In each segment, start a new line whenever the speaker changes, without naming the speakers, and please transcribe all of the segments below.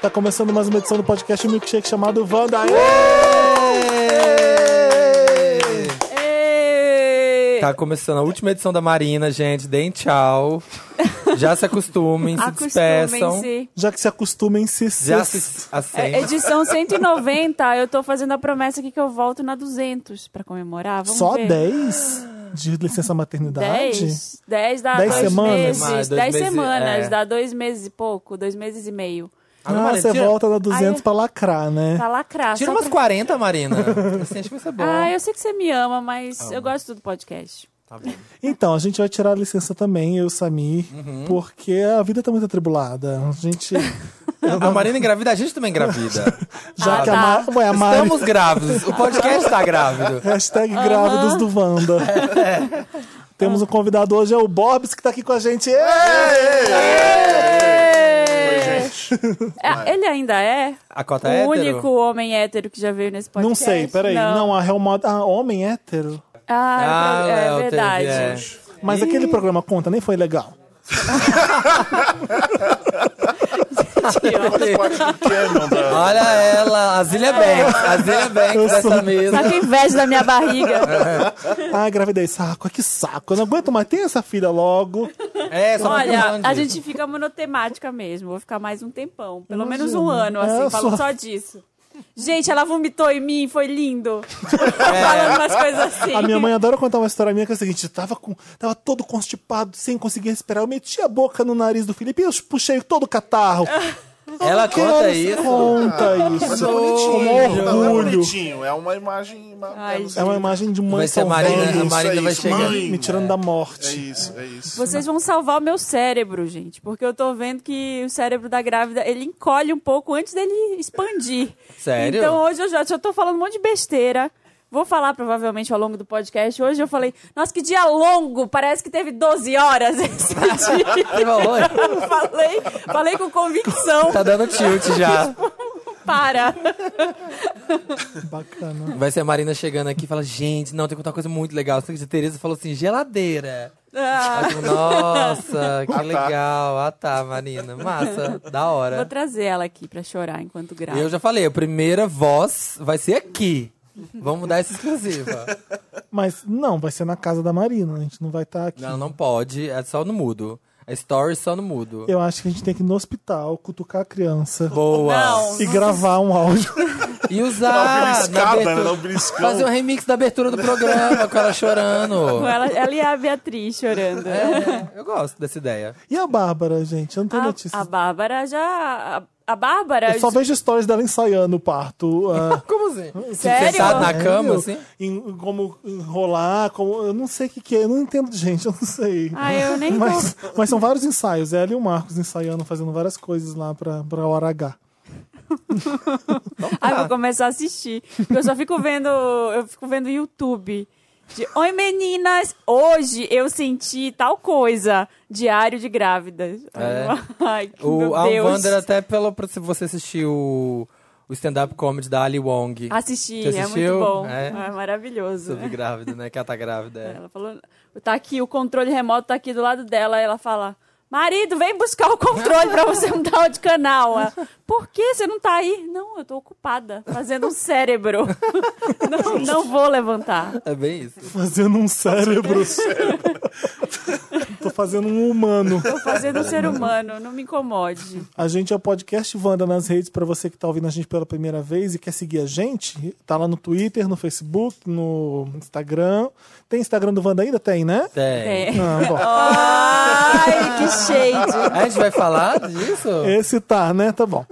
Tá começando mais uma edição do podcast Milkshake chamado Wanda. Aê!
Ei!
Tá começando a última edição da Marina, gente. Deem tchau. Já se acostumem, se despeçam.
Acostumem-se.
Já que se acostumem, se...
Já se
É,
acendem.
edição 190, eu tô fazendo a promessa aqui que eu volto na 200 pra comemorar. Vamos
Só
ver. Ah.
10 de licença maternidade?
10? 10 dá
Dez
dois
semanas?
Mais, dois
meses. 10
meses,
semanas,
é.
dá dois meses e pouco, dois meses e meio.
Ah,
Agora, é
você
tira-
volta na 200
Ai,
pra lacrar, né?
Pra lacrar.
Tira
só
umas
pra...
40, Marina. Assim, acho que vai ser bom.
Ah, eu sei que você me ama, mas eu gosto do podcast.
Tá bom.
Então, a gente vai tirar a licença também, eu e o Samir,
Uhum.
porque a vida tá muito atribulada. A gente...
A Marina engravida, a gente também engravida.
Já
Ah,
que a,
tá.
Ma... Ué, a Mari...
Estamos grávidos. O podcast tá grávido.
Hashtag grávidos do Wanda.
É,
Temos um convidado hoje, é o Bobs, que tá aqui com a gente.
É, ele ainda é
A cota
o
é hétero?
único homem hétero que já veio nesse podcast?
Não sei, peraí. Não, a Real Mod... Ah, homem hétero?
Ah,
Ah,
é,
Léo, teve,
verdade.
é.
Mas aquele programa Conta nem foi legal.
Olha ela, a Zilia Banks. A Zilia Banks dessa mesa.
Tá com inveja da minha barriga.
Ah, gravidez, saco, que saco. Eu não aguento mais. Tem essa filha logo.
É, só
Olha,
Marina
a
Landi.
gente fica monotemática mesmo. Vou ficar mais um tempão. Pelo menos um ano, assim,
É,
falando
só-
só disso. Gente, ela vomitou em mim, foi lindo. Falando umas coisas assim.
É. A minha mãe adora contar uma história minha que é o seguinte: eu tava, com, tava todo constipado, sem conseguir respirar. Eu meti a boca no nariz do Felipe e eu puxei todo o catarro.
Ela conta
Cara,
isso.
Conta
Mas
isso.
é
Com
bonitinho. Não, não é
orgulho.
bonitinho, é uma imagem. Uma,
Ai,
é,
É uma imagem de mãe
Vai ser a Marina, a
salvando,
Marina
isso,
vai
é isso,
chegar.
mãe.
me tirando da
é
morte.
isso, é isso.
Vocês vão salvar o meu cérebro, gente. Porque eu tô vendo que o cérebro da grávida, ele encolhe um pouco antes dele expandir.
Sério?
Então hoje eu já, já tô falando um monte de besteira. Vou falar provavelmente ao longo do podcast. Hoje eu falei, nossa, que dia longo! Parece que teve 12 horas esse dia.
Você falou?
Eu falei, falei com convicção.
Tá dando tilt já.
Para!
Bacana.
Vai ser a Marina chegando aqui e fala, gente, não, tem que contar uma coisa muito legal. Só que a Tereza falou assim, geladeira.
Ah,
Aí, tipo, Nossa, que
tá.
legal. Ah tá, Marina. Massa, da
vou
hora.
trazer ela aqui pra chorar enquanto grávida.
Eu já falei, a primeira voz vai ser aqui. Vamos mudar essa exclusiva.
Mas não, vai ser na casa da Marina. A gente não vai estar aqui.
Não, não pode, é só no mudo. É story só no mudo.
Eu acho que a gente tem que ir no hospital, cutucar a criança
Boa.
Não.
e gravar um áudio.
E
tá
Dá uma
usar. na
beliscada, né?
abertura-
Dá um beliscão.
Fazer um remix da abertura do programa com ela chorando.
Com Ela, ela e a Beatriz chorando.
É, eu gosto dessa ideia.
E a Bárbara, gente? Eu não tenho notícias.
A, a Bárbara já. A, a Bárbara.
Eu
É,
só vejo stories dela ensaiando o parto. ah,
Como assim?
Sério?
Sentado na cama,
eu-
assim?
em- como enrolar, como. Eu não sei o que, que é, eu não entendo, gente, eu não sei.
Ah, eu
então
nem
mas,
tá.
mas são vários ensaios. Ela e o Marcos ensaiando, fazendo várias coisas lá pra, pra hora H.
Ah, eu
tá.
vou começar a assistir. Porque eu só fico vendo. Eu fico vendo YouTube. De, Oi, meninas! Hoje eu senti tal coisa. Diário de grávidas.
É.
Ai, que
O,
meu
a
Deus.
Wander, até pelo pra- se você assistiu o, o stand-up comedy da Ali Wong.
Assisti,
Você
é muito
assistiu?
bom.
É.
É, maravilhoso.
Sobre grávida, né? Que ela tá grávida. é.
Ela falou: tá aqui, o controle remoto tá aqui do lado dela. Aí ela fala: Marido, vem buscar o controle pra você mudar de canal. Ela, Por que você não tá aí? Não, eu tô ocupada, fazendo um cérebro. não, não vou levantar.
É bem isso.
Fazendo um cérebro. Tô fazendo um humano.
Fazendo um ser humano, não me incomode.
A gente é o podcast Wanda nas redes pra você que tá ouvindo a gente pela primeira vez e quer seguir a gente. Tá lá no Twitter, no Facebook, no Instagram. Tem Instagram do Wanda ainda? Tem, né?
Tem.
É.
Ah, bom.
Ai, que shade.
A gente vai falar disso?
Esse tá, né? Tá bom.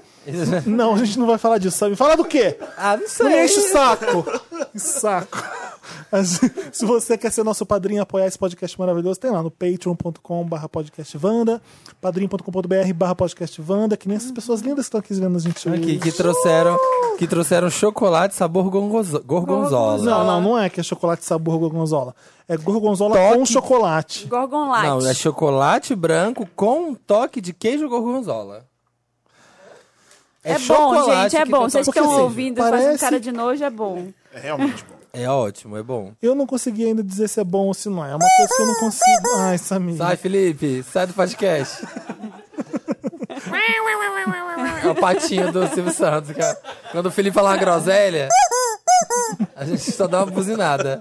Não, a gente não vai falar disso, sabe? Fala do quê?
Ah, não
Não me enche o
sei.
saco. Saco. A gente- Se você quer ser nosso padrinho, apoiar esse podcast maravilhoso, tem lá no patreon.com barra podcastvanda, padrinho.com.br barra podcastvanda, que nem essas pessoas lindas que estão aqui vendo a gente hoje.
Que, que trouxeram, que trouxeram chocolate sabor gorgonzo- gorgonzola.
Não, não, não é que é chocolate sabor gorgonzola. É gorgonzola
Toque.
com chocolate.
Gorgon Light.
Não, é chocolate branco com um toque de queijo gorgonzola.
É bom,
chocolate
gente, é
que
bom.
tem
Vocês que
toque-
estão
Porque, assim,
ouvindo,
parece-
fazendo cara de nojo, é bom.
É realmente bom.
É ótimo, é bom.
Eu não consegui ainda dizer se é bom ou se não é. É uma coisa que eu não consigo. Ai, Samir.
Sai, Felipe, sai do podcast. É o patinho do Silvio Santos. que é- Quando o Felipe fala uma groselha, a gente só dá uma buzinada.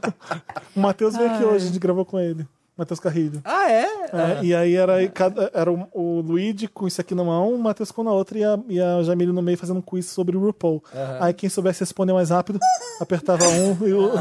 O Matheus veio aqui hoje, a gente gravou com ele. Matheus Carrilho.
Ah, é?
É, e aí era, e cada- era o, o Luigi com isso aqui na mão, o Matheus com na outra e a, e a Jamile no meio fazendo um quiz sobre o RuPaul. Aí quem soubesse responder mais rápido, apertava um e o.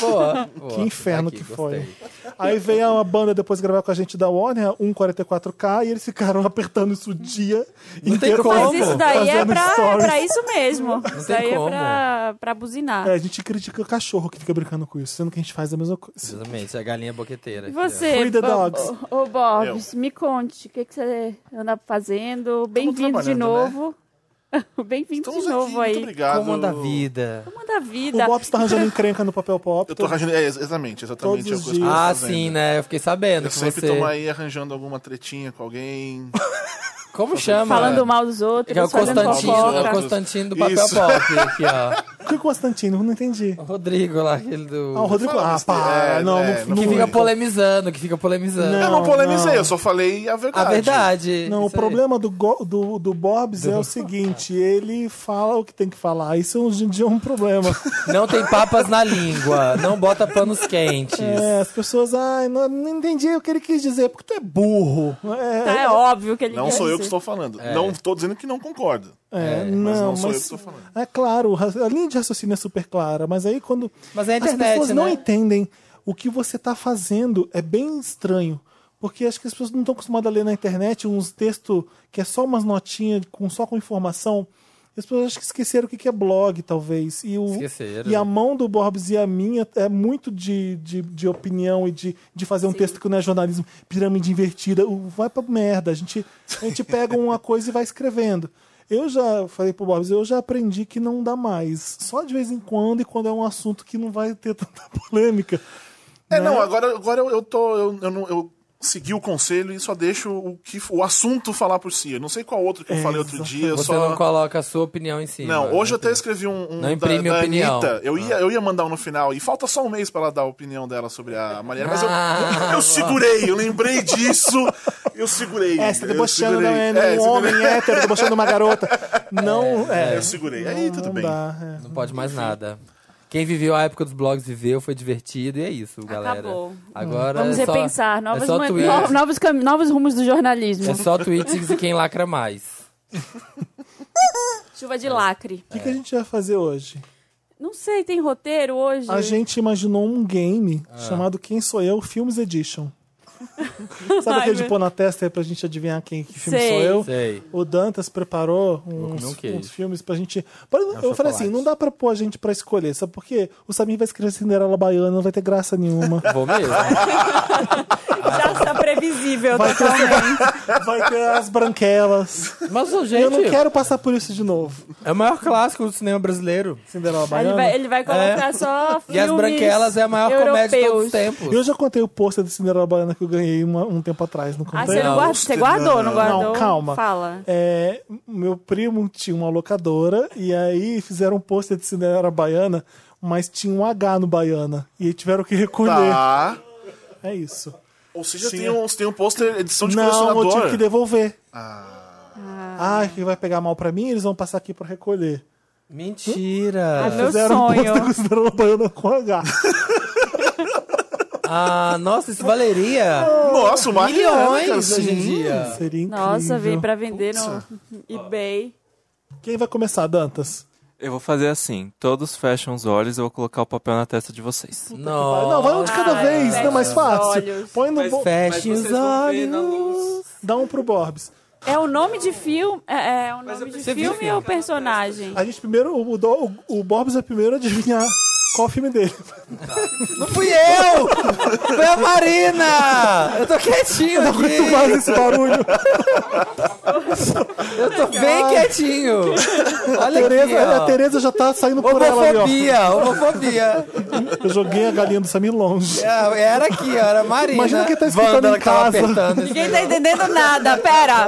Boa, boa.
Que inferno
Tá aqui,
que foi.
gostei.
Aí veio uma banda depois gravar com a gente da Warner, 144K, e eles ficaram apertando isso o dia
Não tem
inteiro.
como.
Mas
fazendo-
isso daí é
fazendo
pra, é
stories.
pra isso mesmo. isso
tem
daí
como.
é pra, pra buzinar.
É, a gente critica o cachorro que fica brincando com isso, sendo que a gente faz a mesma coisa.
Exatamente, é a galinha boqueteira.
E
aqui, ó.
você,
Free É. the
Bo-
dogs.
Ô, ô, Bob, me conte, o que, que você anda fazendo? Bem-vindo de
trabalhando, né?
novo. Bem-vindo
Estamos
de novo
aqui, Então, muito
aí.
obrigado.
Como anda a vida?
Como anda a vida?
O Bob está arranjando encrenca no papel pop.
Eu tô arranjando, é, exatamente, exatamente.
Todos
é o que eu
os
estou
dias.
Ah,
fazendo.
sim, né? Eu fiquei sabendo
Eu
que
sempre
você...
tô aí arranjando alguma tretinha com alguém.
Como chama?
tá
Falando mal dos outros,
Que é o
fazendo
Constantino,
fofoca.
é o Constantino do papel
Isso.
pop aqui, ó.
O que o Constantino? Eu um Não entendi.
O Rodrigo lá, aquele do...
Ah, o Rodrigo.
Fala
Ah, pá,
besteira. É,
não,
é,
não,
não
Que
não-
fica polemizando, que fica polemizando.
Não,
eu não polemizei,
não.
eu só falei a verdade.
A verdade.
Não, o
isso aí.
problema do, go- do, do Bobs é o seguinte: ele fala o que tem que falar. Isso hoje em dia é um problema.
Não tem papas na língua. Não bota panos quentes.
É, as pessoas, ai, não, não entendi o que ele quis dizer, porque tu é burro. É,
Tá, é óbvio que ele
Não
quer
sou eu que
dizer.
estou falando. Não tô dizendo que não concordo.
é,
É, mas
não, mas,
não sou eu que tô falando.
É claro, a linha de raciocínio é super clara, mas aí quando
Mas é a
as
internet,
pessoas não
né?
entendem o que você tá fazendo, é bem estranho. Porque acho que as pessoas não estão acostumadas a ler na internet uns textos que é só umas notinhas com, só com informação. As pessoas acho que esqueceram o que que é blog, talvez. E, o,
Esqueceram.
e a mão do Borbs e a minha é muito de, de, de opinião e de, de fazer um texto que não é jornalismo, pirâmide invertida, o- vai pra merda. A gente, a gente pega uma coisa e vai escrevendo. Eu já falei pro Borbs, eu já aprendi que não dá mais. Só de vez em quando e quando é um assunto que não vai ter tanta polêmica.
É,
Né?
não, agora, agora eu, eu tô. Eu, eu, não- eu segui o conselho e só deixo o, que, o assunto falar por si. Eu não sei qual outro que eu
É,
falei outro
exato.
dia. eu
Você
só...
não coloca a sua opinião em cima.
Não, hoje eu até escrevi um, um
Não imprime opinião. Ah.
Anitta. Eu ia, eu ia mandar um no final. E falta só um mês pra ela dar a opinião dela sobre a Mariana. Mas eu,
Ah,
eu segurei, eu lembrei disso. Eu segurei.
É, você tá
eu
debochando não
segurei.
é,
É,
um
segurei.
homem hétero debochando uma garota. Não, é.
Eu segurei. Aí tudo
não
bem.
dá, é.
Não pode mais nada. Quem viveu a época dos blogs viveu, foi divertido e é isso, galera.
Acabou. Hum.
Agora
Vamos
é só,
repensar
é
novas
só
man-
tweet.
no- novos, cam- novos rumos do jornalismo.
É só tweets e quem lacra mais.
Chuva de lacre.
O que, que a gente vai fazer hoje?
Não sei, tem roteiro hoje?
A gente imaginou um game
É.
chamado Quem Sou Eu Filmes Edition. Sabe
Ai,
aquele de
meu-
pôr na testa aí pra gente adivinhar quem que filme
Sei.
sou eu?
Sei.
O Dantas preparou
comer um
uns,
queijo. É um
uns filmes pra gente. Pra- eu falei assim:
chocolate.
não dá pra pôr a gente pra escolher, sabe por quê? O Samir vai escrever Cinderela Baiana, não vai ter graça nenhuma.
Vou mesmo.
Já está previsível tá?
Vai ter-
totalmente.
vai ter as branquelas.
Mas, ô,
E
gente,
eu não quero passar por isso de novo.
é o maior clássico do cinema brasileiro.
Cinderela
Aí
Baiana.
Ele vai, ele vai colocar só
É. E As
filmes
Branquelas é a maior comédia de todos
europeus.
os tempos.
Eu já contei o pôster de Cinderela Baiana que eu ganhei uma- um tempo atrás, não
Ah,
contei?
você, não
Não.
guarda, você guardou, não guardou?
Não, calma.
Fala.
É, meu primo tinha uma locadora e aí fizeram um pôster de Cinderela Baiana, mas tinha um H no Baiana. E aí tiveram que recolher.
Tá.
É isso.
Ou seja,
Sim.
tem um, tem um pôster edição de
Não, eu
colecionador.
tive que devolver. Ah, que vai pegar mal pra mim, eles vão passar aqui pra recolher.
Mentira.
Ah, meu
Fizeram um
sonho.
pôster de Cinderela Baiana com H.
Ah, nossa, isso valeria
Nossa, o né, Mario.
milhões
assim.
hoje em dia.
Seria incrível.
Nossa, veio pra vender no eBay.
Quem vai começar, Dantas?
Eu vou fazer assim: todos fecham os olhos e eu vou colocar o papel na testa de vocês.
Não.
Não, vai um de cada
Ai,
vez,
fecha
não é mais
os
fácil.
olhos.
Põe no bo...
Feche os olhos.
Dá um pro Borbs.
É o nome de filme? É, é o nome de
pensei
filme
que
ou personagem?
A gente primeiro, o, o, o Borbs é o primeiro a adivinhar qual o filme dele.
Não fui eu! Foi a Marina! Eu tô quietinho
Muito
aqui!
mais esse barulho.
Eu tô bem quietinho! Olha aqui,
Tereza, a
ó.
Tereza já tá saindo por ela ali,
Homofobia, homofobia.
ó. Eu joguei a galinha do Samir longe.
Ah, Era aqui, ó, era a Marina.
Imagina quem tá escutando
Wanda, ela
em
que tava
casa.
apertando esse
Ninguém tá entendendo nada, pera.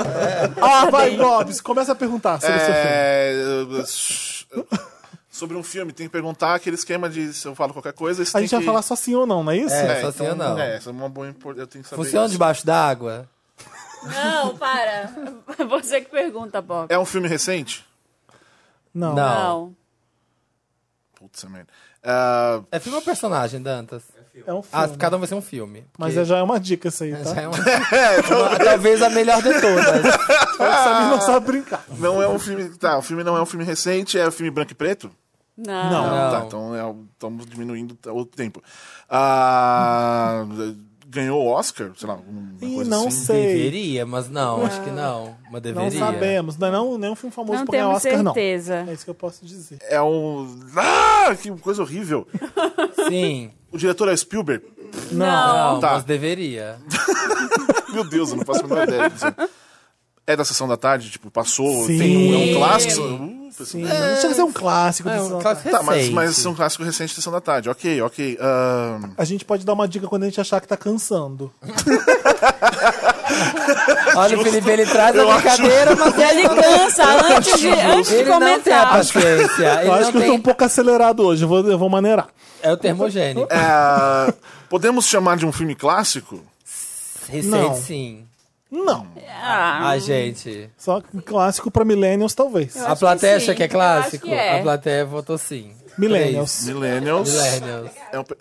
Ah, Vai,
Ordem.
Bobs, começa a perguntar sobre o seu filme.
É, sobre um filme, tem que perguntar aquele esquema de se eu falo qualquer coisa. isso
A
tem
gente vai
que- então,
falar só sim ou não, não é isso?
É. só assim ou não.
É, essa é uma boa impor- Eu tenho que saber.
Funciona
isso.
debaixo d'água?
Não, para. Você que pergunta, Bob.
É um filme recente?
Não.
Não.
Não.
Putz, merda. Ah,
É filme ou personagem, Dantas?
É um
Ah,
filme.
cada um vai ser um filme.
Mas
Porque
é já é uma dica isso aí, tá?
já é um- uma- uma- talvez a melhor de todas.
Samir não sabe brincar.
não é um filme. Tá, o filme não é um filme recente, é um filme branco e preto?
Não.
Não.
Não.
Tá, então é o- estamos diminuindo o tempo. Ah, ganhou o Oscar? Sei lá, alguma
Ih,
coisa
não
assim.
sei.
Deveria, mas não, acho que não. Mas
Não
deveria.
sabemos. Não é não- nenhum filme famoso
Não
pra ganhar
temos
Oscar,
certeza.
não. É isso que eu posso dizer.
É um. Ah, que coisa horrível.
Sim.
O diretor é Spielberg?
Não.
Não,
Tá.
mas deveria.
Meu Deus, eu não faço a menor ideia. disso. É da sessão da tarde, tipo, passou,
Sim.
tem um, é um clássico. Uh,
Sim, mas não chega a ser um clássico.
É
desse
um
Natal.
clássico
Tá, mas,
recente.
mas é um clássico recente da sessão da tarde. Ok, ok. ah,
A gente pode dar uma dica quando a gente achar que tá cansando.
Olha, o Felipe, ele traz a brincadeira, mas
E ele cansa antes de, antes de
ele não tem a
comentar.
paciência. Ele
Eu acho
não
que eu tô um
tem...
pouco acelerado hoje, eu vou, eu vou maneirar.
É o termogênico.
ah, podemos chamar de um filme clássico?
Recente,
Não.
sim.
Não.
Ah,
Ah, gente.
Só que clássico pra millennials, talvez.
Eu
A
acho
plateia
que sim.
acha que é
Eu acho
clássico?
que é.
A plateia votou sim.
Millennials.
Millennials.
Três. Millennials.
É um pe-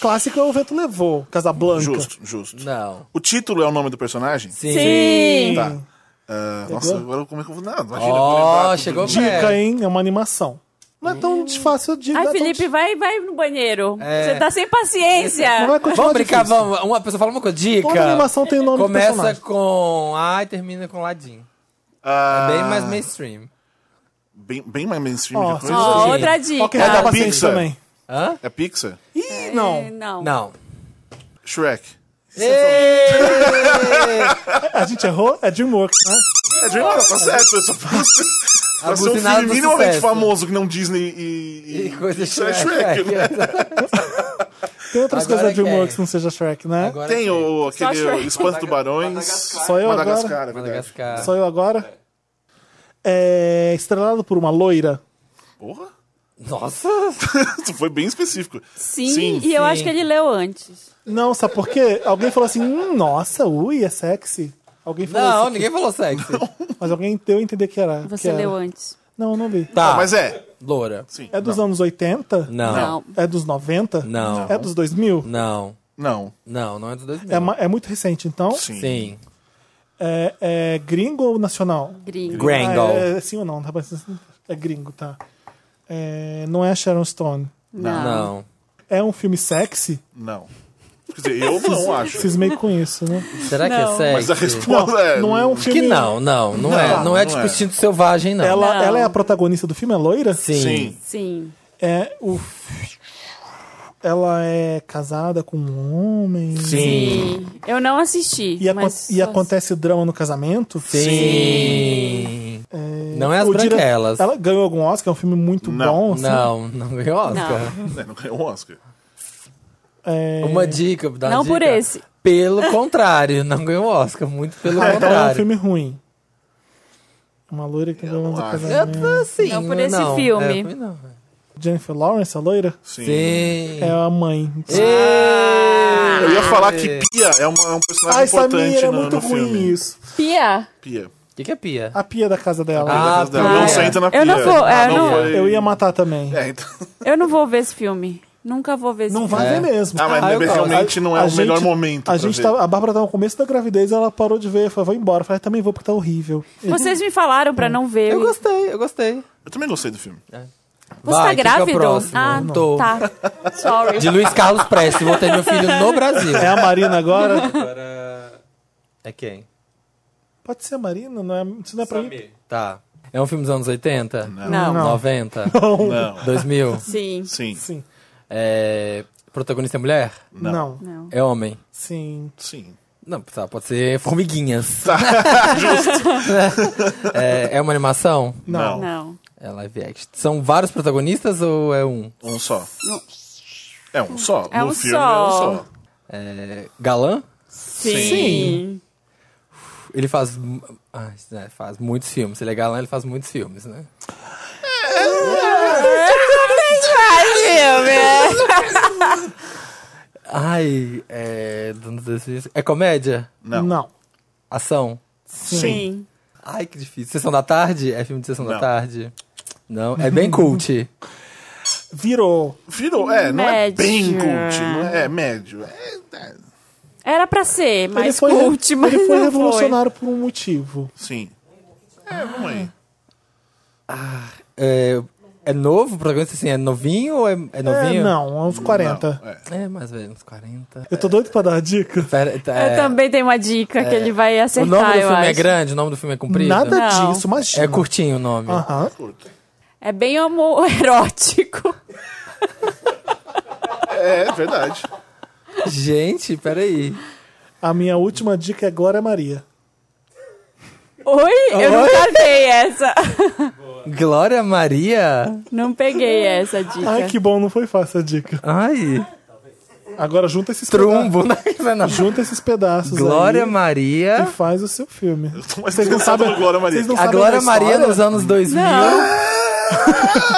Clássico é o vento levou, Casablanca.
Justo, justo.
Não.
O título é o nome do personagem?
Sim.
sim.
Tá. Ah, nossa, agora como é que eu vou. Não, imagina. eu vou
Ó,
lembrar
chegou
tudo.
Dica,
É.
hein? É uma animação. Não é tão fácil de. não
Ai,
é tão
Felipe, vai, vai no banheiro.
É.
Você tá sem paciência.
Mas vai continuar
Vamos brincar,
difícil.
vamos. Uma pessoa fala uma coisa, dica.
Toda animação tem o nome do
Começa
personagem.
com A e termina com Ladin.
Ah,
É Bem mais mainstream.
bem, bem mais mainstream
Ó,
de coisa.
Ó,
Sim.
outra
Qual que
dica.
é da
Ah,
paciente
Pixar.
também?
Hã?
É Pixar?
Ih,
É,
não.
Não.
Não.
Shrek. é
A gente errou? É Dreamworks, né?
É Dreamworks, tá certo. Eu só posso... Pra ser um
Abusinado
filme
do
minimamente
sucesso.
famoso que não Disney e...
E coisa
Isso é
Shrek.
Shrek, né?
Tem outras
Agora
coisas da Dreamworks
quem?
que não seja Shrek, né?
Agora
Tem
sim.
o
Só
aquele
Shrek.
Espanto Tubarões.
Só eu agora?
Madagascar, é verdade.
Madagascar.
Só eu agora? É estrelado por uma loira.
Porra,
Nossa.
isso foi bem específico.
Sim,
Sim,
e eu
sim.
acho que ele leu antes.
Não, sabe por quê? Alguém falou assim, hum, nossa, ui, é sexy. Alguém falou
Não,
isso aqui.
ninguém falou sexy.
Mas alguém deu a entender que era. que
Você
era.
leu antes.
Não, eu não vi.
Tá.
Mas é,
Loura.
sim.
É dos anos 80?
Não.
Não.
É dos 90?
Não.
É dos 2000?
Não.
Não,
Não, não é dos dois
É, ma- é muito recente, então.
sim.
Sim.
É, é gringo ou nacional?
Gringo.
Grangle.
Ah, é, é sim ou não? tá parecendo- É gringo, tá. É, não é a Sharon Stone.
Não.
Não.
É um filme sexy?
Não. Quer dizer, eu não acho.
Cismei com isso, né?
Será que é
Não.
sexy?
Mas a
Não,
resposta é...
não é um
Que
filme.
não, não, não, é. Não,
não
é
é.
tipo instinto selvagem, não.
Ela,
Não.
ela é a protagonista do filme, é loira?
Sim.
Sim.
Sim.
É o. Ela é casada com um homem.
Sim.
Sim. Eu não assisti.
E, aco-
mas
e acontece o drama no casamento?
Sim. Não é as
O dire-
branquelas.
Ela ganhou algum Oscar, é um filme muito
Não.
bom. assim.
Não, não ganhou Oscar.
É, não ganhou um Oscar.
É...
Uma dica, dá uma
Não por
dica.
esse.
Pelo contrário, não ganhou Oscar, muito pelo
Ah, então é um
contrário.
filme ruim. Uma loira que ganhou um
não acho.
casamento.
Eu- assim,
Não por esse
não,
filme.
é, foi não.
Jennifer Lawrence, a loira?
Sim.
Sim.
É a mãe.
Ah!
Ê!
Eu ia falar que Pia é, uma, é um personagem
Ai,
importante
Samir, é
no,
muito
no
ruim
filme.
isso.
Pia.
Pia.
O que, que é pia?
A pia da casa dela.
Ah,
Ah,
tá.
Não
Ah,
senta na pia.
Eu não vou- é, não-
foi-
Eu ia matar também.
É, então...
Eu não vou ver esse filme. Nunca vou ver esse
Não
filme.
vai ver
É.
mesmo.
Ah, mas
Ah, eu gosto.
realmente não é
A
o
gente-
melhor momento.
A,
pra
gente
ver.
tava, a Bárbara tava no começo da gravidez, ela parou de ver, falou, vou embora. Eu falei, também vou porque tá horrível.
Vocês me falaram pra não ver.
Eu gostei, eu gostei.
Eu também gostei do filme.
Você
Vai,
tá
que que é o
grávido?
próximo?
Ah,
Não. Tô.
tá. Sorry.
De Luiz Carlos Prestes, vou ter meu filho no Brasil.
É a Marina agora?
É quem?
Pode ser a Marina? Não é, isso não é pra mim.
Tá. É um filme dos anos 80?
Não.
90?
Não.
2000?
Sim.
Sim.
Sim.
É... Protagonista é mulher?
Não.
Não.
É homem?
Sim.
Sim.
Não, tá, pode ser formiguinhas. é, é uma animação?
Não.
Não.
É live action. São vários protagonistas ou é um?
Um só. É um só.
É
no
um
filme
só.
é um só.
É, galã?
Sim.
Ele faz. mu- ah, isso, né, faz muitos filmes. Se ele é galã, ele faz muitos filmes, né? Ai, é. do- do- do- É comédia?
Não.
Não.
Ação.
Sim.
Ai, que difícil. Sessão da tarde? É filme de sessão da
Não.
tarde? Não, é bem cult.
Virou.
Virou, é, não é
Médio.
bem cult, não é, é médio. É, é,
Era pra ser,
Ele
mas
foi, re-
cult, mas
ele foi
não
revolucionário por um motivo.
sim. É, vamos aí.
É, é novo o protagonista, assim, é novinho ou é, é novinho?
É, não, uns 40.
Não, é.
É mais velho, uns 40.
Eu tô doido pra dar a dica.
Pera, tá,
Eu
é,
também tenho uma dica que ele vai
O
acertar,
nome do
eu
filme
acho.
é grande, o nome do filme é comprido?
Nada Ah.
Não.
disso, imagina.
É curtinho o nome.
Aham.
Curto.
É bem homoerótico.
É, verdade.
Gente, peraí.
A minha última dica é Glória Maria.
Oi? Eu não peguei essa.
Glória Maria?
Não peguei essa dica.
Ai, que bom, não foi fácil a dica.
Ai,
Agora junta esses pedaços.
trumbo. Não, não.
Junta esses pedaços
Glória
aí
Maria.
e faz o seu filme.
Mas vocês não sabem do Glória Maria.
Vocês não
A
sabem
Glória
da
Maria
história?
nos anos 2000.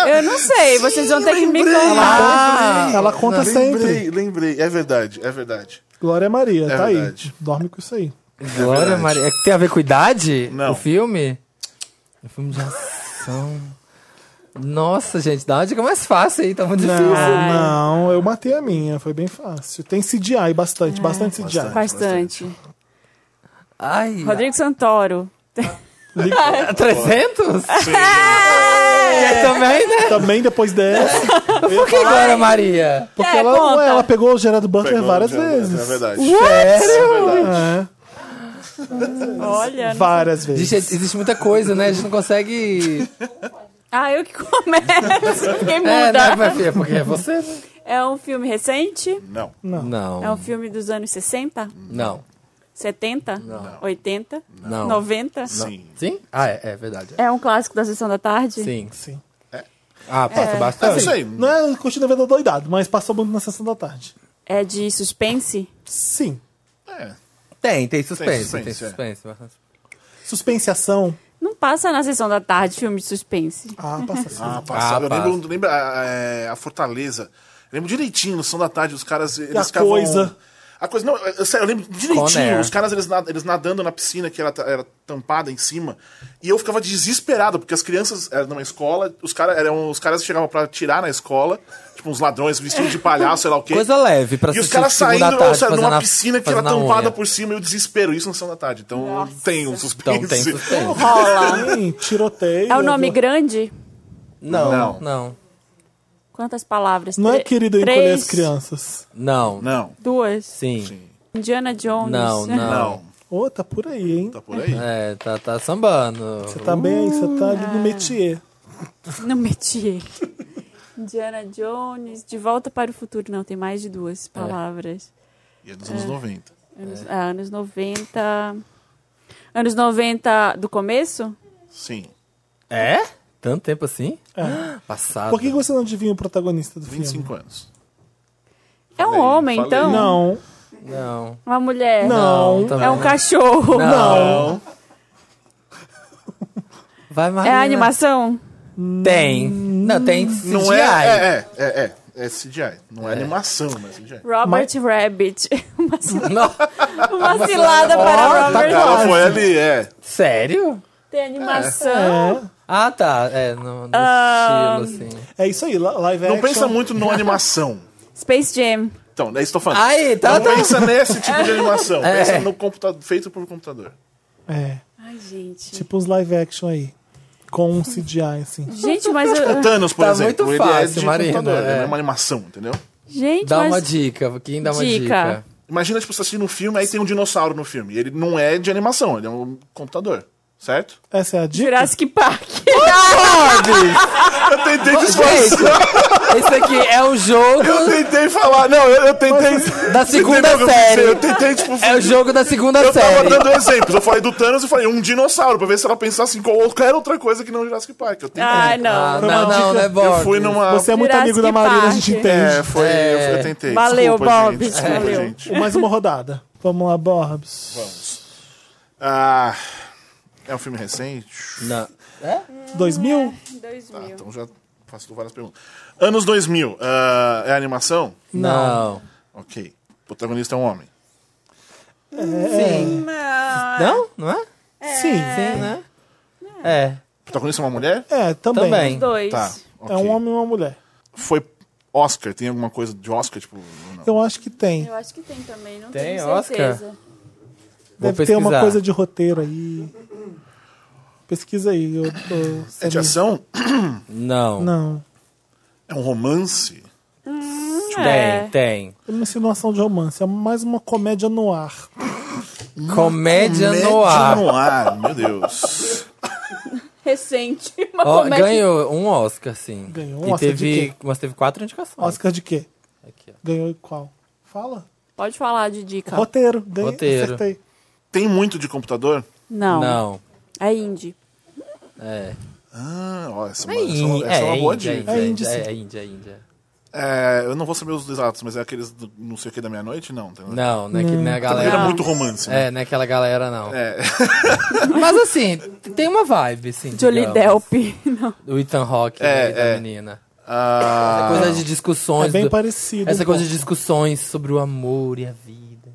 Eu não sei, vocês vão ter que me contar.
Ah,
Ela conta sempre.
Lembrei, lembrei. É verdade, é verdade.
Glória Maria,
É
tá
verdade.
aí. Dorme com isso aí.
Glória
verdade.
Maria. É que tem a ver com idade?
Não.
O filme? O filme de ação. Nossa, gente, dá uma dica mais fácil aí, tá muito
Não,
difícil.
não, eu matei a minha, foi bem fácil. Tem CGI bastante, bastante CGI.
Ah,
Bastante.
Ai,
Rodrigo Santoro.
300? É, também, né?
Também depois dessa,
Por que Glória Maria?
porque
É,
ela,
conta.
ué, ela pegou o Gerardo Butler
Pegou,
várias
já- É
vezes.
verdade.
Sério?
É,
Olha. não-
várias vezes.
Gente, existe muita coisa, né? A gente não consegue.
Ah, eu que começo. Quem
É, né,
muda?
Fafi? É porque é você, né?
É um filme recente?
Não,
É um
Não.
filme dos anos 60?
Não.
70? 80?
Não.
90?
sim.
Sim? Ah, é, é verdade.
É um clássico da Sessão da Tarde?
Sim.
Sim.
Ah, passa
É
bastante.
isso aí.
Não é curtindo a vida doidado, mas passou muito na sessão da tarde.
É de suspense?
Sim.
É.
Tem, tem suspense. Tem
Tem
suspense.
suspense, é.
bastante.
Suspensiação.
Não passa na Sessão da Tarde filme de suspense.
Ah, passa sim.
Ah, passava. eu
passa.
lembro, lembro a, a- a Fortaleza. Eu lembro direitinho, no São da Tarde, os caras. Eles
a
ficavam-
coisa?
A coisa, não, eu, sério, eu lembro direitinho,
Conair.
os caras eles, nad- eles nadando na piscina que era, ta- era tampada em cima. E eu ficava desesperado, porque as crianças eram numa escola, os, cara, eram, os caras chegavam pra tirar na escola, tipo uns ladrões vestidos de palhaço, sei lá o quê.
Coisa leve pra
E os
assistir
caras
segunda
saindo
à tarde,
ou seja,
fazendo
numa
a-
piscina que um era
fazendo a
tampada
unha.
por cima e o desespero, isso no São da Tarde. Então tem um suspense.
Então tem suspense.
Rola.
Sim, tiroteio.
É o nome grande?
Não, não,
Não.
não.
Quantas palavras?
Não é
Tre-
querido
três,
encolher as crianças.
Não,
Não,
Duas.
Sim.
Indiana Jones.
Não, não.
não,
Ô, tá por aí, hein?
tá por aí.
É, tá, tá sambando.
Você tá bem aí, você tá
Ah.
ali no métier.
Não meti ele. Indiana Jones, De Volta para o Futuro. Não, tem mais de duas palavras.
E é dos anos 90.
Anos,
É.
ah, anos 90. Anos 90 do começo?
Sim.
É? Tanto tempo assim? Passado.
Por que você não adivinha o protagonista do filme?
25 anos.
É um
Falei,
homem,
falei.
então?
Não,
Não.
Uma mulher?
não,
Não, tá-
É um cachorro?
Não.
não.
Vai,
É
Marina.
a animação?
Tem. Não, tem CGI.
Não é, é, é, é, é, é CGI. Não é, animação, mas é CGI.
Robert Rabbit. Uma
É.
cilada,
Não. Ah,
uma cilada
tá
para Robert
Ela
Rabbit.
Tá, foi ali, é.
Sério?
Tem animação.
Ah, tá. É, no, no estilo, assim.
É isso aí, la- live
Não
action.
pensa muito no animação.
É.
Space Jam.
Então, é isso que eu tô falando.
Aí, tá,
não
tá.
pensa nesse tipo de animação.
É.
Pensa no computador, feito por computador.
É,
Ai, gente.
tipo uns live action aí. Com um CGI, assim.
Gente, mas eu...
O Thanos, por
Tá
exemplo,
muito
ele é
fácil,
de
Marina,
computador, ele
é.
não é uma animação, entendeu?
Gente,
Dá
mas...
uma dica. Quem dá uma
Dica.
dica?
Imagina, tipo, você assistindo um filme, aí tem um dinossauro no filme. Ele não é de animação, ele é um computador, certo?
Essa é a dica?
Jurassic Park.
Eu tentei disfarçar,
Gente, esse aqui é o jogo
eu tentei falar. Não, eu, eu tentei...
da segunda
Entendeu o que eu
série.
quis dizer? Eu tentei, tipo,
É o jogo da segunda
Eu tava
série.
dando exemplos. Eu falei do Thanos e falei um dinossauro, pra ver se ela pensasse em qualquer outra coisa que não Jurassic Park. Eu, tentei.
Ah,
Ah,
não.
Foi uma
não, não,
dica.
não é bom.
eu fui numa.
Você é muito
Jurassic
amigo da Marina, a gente
Park.
entende.
É, foi.
É.
Eu, eu tentei.
Valeu,
Desculpa,
Bob,
Gente. Desculpa,
valeu.
gente.
Mais uma rodada. Vamos lá, Borbs.
Ah, é um filme recente?
Não.
2000?
2000.
Então já faço várias perguntas. Anos 2000. ah, é animação?
Não.
Ok. O protagonista é um homem.
Sim. Não? Não é?
Sim.
Sim, né? É.
Protagonista é uma mulher?
É, também.
Também.
Dois.
Tá.
É
ok.
um homem e uma mulher.
Foi Oscar, tem alguma coisa de Oscar, tipo. não.
Eu acho que tem.
Eu acho que tem também, não
Tem
tenho
Oscar?
certeza.
Vou
Deve ter uma
pesquisar.
coisa de roteiro aí. Pesquisa aí. Eu, eu-
É de ação?
Não.
Não.
É um romance?
Hum,
Tem, tem.
É Uma insinuação de romance. É mais uma comédia no ar.
Comédia Tá no
Média
ar.
tá no ar, meu Deus.
Recente. é Uma
Ó,
comédia.
ganhou um Oscar, sim.
Ganhou um
E
Oscar de
teve,
quê?
Mas teve quatro indicações.
Oscar de quê?
Aqui, ó.
Ganhou qual? Fala.
Pode falar de dica.
Roteiro. Ganhei,
Tá. Roteiro.
Acertei.
Tem muito de computador?
Não.
Não.
É indie.
É.
Ah, ó, essa, é
É
uma- essa é uma-
índia.
essa é uma
é
boa
índia,
dica.
É
É
índia,
índia,
sim.
é índia, é índia.
É, eu não vou saber os exatos, mas é aqueles do não sei o que da meia-noite? Não, tem nada.
Não, não é, que, não é a
Também era
galera.
muito romance, né?
É, não é aquela galera, não.
É.
Mas assim, tem uma vibe, assim.
Jolie
digamos.
Delp. Não.
O Ethan Hawke,
É,
né, da
é.
menina.
Ah,
Coisa de
É
discussões.
bem
do-
parecido.
Essa
um
coisa de
pouco.
discussões sobre o amor e a vida.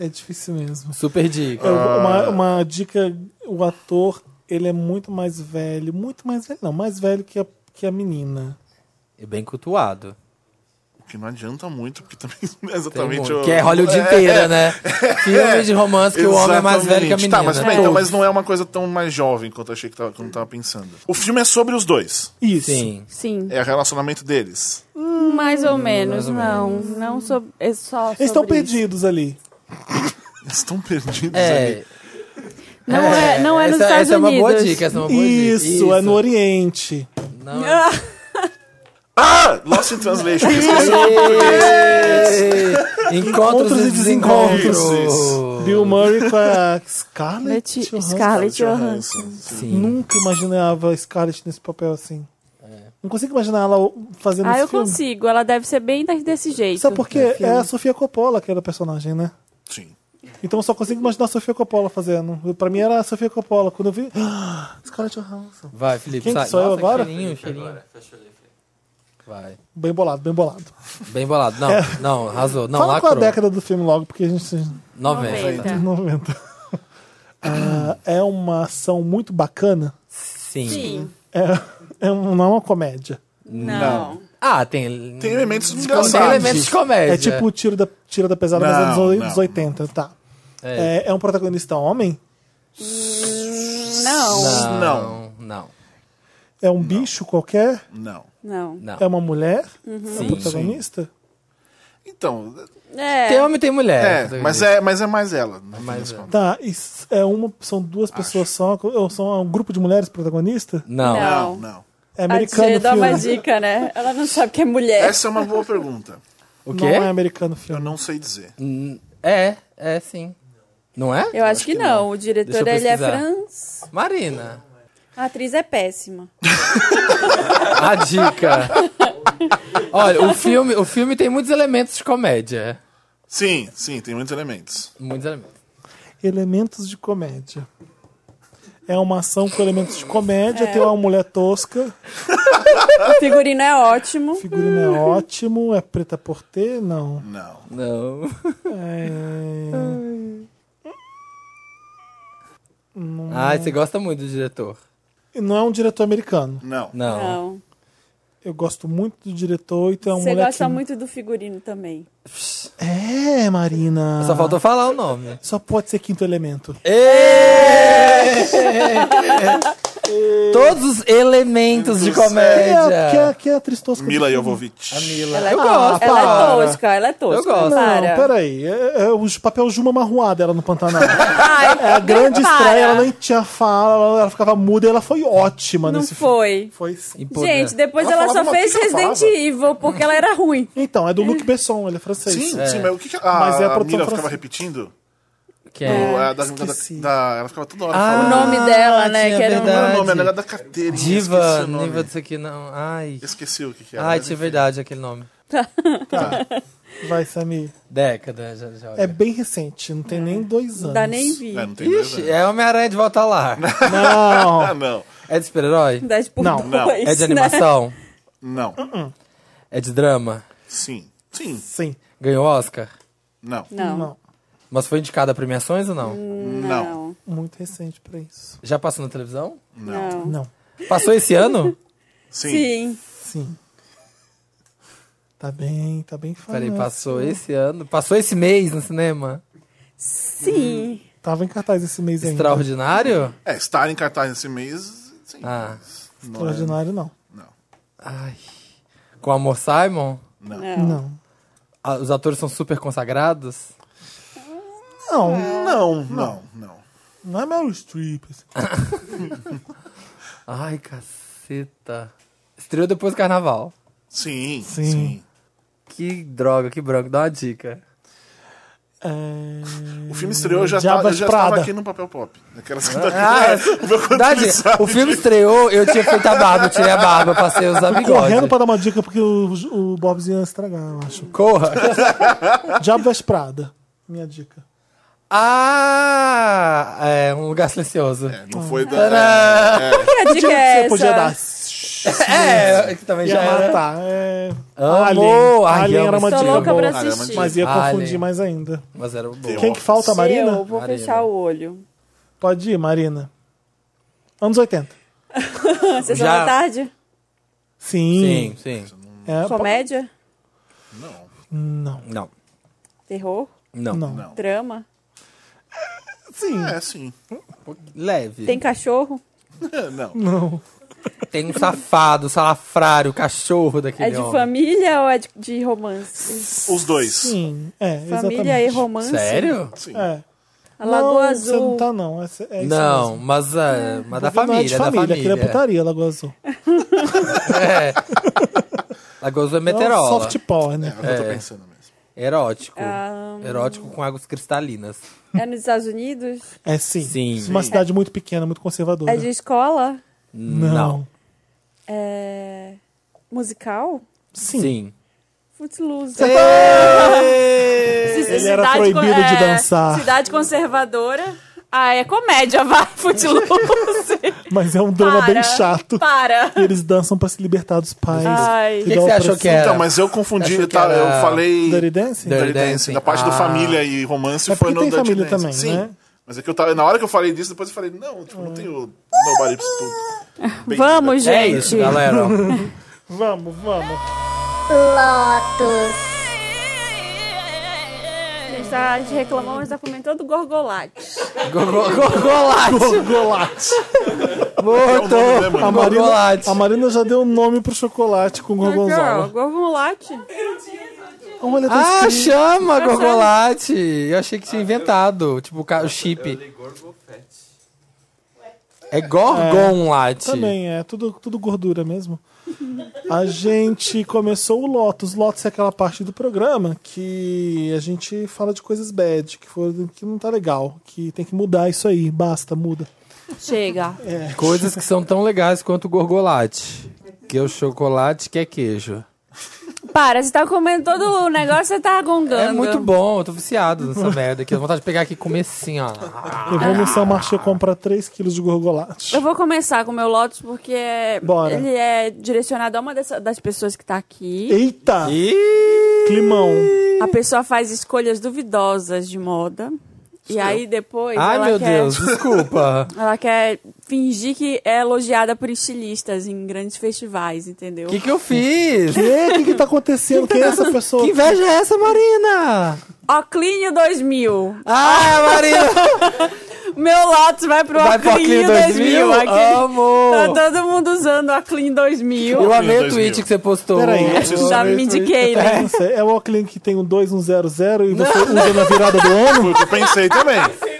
É difícil mesmo.
Super
É,
dica.
uma, uma dica, o ator, ele é muito mais velho, muito mais velho, não, mais velho que a, que a menina.
E bem cultuado.
o que não adianta muito, porque também não é
Tem
exatamente.
muito.
o-
Que é Hollywood
É,
inteira, né? Filme de romance que o homem é mais
Exatamente.
velho que a menina.
Tá, mas,
né?
peraí, então, mas não é uma coisa tão mais jovem quanto eu achei que tava, quando eu tava pensando. O filme é sobre os dois.
Isso.
Sim.
Sim.
É o relacionamento deles.
Mais ou menos, não. Não sob... é só
Eles estão
sobre isso.
perdidos ali.
Eles estão perdidos
É,
ali.
Não é, não é nos
essa,
Estados
essa
Unidos.
é uma boa dica, essa é uma boa
Isso,
dica.
é no Oriente.
Não,
Ah! Lost in Translation. Esqueci.
Ei! Encontros,
Encontros
e
e desencontros.
desencontros.
Bill Murray com a Scarlett.
Leti-
Johansson.
Scarlett Johansson.
Sim.
Nunca imaginava a Scarlett nesse papel assim.
É.
Não consigo imaginar ela fazendo
Ah,
esse
eu
filme.
consigo. Ela deve ser bem da- desse jeito.
Sabe por quê? É a Sofia Coppola que era a personagem, né?
Sim.
Então eu só consigo imaginar a Sofia Coppola fazendo. Pra mim era a Sofia Coppola. Quando eu vi. Ah, Scarlett Johansson.
Vai, Felipe,
Quem que
sai.
sou eu
Nossa,
agora?
Cheirinho, cheirinho. Vai.
Bem bolado, bem bolado.
Bem bolado. Não, não, arrasou.
É.
Não,
Fala qual a
lacrou.
década do filme logo, porque a gente.
90.
Tá.
90. Ah, é uma ação muito bacana.
Sim.
Sim.
É, é um- não é uma comédia.
Não.
Ah, tem...
Tem elementos
Tem
engraçados.
elementos de comédia.
É tipo o tiro da, tiro da pesada,
Não,
mas
não.
anos 80, tá.
É.
É, é um protagonista homem?
Não.
Não, não,
É um bicho qualquer?
Não.
Não.
não.
É uma mulher?
Uhum.
É um
Sim.
protagonista?
Então,
É.
um
Tem homem, tem mulher.
é, mas é, mas é mais ela. no fim
Mais
das
ela.
contas.
Tá, e s- é uma, são duas pessoas só, ou são um grupo de mulheres protagonista?
Não.
Não.
Não, não.
É
A
americano
tia
o
dá
filme.
uma dica, né? Ela não sabe que é mulher.
Essa é uma boa pergunta.
O
Não
quê?
é americano o
Eu
filme.
não sei dizer.
Hum, É, é sim. Não é?
Eu acho que não. O diretor
Deixa eu
ele é
pesquisar.
Franz.
Marina.
A atriz é péssima.
A dica. Olha, o filme, o filme tem muitos elementos de comédia.
Sim, sim, tem muitos elementos.
Muitos elementos.
Elementos de comédia. É uma ação com elementos de comédia,
É.
tem uma mulher tosca,
O figurino é ótimo.
o figurino é ótimo, é preta por ter? Não.
Não.
Não.
É...
Ah, você gosta muito do diretor.
Não é um diretor americano.
Não.
Não.
Não.
Eu gosto muito do diretor e tem uma
Você
mulher
gosta
que...
muito do figurino também.
É, Marina.
Só faltou falar o nome.
Só pode ser quinto elemento.
Todos os elementos de
É, que é,
comédia.
que é a atriz tosca. do
Mila
filme.
Jovovich.
Eu gosto. para.
Ela é tosca, ela é tosca.
Eu gosto.
Não,
Para.
peraí. É, é o papel Juma Marruada era no Pantanal.
Ai,
É a grande
Ah, para.
estreia, ela nem tinha fala, ela- ela ficava muda e ela foi ótima
Não
nesse
foi.
filme. Foi sim.
Empoder-
Gente, depois
Ela
ela,
falava
só
uma
fez
coisa que eu
Resident
falava.
Evil porque ela era ruim.
Então, é do Luc Besson, ele é francês.
Sim,
É.
sim, mas o que, que a,
Mas é a
a
produção
Mila ficava
francesa.
repetindo?
que é-
Ou é a da, da,
esqueci.
da- ela ficava toda hora
Ah,
O
falando.
nome dela, né?
tinha
Que era um...
Não era é o nome,
verdade.
ela era da carteira.
Diva,
Esqueci o
nível
nome.
disso aqui, não. Ai.
Esqueci o que, que era.
Ai,
mas
tinha
enfim.
verdade aquele nome.
É. Vai, Samir.
Década, já, já.
É bem recente, não tem nem dois anos.
Dá nem vi.
É, não tem dois
Ixi,
anos.
é Homem-Aranha de Volta lá.
Não.
Ah, não.
É de super-herói?
10 por
Não,
não.
dois,
É de
né?
animação?
Não.
É de drama?
Sim. Sim.
Sim.
Ganhou Oscar?
Não.
Não.
Não.
Mas foi indicada a premiações ou não?
Hum.
Não.
Muito recente pra isso.
Já passou na televisão?
Não. Não.
Não,
Passou esse ano?
Sim.
Sim.
sim. Tá bem, tá bem
Peraí,
falando.
passou esse ano? Passou esse mês no cinema?
Sim.
Tava em cartaz esse mês ainda.
Extraordinário?
É, estar em cartaz nesse mês, sim.
Ah.
Não, é-
Extraordinário, não.
não.
Ai. Com Amor Simon?
Não.
Não.
Não.
Ah, Os atores são super consagrados?
Não,
Não, não, não.
não é Meryl Streep. assim.
Ai, caceta. Estreou depois do carnaval.
Sim,
Sim.
sim.
Que droga, que branco. Dá uma dica.
É...
O filme estreou, eu já,
Diabas
tava, eu já
Prada.
estava aqui no papel pop. Aquelas que tá aqui.
Ah, dá dica. O filme estreou, eu tinha feito a barba, eu tirei a barba, passei a usar bigode.
Tá Correndo pra dar uma dica, porque o, o Bob's ia estragar, eu acho.
Corra.
Diabo Veste Prada. Minha dica.
Ah, é um lugar silencioso.
É, não foi da.
Tadã!
Que a
Eu
dica
diria
é
que Hum. você podia dar.
essa?
É, que também já
Ia
era.
matar. É...
Amo,
Alien.
ai, Tá
Alien
amo
era uma
esse
Tô
dica.
filme.
louca pra
Caramba,
assistir.
Mas ia
Alien.
confundir mais ainda.
Mas era bom.
Tem
Quem que falta, Marina?
Eu vou
Marina.
fechar o olho.
Pode ir, Marina. Anos 80.
Sessão
Já-
da tarde?
Sim.
Sim, sim.
É, po-
Comédia?
Não.
Não,
Terror?
não.
Não.
Não.
Drama?
Sim.
É, sim.
Leve.
Tem cachorro?
não.
Não.
Tem um safado, salafrário, cachorro daquele
é de
homem.
família ou é de, de romance?
Os dois.
Sim. É,
Família e
exatamente.
romance?
Sério?
Sim.
É.
A Lagoa
não, Você
Azul.
não tá, não. É, é isso
não,
mesmo.
mas, é, mas da
Não é de
família, da
família. Aquilo é
família.
putaria, Lagoa Azul.
É. Lagoso é
É um
meteorola.
soft porn.
É, é o que eu tô pensando mesmo.
Erótico.
Ah,
Erótico com águas cristalinas.
é nos Estados Unidos?
É sim.
Sim.
Uma cidade muito pequena, muito conservadora.
É de escola?
Não.
É... Musical?
Sim.
Sim.
Footloose.
Ele era proibido de dançar.
é, Cidade conservadora. Ah, é comédia, vai, Footloose.
Mas é um drama
Para,
bem chato.
Para.
E eles dançam pra se libertar dos pais.
Ai.
E
O que, que
da
você
opressão.
achou que era?
Então, mas eu confundi,
Achou
eu,
que
tava-
era-
eu falei.
Dirty Dancing?
Dirty
Dirty Dancing.
Dancing.
Da parte do
Ah.
família e romance
É
foi
porque
no
tem
Dirty
família
Dancing.
também,
Sim.
né? Hum.
Mas é que eu tava. Na hora que eu falei disso, depois eu falei, não, tipo, não tenho nobody pra isso tudo. Bem,
Vamos,
É
gente.
isso, galera.
Vamos, vamos.
Lotus.
A gente tá- a gente reclamou, mas tá comendo todo gorgolate.
Gorgolate.
Chocolate.
É o nome, né, mano?
A Marina,
Gorgolate.
a Marina já deu o nome pro chocolate com gorgonzola.
Gorgolate.
Olha, tá
Ah,
escrito.
chama Gorgolate. Eu achei que tinha inventado. Tipo, o ca- o chip. É Gorgonlate.
Também é, tudo, tudo gordura mesmo. A gente começou o Lotus. Lotus é aquela parte do programa que a gente fala de coisas bad, que, foram que não tá legal, que tem que mudar isso aí, basta, muda.
Chega.
Coisas que são tão legais quanto o gorgolate. Que é o chocolate que é queijo.
Para, você tá comendo todo o negócio, você tá gongando.
É muito bom, eu tô viciado nessa merda aqui. Eu tenho vontade de pegar aqui e comer assim, ó.
Eu vou no São Marché comprar 3kg de gorgolate.
Eu vou começar com o meu Lotus, porque é-
Bora.
ele é direcionado a uma dessa- das pessoas que tá aqui.
Eita!
E...
Climão.
A pessoa faz escolhas duvidosas de moda. E aí depois
Ai,
ela
meu
quer...
Deus, desculpa.
Ela quer fingir que é elogiada por estilistas em grandes festivais, entendeu?
O que, que eu fiz?
O que, que tá acontecendo? Quem é essa pessoa?
Que inveja é essa, Marina?
Oclinho 2000.
Ah, Marina!
Meu Lotus vai pro
Vai pro
Oclinho
Oclinho
2000.
2000? Amo!
Tá todo mundo usando o Oclinho 2000.
Eu amei o
2000.
tweet que você postou.
Peraí.
Já me indiquei, né?
Não sei, É o Oakland que tem um 2, um 0, 0 e você usa na virada do ano?
Foi o que eu pensei também.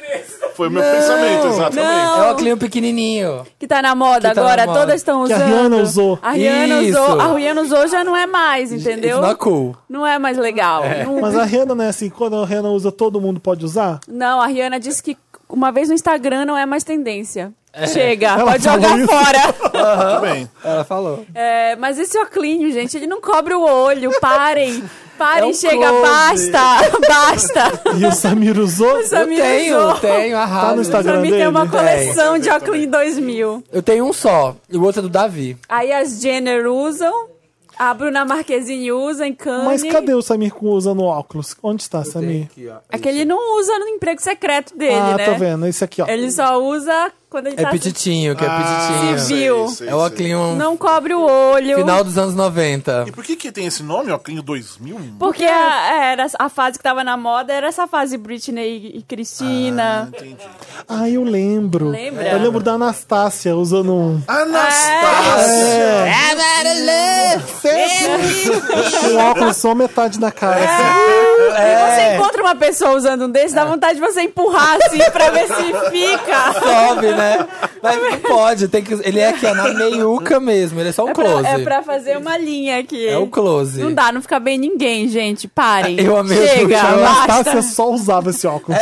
Foi o meu pensamento, exatamente.
É o Oclinho pequenininho.
Que tá na moda
Que tá na
agora,
moda.
todas estão
Que a
usando.
Rihanna usou.
A Rihanna
Isso.
usou. A Rihanna usou já não é mais, entendeu?
It's not cool.
Não é mais legal. Não,
Mas a Rihanna não é assim, quando a Rihanna usa, todo mundo pode usar?
não, a Rihanna disse que uma vez no Instagram não é mais tendência.
É.
Chega,
Ela
pode
falou
jogar
isso.
fora.
Tudo bem.
Ela falou.
É, mas esse oclinho, gente, ele não cobre o olho. Parem. Parem,
É um
chega,
close.
basta, basta.
E o Samir usou?
Samir
eu tenho,
usou.
tenho, arraso.
Tá no
O
Instagram.
Samir tem uma
dele?
coleção de oclinho 2000.
Eu tenho um só, e o outro é do Davi.
Aí as Jenner usam. A Bruna Marquezine usa em Cannes.
Mas cadê o Samir com- usando óculos? Onde está, Samir?
Aquele não usa no emprego secreto dele,
ah,
né?
tô vendo. Esse aqui, ó.
Ele só usa quando ele
É
tá...
pititinho, que é
Ah,
pititinho.
Civil.
sei,
viu.
sei,
É o
sei.
Aclinho
Não cobre o olho.
final dos anos 90.
E por que, que tem esse nome, Oclinho 2000?
Porque a, era a fase que tava na moda era essa fase Britney e Cristina.
Entendi.
Ah, eu lembro.
Lembra?
Eu lembro da Anastácia usando um.
Ah,
Ah,
Anastácia!
É, um óculos só metade da cara. assim.
Você encontra uma pessoa usando um
É.
desse, dá vontade de você empurrar assim pra ver se fica. é
Sobe, né? Mas não pode, tem que. Ele é aqui, ó, na meiuca mesmo. Ele é só um
É
close.
pra, é pra fazer uma linha aqui.
É o close.
Não dá, não fica bem ninguém, gente. Parem.
Eu amei o
Chega,
Xuxa,
A
Ah,
Anastácia
É, basta. É.
só usava esse óculos.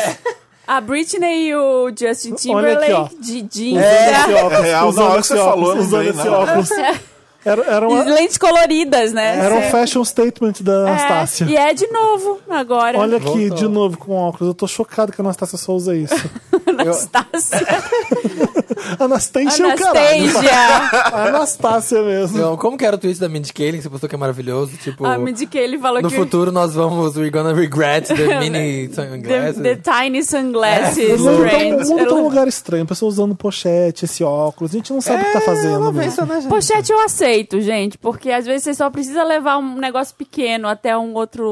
A Britney e o Justin
Olha aqui,
Timberlake de jeans.
Esse
né?
óculos,
É real,
usando
na hora que
esse
você
óculos,
falou, eu
usando
lembrei, né?
esse
não.
óculos. Era, era, uma,
Lentes coloridas, né?
era um
Você-
fashion statement da
É,
Anastácia.
e é de novo agora.
Olha aqui,
Voltou.
de novo, com óculos. Eu tô chocado que a Anastácia só usa isso.
Anastácia.
Anastácia é o caralho.
Anastasia.
Anastácia mesmo.
Então, como que era o tweet da Mindy Kaling, que você postou que é maravilhoso? Tipo,
Ah, me indiquei, ele falou
no
que
futuro nós vamos, we're gonna regret the mini
the,
sunglasses.
the tiny
Mas
sunglasses
né? É, o mundo tá-
trend.
o mundo tá um lugar estranho. Pessoas usando pochete, esse óculos. A gente não sabe o que tá fazendo. mesmo.
né, Pochete É, eu aceito, gente, porque às vezes você só precisa levar um negócio pequeno até um outro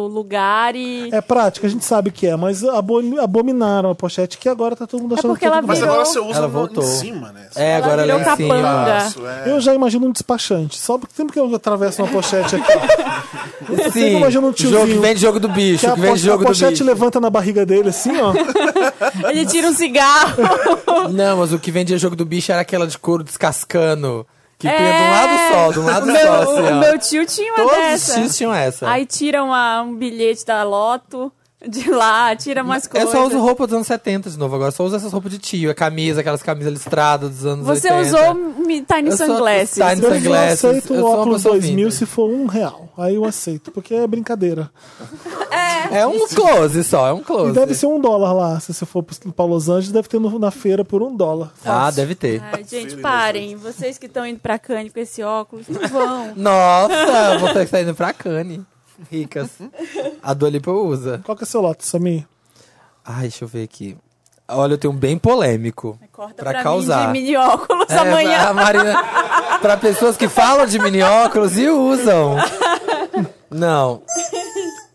lugar e.
É prática, a gente sabe que é, mas abomi- abominaram a pochete que agora tá todo mundo achando
porque
que é
ela
tudo
Mas
bem.
virou-
agora você usa
Ela
no-
voltou.
em cima, né?
É,
Ela
agora
virou
lá em cima.
capanga.
Isso, é.
Eu já imagino um despachante. Só porque sempre que eu atravesso uma pochete aqui, ó,
Sim,
Fico imaginando um
jogo que
tiozinho.
vende jogo do bicho,
que a,
que vende
poche-
jogo
a
do
pochete
bicho.
levanta na barriga dele assim, ó.
Ele tira um cigarro.
Não, mas o que vendia jogo do bicho era aquela de couro descascando. Que pia de um
É.
lado só, de um
O
lado
meu,
só, assim, ó.
o meu tio tinha uma
Todos os
dessa.
X tinham essa.
Aí tira uma- um bilhete da Loto de lá, tira umas
eu
coisas.
é só uso roupa dos anos 70 de novo agora. Só uso essas roupas de tio. É camisa, aquelas camisas listradas dos anos
Você
80.
usou um mi- Tiny
Eu sou-
Sunglasses.
É Tiny
Eu só
Sunglasses,
aceito
eu
o
sou uma
óculos
pessoa
2000
vintage.
se for um real. Aí eu aceito, porque é brincadeira.
É um close só, é um close.
E deve ser um dólar lá. Se você for pro- pra Los Angeles, deve ter no- na feira por um dólar.
Ah,
Fácil.
deve ter.
Ai, gente, parem. Vocês que estão indo pra Cane com esse óculos, não vão.
Nossa, você que tá indo pra Cane. Ricas. A Dolipa usa.
Qual que é o seu lote, Samir?
Ai, deixa eu ver aqui. Olha, eu tenho um bem polêmico.
Corta
pra
pra,
causar.
mim de mini óculos
É,
amanhã.
A Marina, pra pessoas que falam de mini óculos e usam. Não.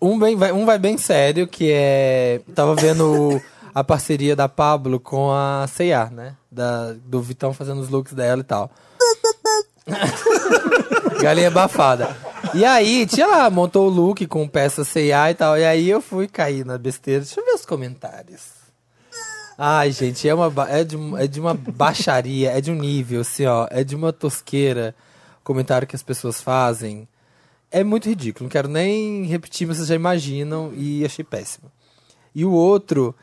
Um, bem, vai, um vai bem sério, que é. Tava vendo o- a parceria da Pablo com a C&A, né? Da, do Vitão fazendo os looks dela e tal. Galinha abafada. E aí, tinha lá, montou o look com peça C&A e tal. E aí eu fui cair na besteira. Deixa eu ver os comentários. Ai, gente, é, uma, ba- é, de, um- é de uma baixaria, é de um nível, assim, ó. É de uma tosqueira o comentário que as pessoas fazem. É muito ridículo, não quero nem repetir, mas vocês já imaginam e achei péssimo. E o outro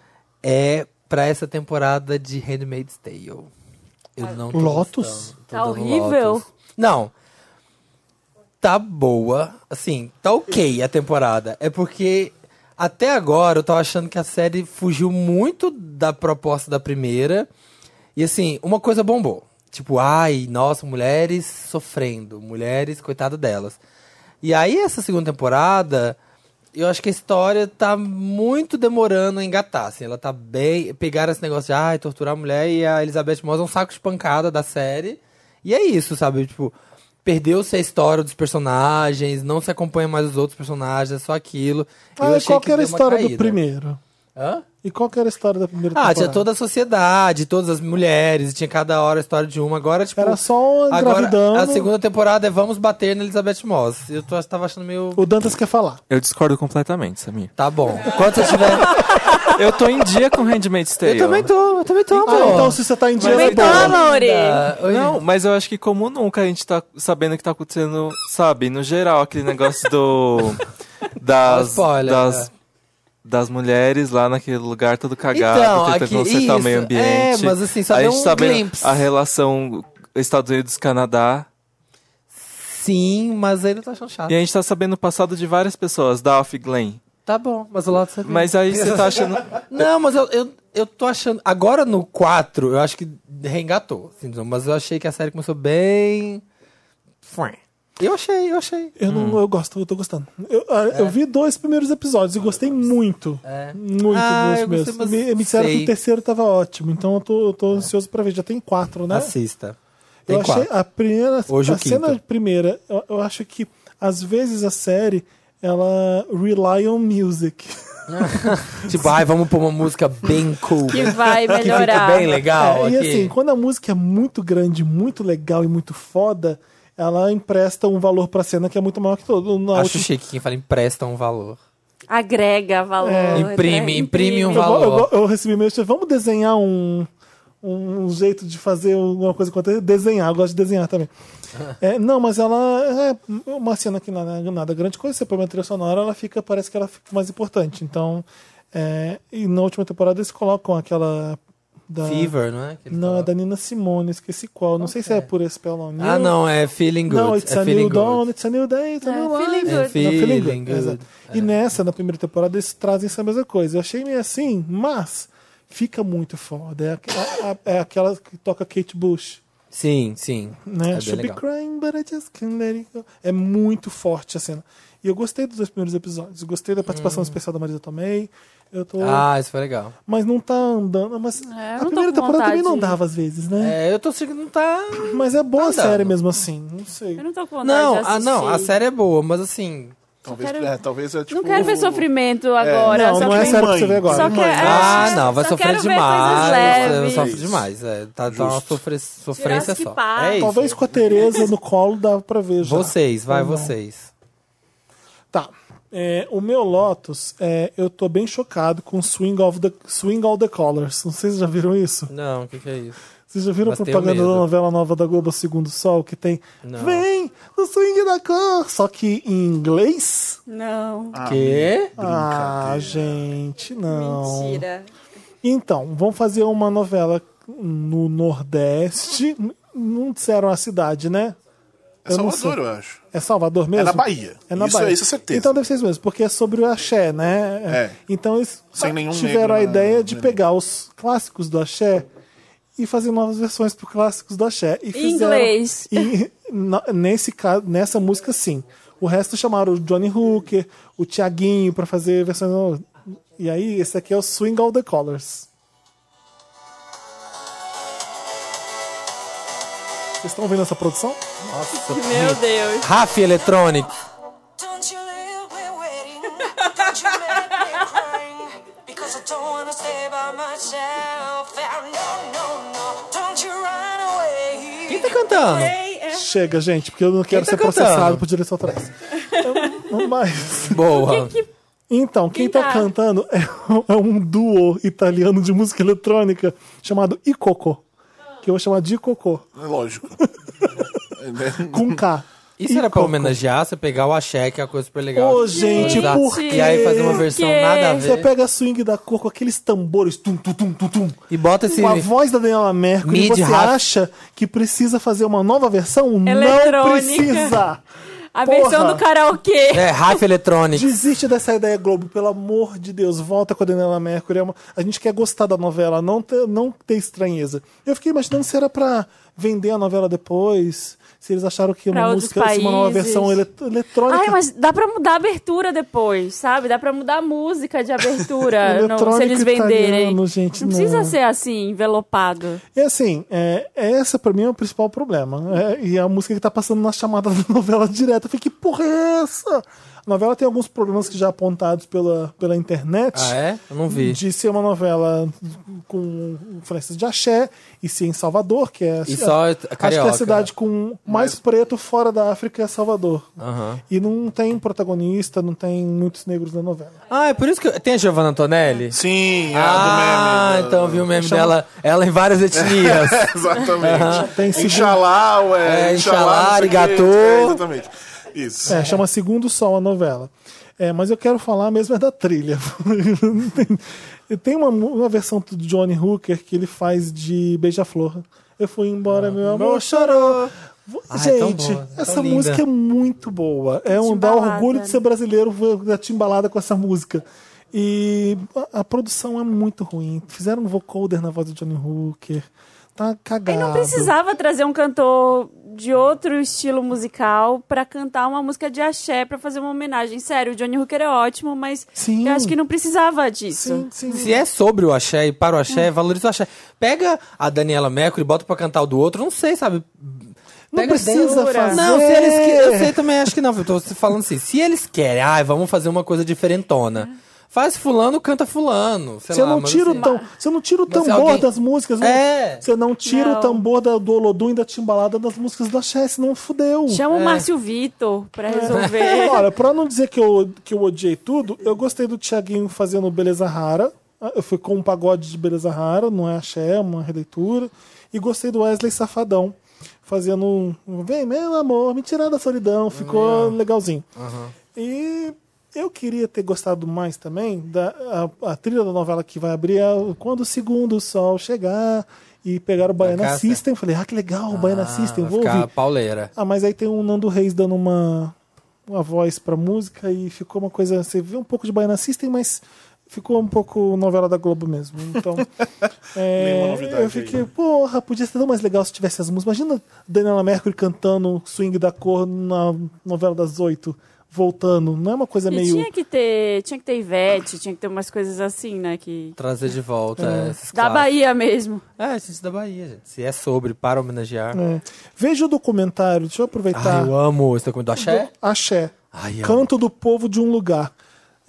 é pra essa temporada de Handmaid's Tale. Eu não tô
Lotus?
gostando, tô
Tá
dando
horrível.
Lotus. Não. Tá boa. Assim, tá ok a temporada. É porque até agora eu tava achando que a série fugiu muito da proposta da primeira. E assim, uma coisa bombou. Tipo, ai, nossa, mulheres sofrendo. Mulheres, coitada delas. E aí, essa segunda temporada, eu acho que a história tá muito demorando a engatar. Assim, ela tá bem. Pegaram esse negócio de ai, torturar a mulher e a Elizabeth Moss é um saco de pancada da série. E é isso, sabe? Tipo, perdeu-se a história dos personagens, não se acompanha mais os outros personagens, é só aquilo. Eu
Ah, e
achei
qual
que
que era a
deu uma
história do
caída.
primeiro?
Hã?
E qual que era a história da primeira
Ah,
temporada?
tinha toda a sociedade, todas as mulheres, tinha cada hora a história de uma. Agora, tipo.
Era só engravidando.
agora, a segunda temporada é Vamos Bater na Elizabeth Moss. Eu tô, tava achando meio.
O Dantas quer falar.
Eu discordo completamente, Samir.
Tá bom. Quando você tiver.
Eu tô em dia com Handmaid's Tale.
eu também tô, eu também tô,
Ah,
amor.
então se você tá em dia, é
Então,
boa.
amore.
Ah, oi.
Não, mas eu acho que como nunca a gente tá sabendo o que tá acontecendo, sabe, no geral, aquele negócio do. Das.
Spoiler,
das,
né?
das mulheres lá naquele lugar todo cagado,
Então,
tentando
aqui-
acertar o meio
isso,
ambiente.
é, mas assim, só
a
deu
gente
um
tá sabendo
glimpse.
a relação Estados Unidos-Canadá.
Sim, mas ainda tô achando chato.
E a gente tá sabendo o passado de várias pessoas, da Alf Glenn.
Tá bom, mas o lado você viu.
Mas aí você tá achando.
Não, mas eu, eu, eu tô achando. Agora no 4, eu acho que reengatou. assim, mas eu achei que a série começou bem. Fué. Eu achei, eu achei.
Eu não, eu gosto, eu tô gostando. Eu, ah, eu vi dois primeiros episódios e gostei muito.
É.
Muito
Ah,
dos
eu gostei,
primeiros.
mas
Me, me disseram que
sei.
o terceiro tava ótimo, então eu tô, eu tô ansioso pra ver. Já tem quatro, né?
Assista. Ah, Tem
eu achei
quatro.
a primeira.
Hoje
a
o
cena
quinto.
primeira, eu, eu acho que às vezes a série ela rely on music.
Tipo, ai, vamos pôr uma música bem cool.
Que vai
que fica
melhorar.
bem legal
É, e
aqui.
assim, quando a música é muito grande, muito legal e muito foda, ela empresta um valor pra cena que é muito maior que todo. Na
Acho
última-
chique quem fala empresta um valor.
Agrega valor.
É.
Imprime,
né?
imprime um
Eu,
valor.
eu, eu recebi meu chefe, vamos desenhar um, um jeito de fazer alguma coisa acontecer. Desenhar, eu gosto de desenhar também. É, não, mas ela é uma cena que nada, nada grande coisa, você põe uma trilha sonora, ela fica, parece que ela fica mais importante. Então, é, e na última temporada eles colocam aquela. Da,
Fever, não é? Que ele
Não, é
fala?
da Nina Simone, esqueci qual. Não sei se é por esse pelo
Ah, não, é Feeling Good.
Não, It's
é
a
feeling
New
good.
Dawn, It's a New Day, It's a
É,
New Life.
feeling
É
good.
Não, Feeling Good,
Good.
exato.
É.
E nessa, na primeira temporada, eles trazem essa mesma coisa. Eu achei meio assim, mas fica muito foda. É, aqu- a- a- é aquela que toca Kate Bush.
Sim, sim.
Né?
É bem
Should be
legal.
crying, but I just can't let it go. É muito forte a cena. E eu gostei dos dois primeiros episódios. Gostei da participação especial da Marisa Tomei. Eu tô...
Hum. Ah, isso foi legal.
Mas não tá andando. Mas
É, eu não
a
tô
primeira
com
temporada também não
vontade.
dava às vezes, né?
É, eu tô sentindo que não tá.
Mas é boa a
Tá
série
andando.
mesmo assim. Não sei.
Eu não tô com vontade
Não,
de
ah, não, a
assistir.
série é boa, mas assim.
Talvez,
quero-
é, talvez é, tipo,
Não quero ver sofrimento agora.
Não,
só
não é
quero-
sério que você vê agora.
Só que
Mãe,
é,
Ah, não, vai
só
sofrer
quero ver
demais.
coisas
Eu
leves.
sofro demais. É, tá, tá uma
Justo.
sofre- sofrência
Jurassic
só.
Park.
É isso.
Talvez com a Tereza no colo dava pra ver já.
Vocês, vai
Ou não.
vocês.
Tá. É, o meu Lotus, é, eu tô bem chocado com Swing, of the, Swing All the Colors. Não sei se já viram isso.
Não, o que, que é isso?
Vocês já viram
Mas
a
tenho
propaganda da
medo.
novela nova da Globo Segundo Sol que tem
Não.
Vem no Swing da Cor! Só que em inglês?
Não,
Ah,
Quê?
Ah, gente, não.
mentira.
Então, vão fazer uma novela no Nordeste. Não disseram a cidade, né?
É
Eu não
Salvador, eu acho.
É Salvador mesmo?
É na Bahia.
É na
Isso é-
Bahia.
isso é certeza.
Então deve ser isso mesmo, porque é sobre o axé, né?
É.
Então eles
Sem nenhum
tiveram
negro
a
na-
ideia de
na-
pegar os clássicos do axé e fazer novas versões para clássicos do axé. E fizeram,
inglês.
E na- nesse caso, nessa música, sim. O resto chamaram o Johnny Hooker, o Tiaguinho para fazer versões. no- E aí, esse aqui é o Swing All the Colors. Vocês estão vendo essa produção?
Nossa,
Meu Deus.
Rafi Electronic.
Don't you leave me waiting. Don't you make me crying. Because I don't wanna stay by myself. And no, no, no. Don't you run away.
Quem tá cantando?
Chega, gente, porque eu não quero
tá
ser processado
cantando?
por direitos autorais. Eu- Mas.
Boa.
Então, quem,
Quem
tá,
tá?
cantando é, é um duo italiano de música eletrônica chamado Icoco. Que eu vou chamar de Icoco.
É Lógico. É, né?
Com K.
Isso era pra
Icoco.
homenagear, você pegar o axé, que é uma coisa super legal.
Ô, gente,
Usar-
por
E aí fazer uma
quê?
versão
Por quê?
nada a
Você
ver.
pega a swing da cor com aqueles tambores tum, tum, tum, tum, tum,
E bota esse...
com a voz da Daniela Mercury. e
Mid
você
rap.
acha que precisa fazer uma nova versão? Não
Eletrônica.
precisa!
A
Porra.
versão do karaokê.
É, Rafa Electronic.
Desiste dessa ideia, Globo, pelo amor de Deus. Volta com a Daniela Mercury. É uma- A gente quer gostar da novela, não ter, não ter estranheza. Eu fiquei imaginando se era pra vender a novela depois, se eles acharam que
Pra
uma
outros
música, se uma nova
países.
versão ele- eletrônica.
Ai, mas dá pra mudar a abertura depois, sabe? Dá pra mudar a música de abertura, não- se eles
Eletrônico
venderem.
italiano, gente,
não precisa
não.
ser assim, envelopado.
E assim, é, essa pra mim é o principal problema. É, e a música que tá passando na chamada da novela direto. Eu fiquei, que porra é essa? A novela tem alguns problemas que já apontados pela, pela internet.
Ah, é? Eu não vi.
de ser uma novela com influências de axé e ser em Salvador, que é
E só
acho que é
carioca.
a cidade com mais preto fora da África é Salvador.
Aham.
E não tem protagonista, não tem muitos negros na novela.
Ah, é por isso que... eu- Tem a Giovanna Antonelli?
Sim, é
Ah,
a do meme. É,
então eu vi o meme dela. Ela em várias etnias.
Exatamente.
Tem segundo-
Inxalá, ué.
É,
Inxalá, não sei o quê.
arigatô.
É, exatamente. Isso.
É, chama Segundo Sol a novela. É, mas eu quero falar mesmo é da trilha. Tem- tem uma, mu- uma versão do Johnny Hooker que ele faz de Beija-Flor. Eu fui
Ah.
embora, meu amor.
chorou.
Vo-
Ai, Ah, tão
Gente,
boa, tão
essa
linda.
música é muito boa. É um dá
Timbalada,
orgulho
né?
de ser brasileiro ver- da timbalada com essa música. E a, a produção é muito ruim. Fizeram um vocoder na voz do Johnny Hooker. tá
E
cagado.
não precisava trazer um cantor de outro estilo musical pra cantar uma música de axé pra fazer uma homenagem. Sério, o Johnny Hooker é ótimo, mas
Sim.
eu acho que não precisava disso.
Sim, sim.
Se é sobre o axé e para o axé, valoriza o axé. Pega a Daniela Mercury e bota pra cantar o do outro, não sei, sabe?
Não
Pega a
precisa
dura.
fazer.
Não, se eles que... eu sei também, acho que não. Eu tô falando assim, se eles querem, ai, vamos fazer uma coisa diferentona. Faz fulano, canta fulano. Sei
Você
lá,
É. não,
mas
tira o
assim-
tam... você não tira o
Mas
tambor
alguém-
das músicas.
É.
Você não tira
Não.
o tambor da- do Olodum e da timbalada das músicas do Axé, senão fudeu.
Chama o Márcio Vitor pra resolver.
Olha, pra não dizer que eu, que eu odiei tudo, eu gostei do Thiaguinho fazendo Beleza Rara. Eu fui com um pagode de Beleza Rara, não é axé, é uma releitura. E gostei do Wesley Safadão, fazendo um um Vem, meu amor, me tirar da solidão.
Hum,
Ficou
é.
legalzinho. E eu queria ter gostado mais também da a, a trilha da novela que vai abrir é o Quando o Segundo Sol Chegar. E pegaram o Baiana
Cássia?
System. Falei, ah, que legal, o Baiana
Ah,
System,
vai
vou
ficar
ouvir.
pauleira.
Ah, mas aí tem um Nando Reis dando uma, uma voz pra música e ficou uma coisa. Você vê um pouco de Baiana System, mas ficou um pouco novela da Globo mesmo. Então. é,
Nenhuma novidade
Eu fiquei,
aí, né?
porra, podia ser tão mais legal se tivesse as músicas. Imagina Daniela Mercury cantando Swing da Cor na novela das oito, voltando. Não é uma coisa
E
meio.
tinha que ter, tinha que ter Ivete, tinha que ter umas coisas assim, né? Que...
Trazer de volta
É.
esses
Da
clássicos.
Bahia mesmo.
É, gente da Bahia, gente. Se é sobre, para homenagear.
É. Tá. Veja o documentário, deixa eu aproveitar.
Ai,
Ah,
eu amo esse documento do Axé.
Axé.
Ai, eu
Canto do povo de um lugar.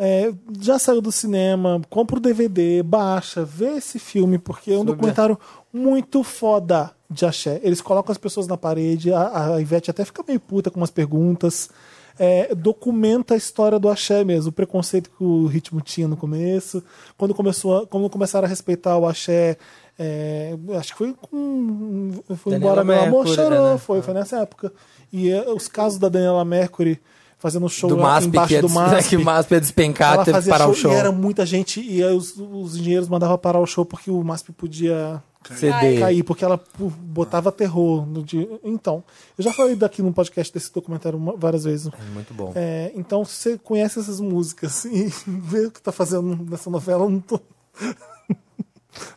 É, já saiu do cinema, compra o DVD, baixa, vê esse filme, porque é um documentário muito foda de axé. Eles colocam as pessoas na parede, a, a Ivete até fica meio puta com umas perguntas. É, documenta a história do axé mesmo, o preconceito que o ritmo tinha no começo, quando, começou a- quando começaram a respeitar o axé. é, acho que foi com. Foi
Daniela
embora meu amor,
Mercury,
chorou,
né?
foi, foi nessa época. E eh, os casos da Daniela Mercury fazendo show
do
lá
MASP,
embaixo
que, é
do
des-
MASP.
que o MASP ia despencar,
ela
teve que
fazia
parar
show,
o show.
e era um muita gente, e aí os, os engenheiros mandavam parar o show porque o MASP podia
CD.
cair, porque ela pu- botava terror. No dia. Então, eu já falei daqui no podcast desse documentário uma- várias vezes.
Muito bom.
É, então, se você conhece essas músicas e vê o que tá fazendo nessa novela, não tô...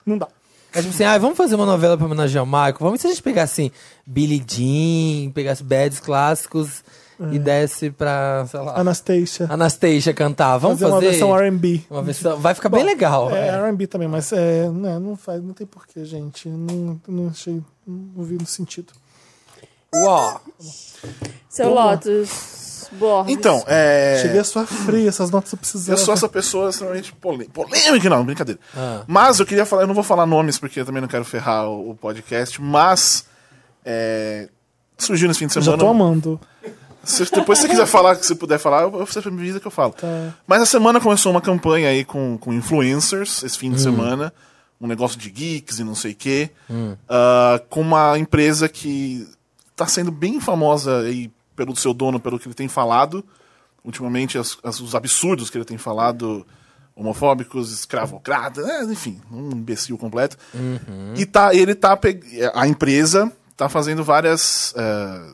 Não dá.
É tipo assim, ah, vamos fazer uma novela pra homenagear o Michael? Vamos se a gente pegar assim, Billy Jean, pegasse bads clássicos
É.
e desse pra, sei lá,
Anastasia.
Anastasia cantar. Vamos
fazer uma
Ah. fazer,
versão R&B.
uma versão- Vai ficar bem
Bom,
legal.
É,
é.
R&B também, mas é, né, não faz, não tem porquê, gente. Não, não achei, não vi no sentido.
Uó.
Seu Lotus. Borges.
Então, é.
Cheguei a suar frio, essas notas eu precisava.
Eu sou essa pessoa extremamente polê- polêmica, não, brincadeira. Mas eu queria falar, eu não vou falar nomes porque eu também não quero ferrar o, o podcast, mas é, surgiu nesse fim de
Eu
semana.
já
um
tô amando.
Se- depois se você quiser falar, se você puder falar, eu- eu- você me avisa que eu falo. Mas a semana começou uma campanha aí com, com influencers, esse fim de semana. Um negócio de geeks e não sei o quê. ah, com uma empresa que tá sendo bem famosa aí pelo seu dono, pelo que ele tem falado. Ultimamente, as- as- os absurdos que ele tem falado, homofóbicos, escravocratas, eh, enfim, um imbecil completo. E tá, ele tá. pe- A empresa tá fazendo várias. ah,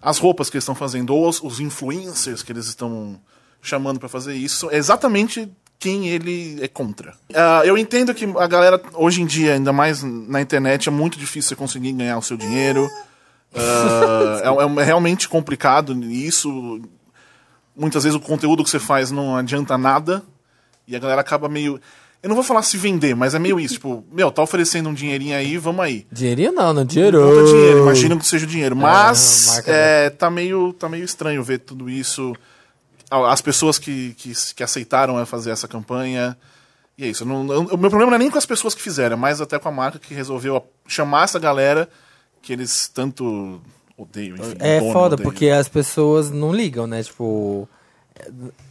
as roupas que eles estão fazendo, ou os, os influencers que eles estão chamando pra fazer isso, é exatamente quem ele é contra. Ah, eu entendo que a galera, hoje em dia, ainda mais na internet, é muito difícil você conseguir ganhar o seu dinheiro. Ah, é, é realmente complicado isso. Muitas vezes o conteúdo que você faz não adianta nada. E a galera acaba meio. Eu não vou falar se vender, mas é meio isso. Tipo, meu, tá oferecendo um dinheirinho aí, vamos aí.
Dinheirinho não, não dinheiro.
Puta dinheiro, imagino que seja o dinheiro. Mas
É, marca
é, tá, meio, tá meio estranho ver tudo isso. a- As pessoas que, que, que aceitaram é, fazer essa campanha. E é isso. eu não- eu- o meu problema não é nem com as pessoas que fizeram, mas até com a marca que resolveu a- chamar essa galera que eles tanto odeiam. Enfim,
É
o dono
foda,
odeia.
porque as pessoas não ligam, né? Tipo,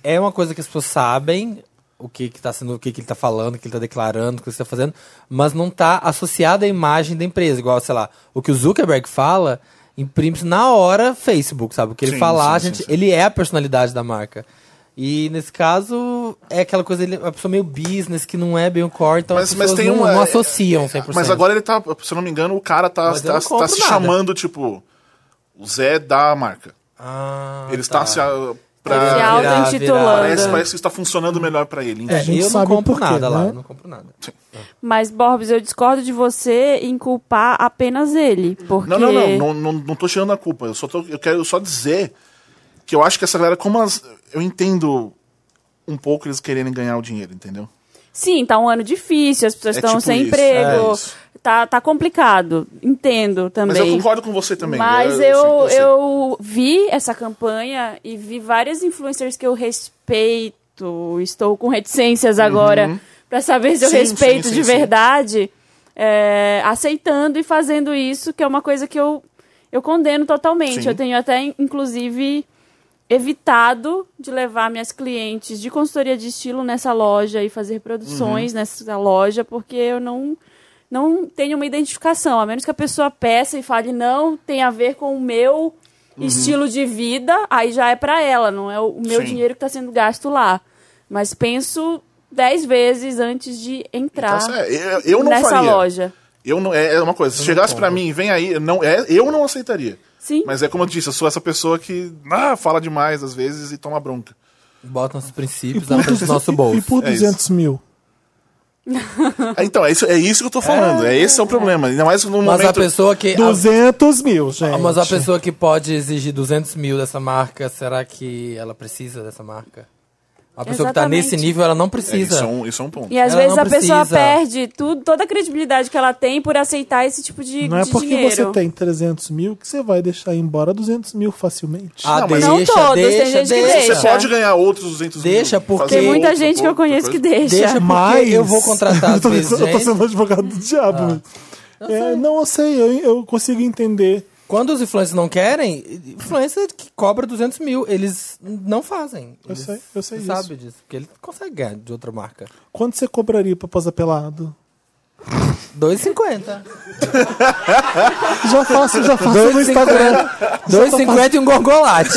é uma coisa que as pessoas sabem o que que tá sendo, o que que ele tá falando, o que ele tá declarando, o que ele tá fazendo, mas não tá associada à imagem da empresa, igual, sei lá, o que o Zuckerberg fala, imprime-se na hora Facebook, sabe? O que ele
Sim,
falar,
sim,
gente,
sim, sim.
ele é a personalidade da marca. E nesse caso, é aquela coisa, ele é uma pessoa meio business, que não é bem o core, então
Mas-
as
mas
pessoas
tem
não,
uma- é,
não associam 100%.
Mas agora ele tá, se eu não me engano, o cara tá,
Mas eu
tá,
não compro
tá se
nada.
chamando, tipo, o Zé da marca.
Ah,
Ele
tá.
está se. ah, pra.
Se auto-intitulando.
Parece, parece que está funcionando melhor pra ele.
É,
gente
eu não
sabe
compro
por quê,
nada lá,
né?
eu não compro nada.
Mas, Borbs, eu discordo de você em culpar apenas ele. Porque...
Não, não, não, não, não, não tô tirando a culpa. Eu só tô- eu quero só dizer que eu acho que essa galera, como elas, eu entendo um pouco eles quererem ganhar o dinheiro, entendeu?
Sim, tá um ano difícil, as pessoas
É
estão
tipo
sem
isso,
emprego.
é isso.
tá, tá complicado. Entendo
Mas
também.
eu concordo com você também.
Mas
sei,
eu,
sei.
eu vi essa campanha e vi várias influencers que eu respeito. Estou com reticências agora pra saber se eu
Uhum. Sim,
respeito
sim, sim,
de
sim.
verdade. é, aceitando e fazendo isso, que é uma coisa que eu, eu condeno totalmente.
Sim.
Eu tenho até, in- inclusive, evitado de levar minhas clientes de consultoria de estilo nessa loja e fazer
Uhum.
produções nessa loja, porque eu não, não tenho uma identificação. A menos que a pessoa peça e fale, não, tem a ver com o meu estilo de vida, aí já é pra ela, não é o o meu
Uhum. Sim.
dinheiro que tá sendo gasto lá. Mas penso dez vezes antes de entrar
Então, é, eu, eu não
tá. nessa
faria.
loja.
Eu não, é, é uma coisa. Se chegasse pra mim, vem aí, não, é, eu não aceitaria.
Sim.
Mas é como eu disse, eu sou essa pessoa que ah, fala demais às vezes e toma bronca.
Bota nossos princípios na frente do nosso bolso.
E por
É
200 mil.
Ah, Então, é isso, é isso que eu tô falando. É, esse é o problema. Ainda mais no
Mas a
momento.
pessoa que. a-
200 mil, gente.
Ah, mas a pessoa que pode exigir 200 mil dessa marca, será que ela precisa dessa marca? A pessoa que tá
Exatamente.
nesse nível, ela não
É, isso,
precisa.
é um, isso é um ponto.
E às
Ela
vezes
não
a pessoa
precisa.
perde tudo, toda a credibilidade que ela tem por aceitar esse tipo de,
Não é
de
porque
dinheiro.
você tem 300 mil que você vai deixar ir embora 200 mil facilmente.
Ah,
Não, mas-
Não todos, tem gente que
Você
deixa.
pode ganhar outros 200 mil.
Deixa, porque-
fazer
Tem muita
outro,
gente que eu
outra
conheço que
coisa.
deixa.
Deixa É porque
Mas-
eu vou contratar
eu,
às
tô,
vezes,
eu tô
gente. Ah.
sendo advogado do diabo. É, não, eu sei, eu, eu consigo entender.
Quando os influencers não querem, influencer que cobra 200 mil, eles não fazem.
Eu
Eles
sei, eu sei disso.
sabe disso, porque ele consegue ganhar de outra marca.
Quanto você cobraria pra posar pelado?
2,50.
Já faço, já faço no Instagram.
2,50 e um gorgolate.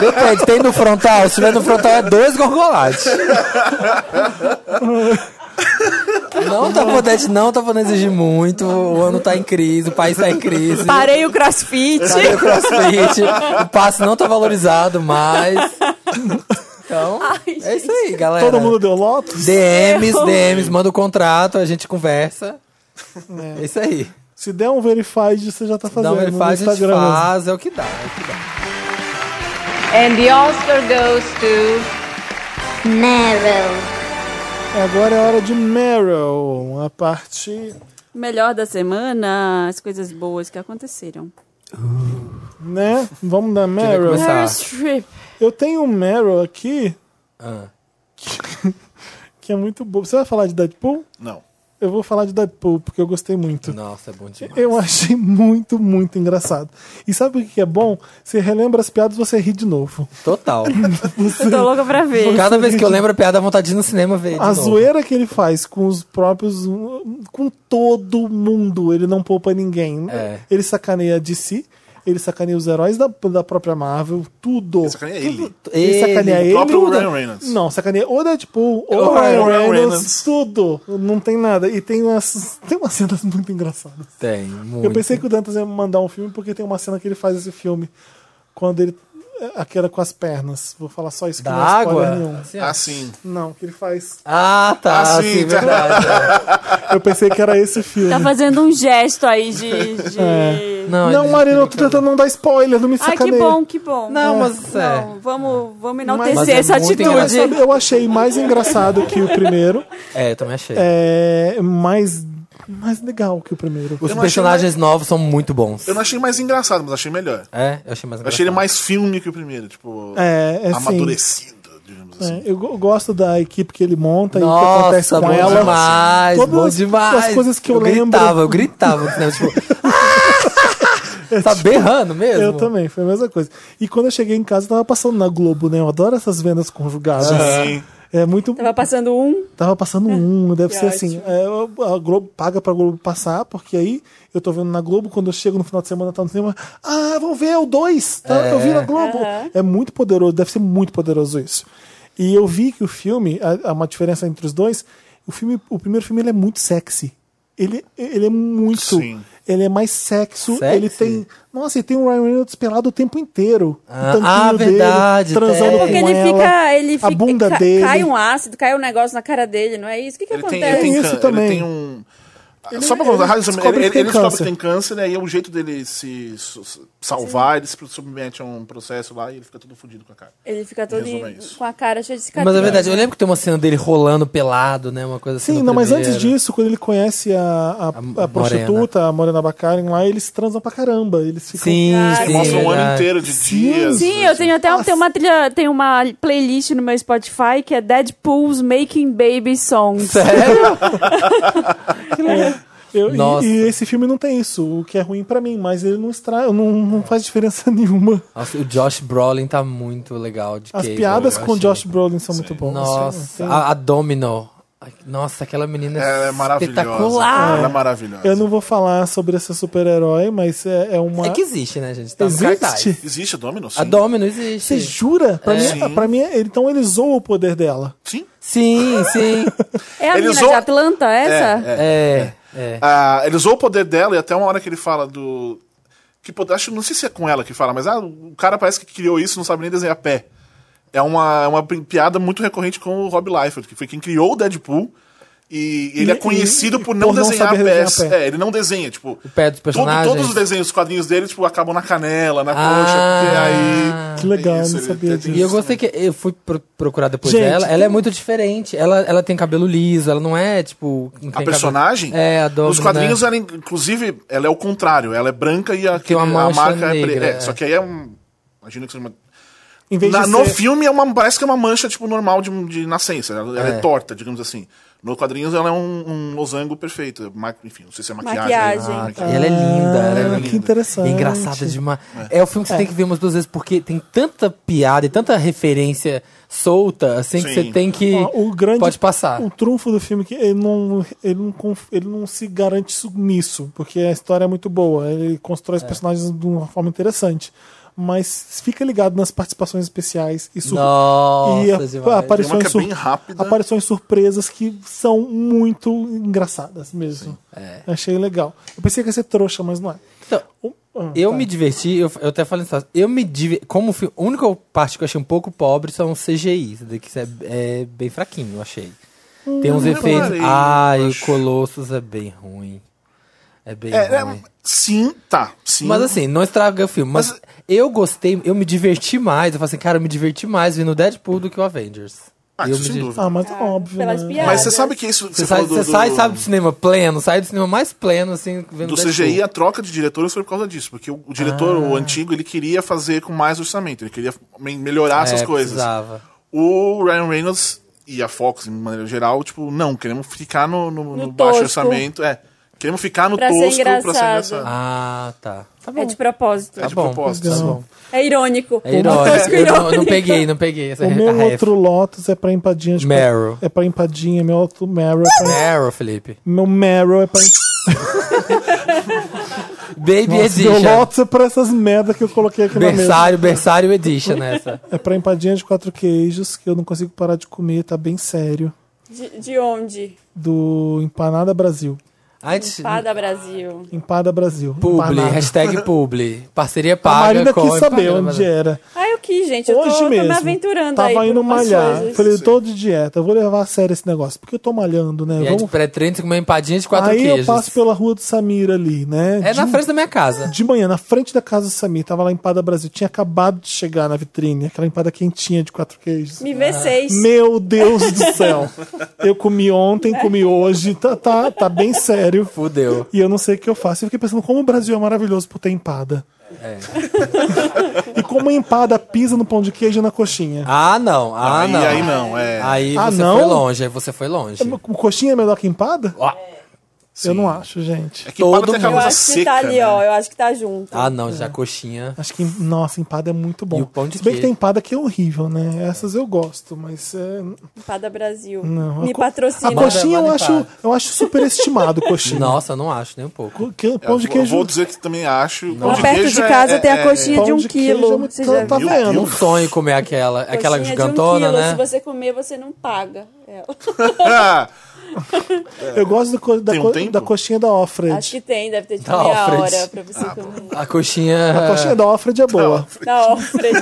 Depende, tem no frontal? Se tiver no frontal, é dois gorgolates. Não tá podendo, não tá podendo exigir muito. O ano tá em crise, o país tá em crise.
Parei o crossfit.
Cadê o crossfit? O passo não tá valorizado mais. Então, é isso aí, galera.
Todo mundo deu Lotus?
DMs, DMs, manda o contrato, a gente conversa. É isso aí.
Se der um verified, você já tá
Dá
fazendo
uma
no
faz, a gente
Instagram. mesmo.
faz, é o que dá, é o que dá.
And the Oscar goes to.
Meryl.
Agora é hora de Meryl, a parte
Melhor da semana, as coisas boas que aconteceram.
né? Vamos dar
Queria
Meryl.
começar. Tá.
Meryl Streep.
Eu tenho um Meryl aqui
Ah.
que é muito bom. Você vai falar de Deadpool?
Não.
Eu vou falar de Deadpool porque eu gostei muito.
Nossa, é bom demais.
Eu achei muito, muito engraçado. E sabe o que é bom? Você relembra as piadas, você ri de novo.
Total.
Eu tô louca pra ver.
Cada vez que eu lembro a piada, dá vontade de ir no cinema ver. de
A
novo.
zoeira que ele faz com os próprios. com todo mundo, ele não poupa ninguém.
É.
Ele sacaneia de si, ele sacaneia os heróis da, da própria Marvel, tudo.
Ele sacaneia é ele.
Ele, sacaneia ele.
O próprio
tudo.
Ryan Reynolds.
Não, sacaneia ou Deadpool, ou
Ou
Ryan,
Ryan
Reynolds,
Reynolds.
tudo. Não tem nada. E tem umas, tem umas cenas muito engraçadas.
Tem, muito.
Eu pensei que o Dantas ia mandar um filme porque tem uma cena que ele faz esse filme quando ele. é, Aquela com as pernas. Vou falar só isso que
Da
não é spoiler
água?
nenhum.
Assim, ó.
Ah, sim.
Não, que ele faz.
Ah, tá.
Ah, sim,
sim,
tá.
verdade.
Eu pensei que era esse
Tá
filme.
fazendo um gesto aí de. de-
Não,
não,
ele-
Marina, eu tô tentando não dar spoiler, não me
Ai, que
sacaneia.
bom, que bom.
Não, mas é.
Não, vamos, vamos
Mas
enaltecer
é
essa
muito
atitude.
Mas
engraçado.
sabe, eu achei mais engraçado que o primeiro.
É, eu também achei.
É, mais, mais legal que o primeiro.
Os
Eu não
personagens novos são muito bons.
Eu não achei mais engraçado, mas achei melhor.
É, eu achei mais
Eu achei ele
engraçado.
mais filme que o primeiro, tipo,
É, é sim.
amadurecido, digamos assim.
É, eu go- gosto da equipe que ele monta e o que acontece
Nossa,
com
bom
ela. assim.
demais,
Todas
bom
as-
demais.
as coisas que eu lembro-
Gritava, eu gritava, né, tipo... "Ah!" tá berrando mesmo?
Eu também, foi a mesma coisa. E quando eu cheguei em casa, eu tava passando na Globo, né? Eu adoro essas vendas conjugadas.
Sim.
É muito.
Tava passando um.
Tava passando um, deve
que
ser assim. é, a Globo paga pra Globo passar, porque aí eu tô vendo na Globo, quando eu chego no final de semana, tá no cinema. Ah, vamos ver, é o dois tá? Eu vi na Globo. É muito poderoso, deve ser muito poderoso isso. E eu vi que o filme, há há uma diferença entre os dois. O, filme, o primeiro filme ele é muito sexy. ele, ele é muito.
Sim.
Ele é mais sexo.
Sexy?
Ele tem. Nossa, e tem o Ryan Reynolds pelado o tempo inteiro.
Ah,
o tanquinho
ah,
dele,
verdade,
transando
tem.
com
É Porque ele
ela,
fica. Ele fica
a bunda
ca-
dele.
Cai um ácido, cai um negócio na cara dele, não é isso? O que, que
Ele tem,
acontece?
ele tem,
Tem
can-
isso
ele
também.
tem um. Só pra contar,
ele
ele,
descobre
ele,
que tem
ele descobre
câncer.
que tem câncer, né? E o jeito dele se su- su- salvar, ele se submete a um processo lá e ele fica todo fudido com a cara.
Ele fica todo
Resumo é isso.
com a cara cheia de cicatriz.
Mas é verdade, eu lembro que tem uma cena dele rolando pelado, né? Uma coisa assim.
Sim,
no
não, mas
primeiro.
antes disso, quando ele conhece a, a, a
Morena.
prostituta, a Morena Baccarin lá, eles transam pra caramba. Eles ficam.
Sim,
Ah,
sim.
Mostra
é
um ano
verdade.
inteiro de dias.
Sim, eu tenho até um- tem uma trilha, tem uma playlist no meu Spotify que é Deadpool's Making Baby Songs.
Sério?
Eu- e-
Nossa.
e, esse filme não tem isso, o que é ruim pra mim, mas ele não, estra... não, não faz diferença nenhuma.
Nossa, o Josh Brolin tá muito legal de
As
Cable,
piadas
eu
com
achei.
Josh Brolin são assim, né? muito boas.
Nossa,
Tem-
a, a Domino. Ai, Nossa, aquela menina
Ela é maravilhosa.
espetacular.
Ela é maravilhosa.
Eu não vou falar sobre esse super-herói, mas é, é uma.
É que existe, né, gente? Tá no
Existe?
cartaz.
Existe a Domino? Sim.
A Domino
Você
existe.
jura? Pra,
É.
mim, pra mim, então ele zoa o poder dela.
Sim.
Sim, sim.
É a
Ele
menina
usou-
de Atlanta, essa?
É, é.
É, é.
Ah, ele usou o poder dela e até uma hora que ele fala do. Que poder, acho, não sei se é com ela que fala, mas ah, o cara parece que criou isso não sabe nem desenhar pé. É uma, é uma pi- piada muito recorrente com o Rob Liefeld, que foi quem criou o Deadpool. E
E-
ele é conhecido
e-
por não
por não
desenhar
saber desenhar
pés.
pé.
É, ele não desenha, tipo. O
pé dos personagens?
todos os desenhos, os quadrinhos dele, tipo, acabam na canela, na
Ah.
coxa, porque aí.
Que legal,
é
não
ele
sabia
tem
disso.
E eu
isso
gostei que eu fui pro- procurar depois
Gente,
dela. Ela é muito diferente. Ela, ela tem cabelo liso, ela não é tipo. não
A
tem
personagem?
Cabelo... É, a Domino.
Nos quadrinhos,
né?
ela, inclusive, ela é o contrário. Ela é branca e a,
Tem uma
a
mancha
marca é
negra,
preta.
é.
só que aí é um. Imagina que seja uma.
Em vez
Na-
de
no
ser-
filme é uma, parece que é uma mancha, tipo, normal de, de nascença. Ela, ela é.
É.
torta, digamos assim. No quadrinhos ela é um, um losango perfeito. Ma- enfim, não sei se é maquiagem.
Maquiagem.
Ah, e ela é linda.
Ah,
Ela é
que interessante.
É engraçada demais. É. um filme que você tem que ver umas duas vezes, porque tem tanta piada e tanta referência solta, assim, que
Sim.
você tem que.
Ó, o grande
Pode passar.
o trunfo do filme é que ele não ele não, conf- ele não se garante su- nisso porque a história é muito boa ele constrói os
É.
personagens de uma forma interessante mas fica ligado nas participações especiais e, sur-
Nossa,
e a-
demais.
Tem uma
aparições,
que é
sur-
bem rápida.
aparições surpresas que são muito engraçadas mesmo
é.
achei legal eu pensei que ia ser trouxa mas não é
Então,
Ah,
eu
tá.
me diverti, eu, eu até falei isso, eu me diverti, como fi- a única parte que eu achei um pouco pobre são os CGI, isso daqui é, é bem fraquinho, eu achei. Tem
Hum,
uns
eu
efeitos,
reparei,
ai,
eu
o
acho.
Colossus é bem ruim, é bem
É, é,
ruim.
sim, tá. Sim.
Mas assim, não estraga o filme, mas,
Mas-
eu gostei, eu me diverti mais, eu falei assim, cara, eu me diverti mais vendo Deadpool do que o Avengers.
Ah,
eu
isso
me
sem
di-
dúvida.
ah mas é óbvio
pelas
né?
piadas.
Mas você sabe que isso.
Você,
Você,
sai,
falou do,
você sai,
do-
sabe do cinema pleno, sai do cinema mais pleno, assim, vendo
do
Deadpool. Ah.
CGI, a troca de diretores foi por causa disso, porque o, o diretor, o antigo, ele queria fazer com mais orçamento, ele queria me- melhorar essas
É,
coisas.
precisava.
O Ryan Reynolds e a Fox, de maneira geral, tipo, não, queremos ficar no, no- no baixo
tosco.
orçamento, é. Queremos ficar no
Pra ser
tosco pra ser
engraçado.
engraçado.
Ah, tá. Tá bom.
É de propósito.
É
Tá
de
bom,
propósito.
Tá
Não.
bom.
É irônico.
É irônico. Eu não, não peguei, não peguei. Essa
o meu
ref-
outro Lotus é pra empadinha de
É, Meryl.
é pra empadinha meu outro Meryl é pra
Meryl, Felipe.
Meu Meryl é pra. Nossa,
Baby
meu
Edition.
Lotus é pra essas merda que eu coloquei aqui na mesa.
Berçário, Berçário Edition essa.
É pra empadinha de quatro queijos, que eu não consigo parar de comer, tá bem sério.
De, de onde?
Do Empanada Brasil.
Antes,
Tá
Pada Brasil.
Empada Brasil.
publi,
Empanada.
hashtag publi. Parceria
A
paga
Marina
com...
quis saber
Paga,
onde era.
Ah, eu quis, gente. Eu
Hoje
tô,
mesmo.
tô me aventurando
tava
aí. por
indo
umas
malhar.
coisas.
Falei, tô de dieta, eu vou levar a sério esse negócio, porque eu tô malhando, né?
E é de
Vamos...
pré-treino, você come uma empadinha de quatro
Aí
queijos.
eu passo pela rua do Samir ali, né?
É
de...
na frente da minha casa.
De manhã, na frente da casa do Samir, tava lá Empada Brasil. Tinha acabado de chegar na vitrine, aquela empada quentinha de quatro queijos.
Me
"Ah,
vê seis.
Meu Deus do céu. Eu comi ontem, comi hoje, tá, tá, tá bem sério.
Fudeu.
E eu não sei o que eu faço. Eu fiquei pensando como o Brasil é maravilhoso por ter empada. e como a empada pisa no pão de queijo e na coxinha.
Ah, não. Ah,
aí,
não.
aí não, é.
Aí
Ah,
você
não?
foi longe, aí você foi longe.
Co- Coxinha é melhor que empada?
sim.
Eu não acho, gente.
É que pode
Todo
ter aquela
mundo.
eu
coisa
acho que
seca.
tá ali,
né?
ó. Eu acho que tá junto.
Ah, não, já coxinha.
Acho que, nossa, empada é muito bom.
E o pão de
Se bem que
queijo.
tem empada que é horrível, né? Essas eu gosto, mas é,
Pada Brasil.
Não, a
Me
co-
patrocina.
A coxinha eu
Manda
acho,
limpar.
eu acho superestimado coxinha.
Nossa, eu não acho nem um pouco.
Co- que-
É,
Pão de
vou-
queijo.
Vou dizer que também acho. Pão
Lá perto de
queijo é-
casa
é-
tem a
é-
coxinha
pão
de um
de queijo é
quilo.
muito-
Você já
tá
viu?
vendo?
É um sonho comer aquela, aquela
Coxinha de um
gigantona,
quilo.
né?
Se você comer, você não paga. É.
Ah,
Eu gosto da, co- da,
Tem um
co-
tempo?
da coxinha da
Acho
Offred.
que tem, deve ter de
Tá,
meia
Alfred. Ah,
hora pra você comer.
A coxinha.
A coxinha da Offred é boa.
Não, Alfred.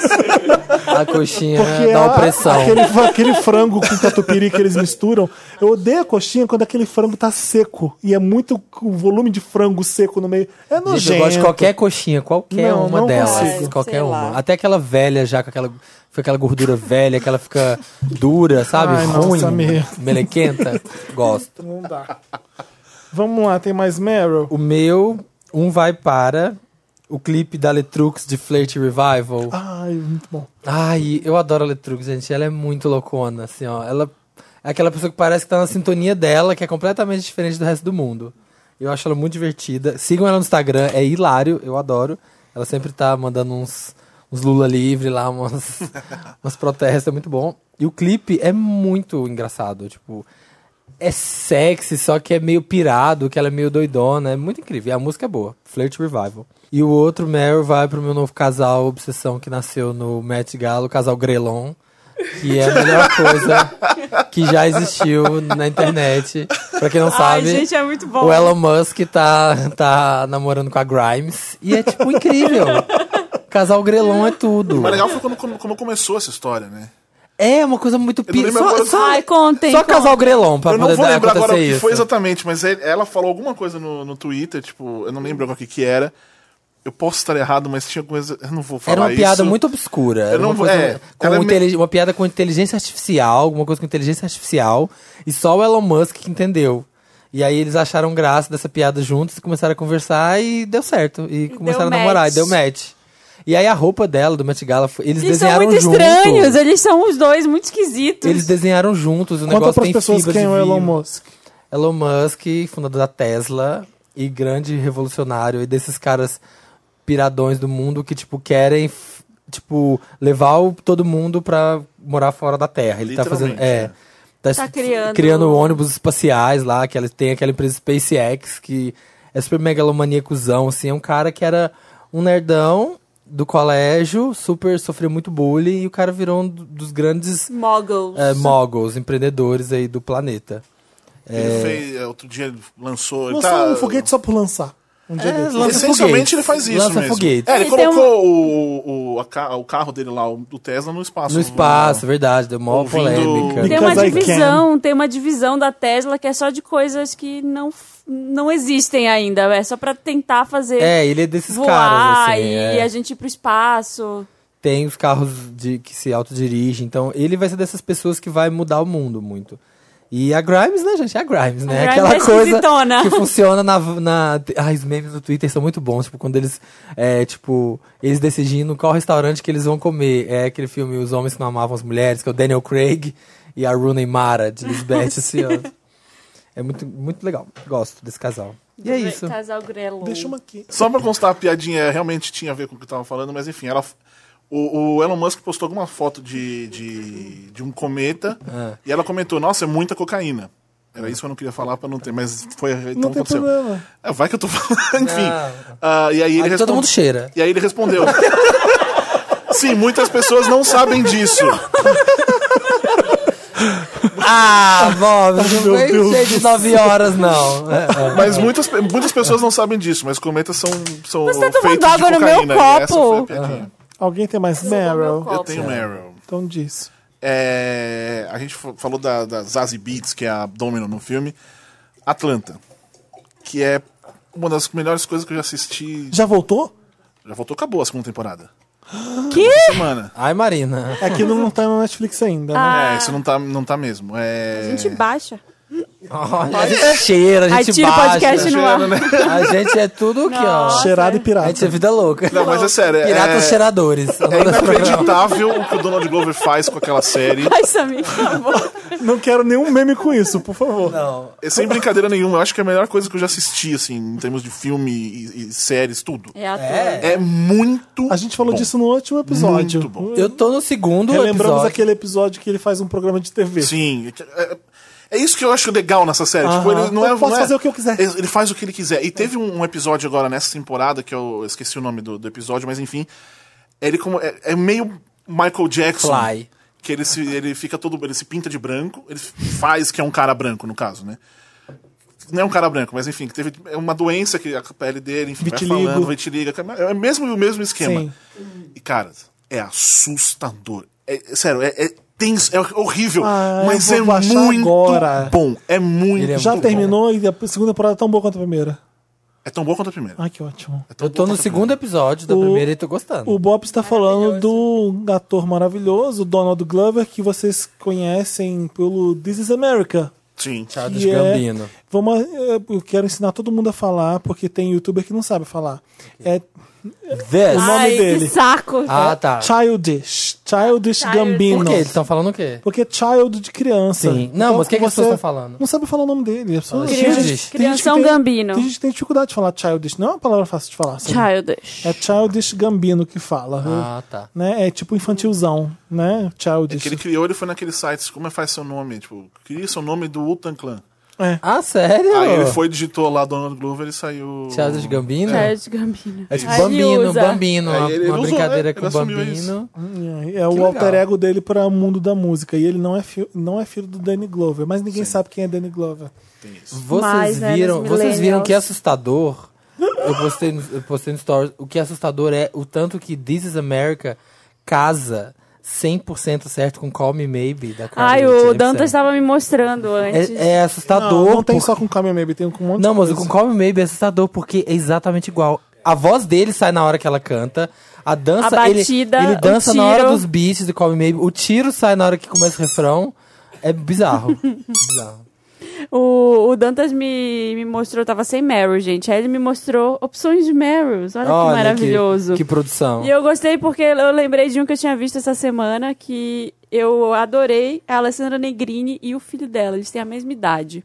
A coxinha
Porque
da
a-
É, opressão.
Aquele, aquele frango com catupiry que eles misturam. Eu odeio a coxinha quando aquele frango tá seco. E é muito o volume de frango seco no meio. É nojento.
Gente, eu gosto de qualquer coxinha, qualquer
Não,
uma
não
delas.
consigo.
Sei
Qualquer
lá.
uma. Até aquela velha já, com aquela, com aquela gordura velha, que ela fica dura, sabe?
Ai,
Ruim,
nossa, amigo.
melequenta. Gosto.
Não dá. Vamos lá, tem mais Meryl?
O meu, um vai para o clipe da Letrux de Flirt Revival.
Ai,
Um
muito bom.
Ai, eu adoro a Letrux, gente. Ela é muito loucona, assim, ó. Ela é aquela pessoa que parece que tá na sintonia dela, que é completamente diferente do resto do mundo. Eu acho ela muito divertida. Sigam ela no Instagram, é hilário, eu adoro. Ela sempre tá mandando uns, uns Lula livre lá, umas, umas protestas, é muito bom. E o clipe é muito engraçado, tipo... É sexy, só que é meio pirado, que ela é meio doidona. É muito incrível. E a música é boa. Flirt Revival. E o outro, Meryl, vai pro meu novo casal, Obsessão, que nasceu no Met Galo, o casal Grelon. Que é a melhor coisa que já existiu na internet. Pra quem não
Ai,
sabe,
gente, é muito bom.
o Elon Musk tá, tá namorando com a Grimes. E é, tipo, incrível. casal Grelon é tudo.
Mas legal foi quando, quando- como começou essa história, né?
É uma coisa muito...
Eu não
Pi...
lembro agora-
Só, só,
Ai, contem.
só
contem.
casal Grelon pra
Eu não
poder
vou lembrar
acontecer
agora o que
isso.
foi exatamente, mas ele- ela falou alguma coisa no, no Twitter, tipo, eu não lembro agora o que, que era. Eu posso estar errado, mas tinha coisa. Eu não vou falar
Era uma
isso.
piada muito obscura. Era
não
uma,
vou-
coisa
é,
com
ela é me-
inteli- uma piada com inteligência artificial, alguma coisa com inteligência artificial, e só o Elon Musk que entendeu. E aí eles acharam graça dessa piada juntos, começaram a conversar e deu certo. E, começaram a
deu
namorar,
match.
e deu match. E aí a roupa dela, do Met Gala, foi- eles,
Eles são
desenharam
muito
juntos.
estranhos, eles são os dois muito esquisitos.
Eles desenharam juntos, o
Conta
negócio
pras
tem
pessoas
fibra
quem é
de
o Elon
vidro.
Musk.
Elon Musk, fundador da Tesla e grande revolucionário e desses caras piradões do mundo que tipo querem f- tipo levar o- todo mundo pra morar fora da Terra. Ele tá fazendo é,
Literalmente,
tá,
Tá
s-
criando-
criando ônibus espaciais lá, que ela tem aquela empresa SpaceX que é super megalomaníacozão, assim, é um cara que era um nerdão do colégio, super sofreu muito bullying e o cara virou um do- dos grandes
Moguls.
é, moguls, empreendedores aí do planeta.
Ele fez, é, outro dia ele lançou. Ele
Lançou
tá,
um foguete só por lançar. Um dia desse.
É, lança foguetes.
Essencialmente ele faz isso
Lança
mesmo.
foguetes.
É, ele,
Ele tem um-
colocou o, o, a ca- o carro dele lá, o do Tesla, no espaço.
No espaço, verdade, deu mó
Ouvindo-
polêmica.
Tem
Because
uma
I
divisão, tem uma divisão da Tesla que é só de coisas que não, f- não existem ainda, é só pra tentar fazer
É, ele é desses
voar
caras, assim.
e
é.
a gente ir pro espaço.
Tem os carros de, que se autodirigem, então ele vai ser dessas pessoas que vai mudar o mundo muito. E a Grimes, né, gente? É a Grimes, né?
A Grimes
Aquela
é
coisa
esquisitona.
que funciona na, na. Ai, os memes do Twitter são muito bons. Tipo, quando eles. É, tipo, eles decidindo qual restaurante que eles vão comer. É aquele filme Os Homens que Não Amavam as Mulheres, que é o Daniel Craig e a Rooney Mara, de Lisbeth. assim, ó. É muito, muito legal. Gosto desse casal. E é isso.
Casal né, Grelo.
Deixa uma aqui.
Só pra constar, a piadinha realmente tinha a ver com o que eu tava falando, mas enfim, ela. O, o Elon Musk postou alguma foto de, de, de um cometa e ela comentou: Nossa, é muita cocaína. Era isso que eu não queria falar pra não ter, mas foi. Então
Não tem
aconteceu.
problema.
É, vai que eu tô falando, enfim.
Não.
Ah, e aí
Aí
ele
todo
responde-
mundo cheira. né?
E aí ele respondeu. Sim, muitas pessoas não sabem disso.
Ah, Bob, não
meu
foi
Deus
cheio de 9 horas, não. É, é.
Mas muitas, muitas pessoas não sabem disso, mas cometas são, são
Você tá tomando
feitos de
água no meu
cocaína. E essa foi a
copo.
piadinha.
Alguém tem mais
meu
Meryl?
copo.
Eu tenho
é.
Meryl.
Então diz.
É, a gente fa- falou da, da Zazie Beats, que é a Domino no filme. Atlanta. Que é uma das melhores coisas que eu já assisti.
Já voltou?
Já voltou, acabou a segunda temporada.
Que?
Semana.
Ai, Marina.
É que não tá na Netflix ainda, né?
É, isso não tá, não tá mesmo. É...
Ah. A gente baixa.
Olha, a gente cheira, a
Aí
gente
tira o
baixa. né,
podcast no ar.
A gente é tudo que, ó.
Cheirado e
A
pirata.
gente é vida louca.
Não, mas é sério. é-
Piratas cheiradores.
É inacreditável o que o Donald Glover faz com aquela série.
Ai, Samir, por favor.
Não quero nenhum meme com isso, por favor.
Não.
É Sem brincadeira nenhuma, eu acho que é a melhor coisa que eu já assisti, assim, em termos de filme e, e séries, tudo.
É a
É.
É muito.
A gente falou
bom.
disso no último episódio. Hum.
Muito bom.
Eu tô no segundo
Relembramos
episódio.
aquele episódio que ele faz um programa de TV.
Sim. É, é isso que eu acho legal nessa série. Tipo,
Aham.
ele não
Eu
é,
posso
não é-
fazer o que eu quiser.
Ele faz o que ele quiser. E teve um, um episódio agora nessa temporada, que eu esqueci o nome do, do episódio, mas enfim. Ele como. É, é meio é Michael Jackson.
Fly.
que ele se, ele fica todo. Ele se pinta de branco, ele faz que é um cara branco, no caso, né? Não é um cara branco, mas enfim, que teve é uma doença que a pele dele, enfim,
Vitiligo.
vai falando, vitiliga. É mesmo, o mesmo esquema.
Sim.
E, cara, é assustador. É, é sério, é, é tenso, é horrível,
Ah, eu
mas
vou
é
baixar
muito
agora.
bom. É muito
Ele é
Já
bom.
terminou e a segunda temporada é tão boa quanto a primeira.
É tão bom quanto a primeira.
Ai, que ótimo.
É
Ah,
tão
Eu tô
bom
no
quanto a
segundo episódio da
O-
primeira e tô gostando.
O Bob está falando do um ator maravilhoso, Donald Glover, que vocês conhecem pelo This is America.
primeira. Sim.
Charles
que é-
Gambino.
Vamos, eh, eu quero ensinar todo mundo a falar, porque tem youtuber que não sabe falar. É
This.
o nome
Ai, que
dele.
saco.
Ah, tá.
Childish. Childish Gambino.
Por que eles estão falando o quê?
Porque é child de criança. Então,
Sim. Não, mas o que que as
você
pessoas estão falando?
Não sabe falar o nome dele. As pessoas-
Ah,
tem
childish.
gente- tem
Crianção
gente que tem-
é um Gambino.
Tem gente que tem dificuldade de falar childish. Não é uma palavra fácil de falar. sabe?
Childish.
É childish Gambino que fala.
Ah, tá.
Né? É tipo infantilzão, né?
É que
Childish.
ele criou, ele foi naqueles sites, como é faz seu nome? Tipo, cria seu nome do Utan Clan.
Ah, sério?
Aí ele foi, digitou lá Donald Glover e saiu.
Charles Gambino? É,
Childish Gambino.
tipo
Ai,
Bambino,
usa.
Bambino.
É,
Uma,
ele- ele
uma
usou,
brincadeira
né?
com
Ele
o
assumiu
Bambino.
É, é o
legal.
alter ego dele para o mundo da música. E ele não é, fi- não é filho do Danny Glover, mas ninguém sabe quem é Danny Glover.
Mais
Vocês
velhos
viram, vocês viram
millennials.
que é assustador? Eu postei, no- eu postei no Stories. O que é assustador é o tanto que This is America casa 100% certo com Call Me Maybe da Carly
Ai, o
Jepsen.
Dantas tá estava me mostrando antes.
É, é
Não,
assustador.
não tem
porque-
só com Kami Maybe, tem com um monte
Não,
de
mas o
coisa.
com Call Me Maybe é assustador porque é exatamente igual. A voz dele sai na hora que ela canta. A dança,
A
ele-
batida,
ele,
o
dança na hora
tiro.
dos beats do Call Me Maybe. O tiro sai na hora que começa o refrão. É bizarro. bizarro.
O, o Dantas me, me mostrou, eu tava sem Meryl, gente. Aí ele me mostrou opções de Meryl's. Olha, que maravilhoso.
Que, produção.
E eu gostei porque eu lembrei de um que eu tinha visto essa semana que eu adorei a Alessandra Negrini e o filho dela. Eles têm a mesma idade.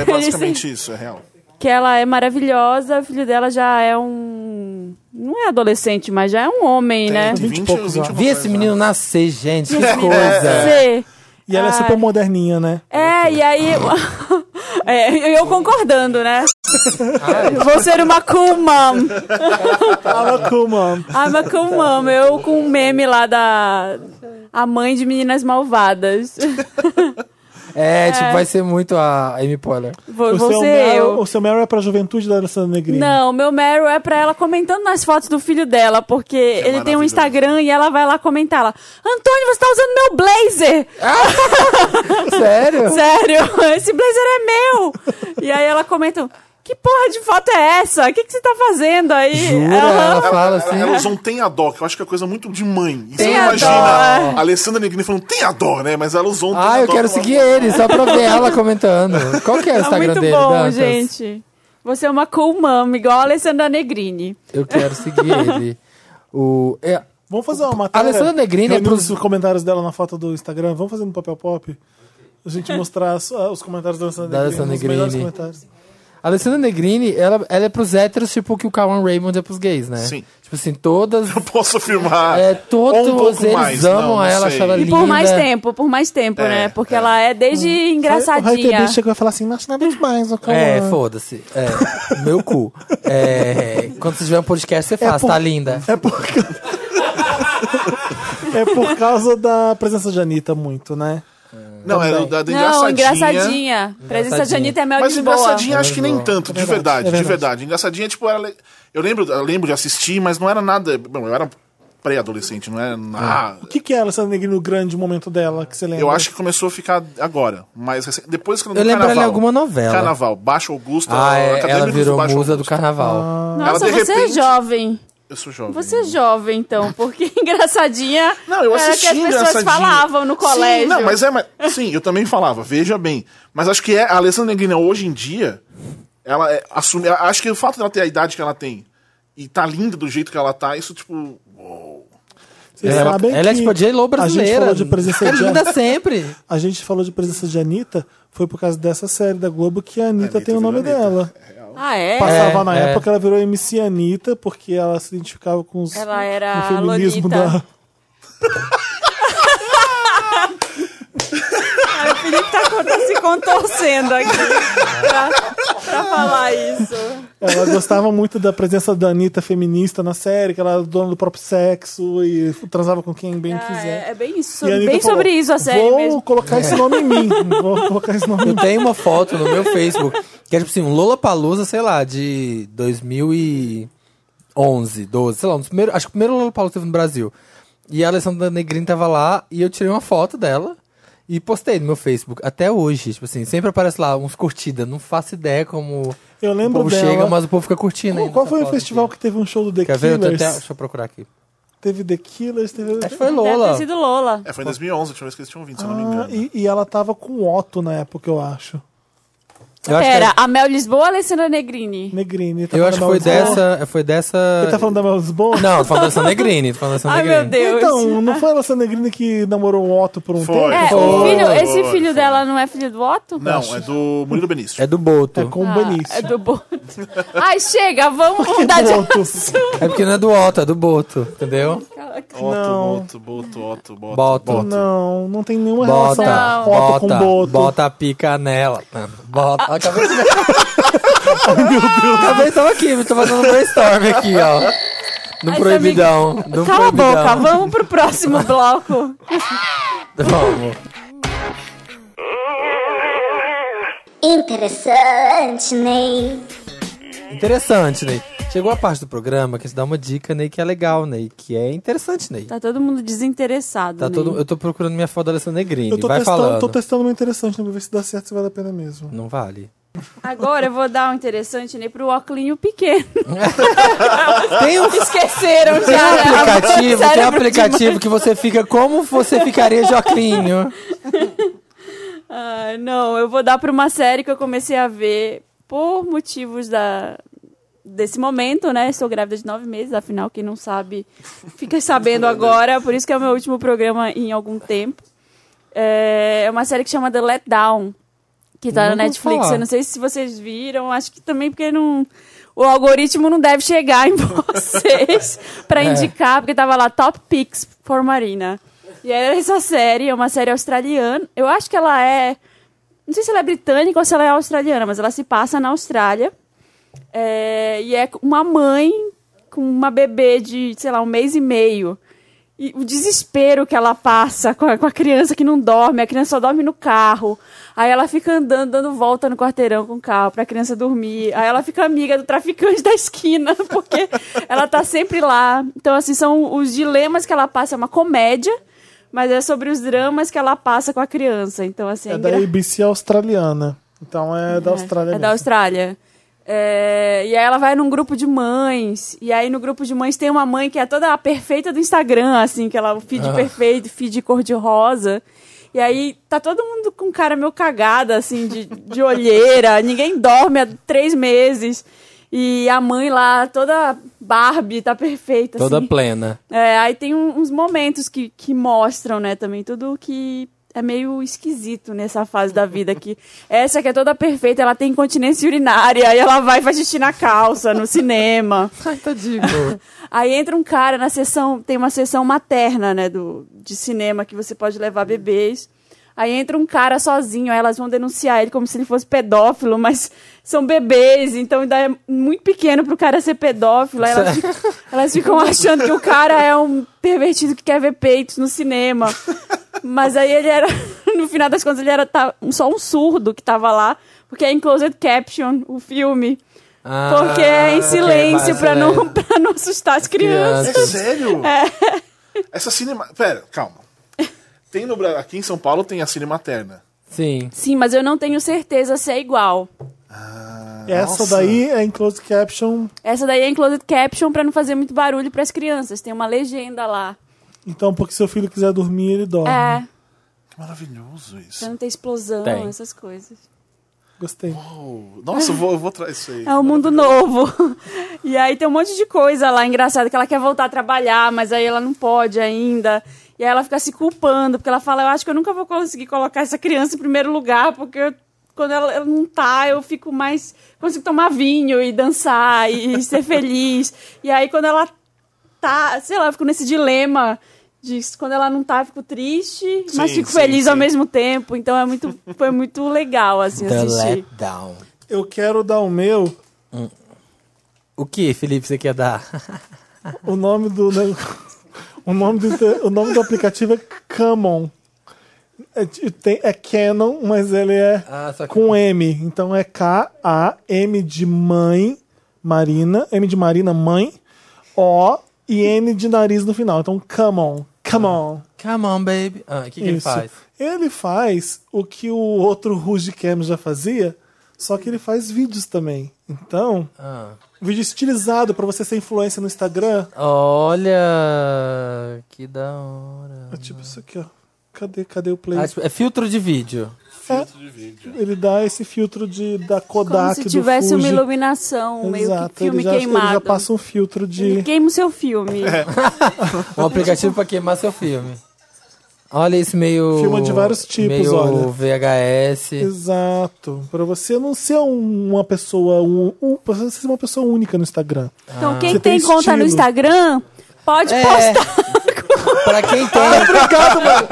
É basicamente isso, é real.
Que ela é maravilhosa, o filho dela já é um. Não é adolescente, mas já é um homem, né?
tem
Vinte e
20
poucos, ó.
anos.
Vi esse menino nascer, gente. Que
Sim.
coisa.
E ela é
Ai.
super moderninha, né?
É, e aí. É, eu concordando, né? Vou ser uma cool mom.
Fala com mano.
I'm a cool
Tá
mom. Eu com um meme lá da. A mãe de meninas malvadas.
É, tipo, vai ser muito a Amy Poehler.
Vou,
O
vou
seu,
um
ser
Meryl,
eu.
o seu Meryl é pra juventude da Alessandra Negrini.
Não, meu Meryl é pra ela comentando nas fotos do filho dela, porque
é
ele tem um
maravilhoso.
Instagram e ela vai lá comentar lá. Antônio, você tá usando meu blazer!
Sério?
Sério, esse blazer é meu! E aí ela comenta, que porra de foto é essa? O que, que você tá fazendo aí?
Jura?
Ela-
Ela fala
Ela,
assim.
ela usou um tem a dó, que eu acho que é coisa muito de mãe. E você
Tem
não
a
imagina
dó, É.
a Alessandra Negrini falando tem a dó, né? Mas ela usou um tem
Ah,
a
eu
dó
quero
pra-
seguir ele, só pra ver ela comentando. Qual que é o
tá
Instagram
muito
dele,
bom,
Dantas?
gente. Você é uma cool mom, igual a Alessandra Negrini.
Eu quero seguir ele. O... é,
Vamos fazer uma matéria.
Alessandra Negrini é
reunindo
pros-
os comentários dela na foto do Instagram. Vamos fazer no papel pop? A gente mostrar as- ah, os comentários da Alessandra
Da
Negrini.
Alessandra
os melhores
Negrini.
comentários.
A Alessandra Negrini, ela, ela é pros héteros, tipo que o Kawan Raymond é pros gays, né?
Sim.
Tipo assim, todas.
Eu posso afirmar.
É,
Ou um
todos
pouco
eles
mais,
amam
não, não
ela,
sei.
acham ela
E
linda.
por mais tempo, por mais tempo,
É,
né? Porque
é.
ela é desde
O Raio
engraçadinha.
TV chegou e falou assim, não acho nada demais. ó, calma.
É, foda-se. É, meu cu. É, quando você tiver um podcast, você faz,
por-
tá linda.
É por... é por causa da presença de Anitta muito, né?
Não, era da, da
Não,
engraçadinha.
engraçadinha. Presença de
Engraçadinha.
Anitta é Mel
Mas
Lisboa.
engraçadinha acho que nem tanto, de
verdade,
verdade,
é verdade.
de verdade. Engraçadinha, tipo, era le- eu lembro, eu lembro de assistir, mas não era nada. Bom, eu era um pré-adolescente, não era. Ah,
O que, que é a Alessandra Negrini no grande momento dela, que você lembra?
eu acho que começou a ficar agora. Mas recen- depois que
É. Eu lembro ela em alguma novela.
Carnaval, Baixo Augusto,
Ah, é,
Academia
ela
do
virou
Baixo
musa do
Augusto.
carnaval.
Nossa,
Ela, de
você
repente-
é jovem.
Eu sou jovem.
Você é jovem, então, porque engraçadinha
Não, eu
era
assisti
É, que as pessoas
engraçadinha.
falavam no colégio.
Sim, não, mas é, mas, sim, eu também falava, veja bem. Mas acho que é, a Alessandra Negrini hoje em dia, ela é, assume. a- Acho que o fato dela ter a idade que ela tem e tá linda do jeito que ela tá, isso, tipo. uou.
Vocês
ela
sabem
ela é
que
tipo a J-Lo brasileira.
A gente falou de presença
É
de
linda sempre.
A gente falou de presença de Anitta, foi por causa dessa série da Globo que a Anitta, tem o
virou
nome
Anitta.
dela.
Ah, é?
Passava na
é.
época, ela virou MC Anitta, porque ela se identificava com os,
Ela era
com o feminismo
Lolita.
da.
Ah, O Felipe tá, tá se contorcendo aqui. Tá, pra falar isso.
Ela gostava muito da presença da Anitta feminista na série, que ela era dona do próprio sexo e transava com quem bem
Ah,
quiser.
é, é bem isso,
E a
sobre-
Anitta
bem
falou,
sobre isso a série
Vou
mesmo.
colocar esse nome em mim. Vou colocar esse nome em
Eu
mim.
tenho uma foto no meu Facebook, que é tipo assim, um Lollapalooza, sei lá, de 2011, 12, sei lá, um dos primeiros, acho que o primeiro Lollapalooza que teve no Brasil. E a Alessandra Negrin tava lá e eu tirei uma foto dela e postei no meu Facebook. Até hoje, tipo assim, sempre aparece lá uns curtidas, não faço ideia como
Eu lembro
o povo
dela.
chega, mas o povo fica curtindo.
Qual,
ainda
qual
essa
foi o
foto
festival
aqui.
que teve um show do The
Quer ver? Eu tenho
Killers?
até... Deixa eu procurar aqui.
Teve The Killers, teve.
Acho que foi
Deve ter
Lola.
sido Lola.
É, foi em 2011, a última vez que eles tinham vindo, se eu não me
Ah,
engano.
e, e ela tava com o Otto na época, eu acho.
Eu acho que
Pera,
é-
a Mel Lisboa ou a Alessandra Negrini?
Negrini. tá
Eu
falando
acho que
da
foi
Mel Lisboa?
dessa... Foi dessa...
Ele tá falando da Mel Lisboa?
Não, tô falando dessa Negrini, tô falando dessa
Ai,
Negrini.
meu Deus.
Então, não foi a Alessandra Negrini que namorou o Otto por um
Foi.
tempo?
É, o
Foi,
filho, esse
foi,
filho
foi.
dela não é filho do Otto?
Não, é do Murilo Benício.
É do Boto.
É com o
Ah,
Benício.
é do Boto. Ai, chega, vamos mudar de
Boto.
É porque não é do Otto, é do Boto, entendeu?
Otto,
Não.
Boto, Boto, Otto, Boto.
Boto.
Não, não tem nenhuma
Bota,
relação
Não.
Otto com
bota,
Boto.
bota a pica nela. Bota. Ah, Acabei de ver. Acabei, tava aqui, tô fazendo um brainstorm aqui, ó. No
Ai,
proibidão. No
Cala a
proibidão. Tá
boca, vamos pro próximo bloco.
Vamos.
Interessante, Ney.
Interessante, Ney. Chegou a parte do programa que você dá uma dica, Ney, que é legal, Ney. Que é interessante, Ney.
Tá todo mundo desinteressado.
Tá
né?
todo... Eu tô procurando minha foto da Alessandra Negrini.
Eu tô
Vai
testando,
falando.
tô testando uma interessante né, pra ver se dá certo, se vale a pena mesmo.
Não vale.
Agora eu vou dar um interessante né, pro óculinho pequeno.
Tem um
Ah,
Esqueceram
Tem um
já.
aplicativo, tem um
Cérebro
aplicativo que você fica como você ficaria Joaquinho.
Ah, não, eu vou dar pra uma série que eu comecei a ver por motivos da desse momento, né? Estou grávida de nove meses, afinal, quem não sabe fica sabendo agora. Por isso que é o meu último programa em algum tempo. É é uma série que chama The Letdown, que tá
Nunca
na
ouvi
Netflix.
falar.
Eu não sei se vocês viram, acho que também porque não... O algoritmo não deve chegar em vocês pra indicar, porque tava lá Top Picks for Marina. E era essa série, é uma série australiana. Eu acho que ela é... Não sei se ela é britânica ou se ela é australiana, mas ela se passa na Austrália. É, e é uma mãe com uma bebê de, sei lá, um mês e meio. E o desespero que ela passa com a, com a criança que não dorme, a criança só dorme no carro. Aí ela fica andando, dando volta no quarteirão com o carro pra criança dormir. Aí ela fica amiga do traficante da esquina, porque ela tá sempre lá. Então, assim, são os dilemas que ela passa. É uma comédia, mas é sobre os dramas que ela passa com a criança. Então, assim, é,
É da
engra-
ABC australiana. Então é da Austrália
é da
mesmo.
Austrália. É, e aí ela vai num grupo de mães. E aí no grupo de mães tem uma mãe que é toda a perfeita do Instagram, assim, que ela o feed
Ah.
perfeito, feed cor-de-rosa. E aí tá todo mundo com cara meio cagada, assim, de, de olheira. Ninguém dorme há três meses. E a mãe lá, toda Barbie, tá perfeita,
Toda
assim.
plena.
É, aí tem um- uns momentos que, que mostram, né, também, tudo que é meio esquisito nessa fase da vida que essa que é toda perfeita, ela tem incontinência urinária, aí ela vai e faz xixi na calça, no cinema.
Ai,
tá
tadinho.
Aí entra um cara na sessão, tem uma sessão materna, né, do, de cinema que você pode levar bebês. Aí entra um cara sozinho, aí elas vão denunciar ele como se ele fosse pedófilo, mas são bebês, então ainda é muito pequeno pro cara ser pedófilo. Aí elas, fi- elas ficam achando que o cara é um pervertido que quer ver peitos no cinema. Mas aí ele era, no final das contas, ele era tá- só um surdo que tava lá, porque é em closed caption o filme.
Ah,
Porque é em silêncio pra não, pra não assustar as crianças.
É sério? Essa cinema... Pera, calma. Tem no... Bra- Aqui em São Paulo tem a Cinematerna.
Sim.
Sim, mas eu não tenho certeza se é igual.
Essa
Nossa.
daí é em closed caption.
Essa daí é em closed caption pra não fazer muito barulho pras crianças. Tem uma legenda lá.
Então, porque seu filho quiser dormir, ele dorme.
É,
Que maravilhoso isso.
pra não ter explosão,
Tem.
essas coisas.
Gostei.
Oh, Nossa, eu vou, eu vou trazer isso aí.
É um mundo novo. E aí tem um monte de coisa lá engraçada que ela quer voltar a trabalhar, mas aí ela não pode ainda. E aí ela fica se culpando, porque ela fala: Eu acho que eu nunca vou conseguir colocar essa criança em primeiro lugar, porque eu- quando ela, ela não tá, eu fico mais. Consigo tomar vinho e dançar e ser feliz. E aí quando ela tá, sei lá, eu fico nesse dilema. De quando ela não tá, eu fico triste, mas
Sim,
fico
sim,
feliz ao
sim.
mesmo tempo. Então é muito, foi muito legal, assim,
The
assistir.
letdown.
Eu quero dar o meu.
O que, Felipe, você quer dar?
O nome do. neg- O nome do, inter- o nome do aplicativo é Camon. É, ti- tem- é Canon, mas ele é
Ah, só que-
com M. Então é K-A-M de mãe, Marina. M de Marina, mãe. O e N de nariz no final. Então, Camon. Come on.
Come on, baby. Ah, O Ah, que, que ele
Isso.
faz?
Ele faz o que o outro Ruge Cam já fazia, só que ele faz vídeos também. Então,
Ah.
vídeo estilizado pra você ser influência no Instagram.
Olha, que da hora.
É tipo isso aqui, ó. Cadê, cadê o play? É.
Ah, tipo, é filtro de vídeo.
Ele dá esse filtro de, da
Como
Kodak
se tivesse
do
uma
Fuji.
iluminação, meio
Exato,
que filme
ele já, É.
queimado.
Ele já passa um filtro de...
Ele queima o seu filme.
Um aplicativo pra queimar seu filme. Olha isso meio...
Filma de vários tipos,
meio
olha.
VHS.
Exato. Pra você não ser um- uma pessoa... Um, um, pra você ser uma pessoa única no Instagram.
Então, quem
Ah. Você
tem,
tem
conta
estilo.
no Instagram, pode
É.
postar.
pra quem tem... Obrigado, mano.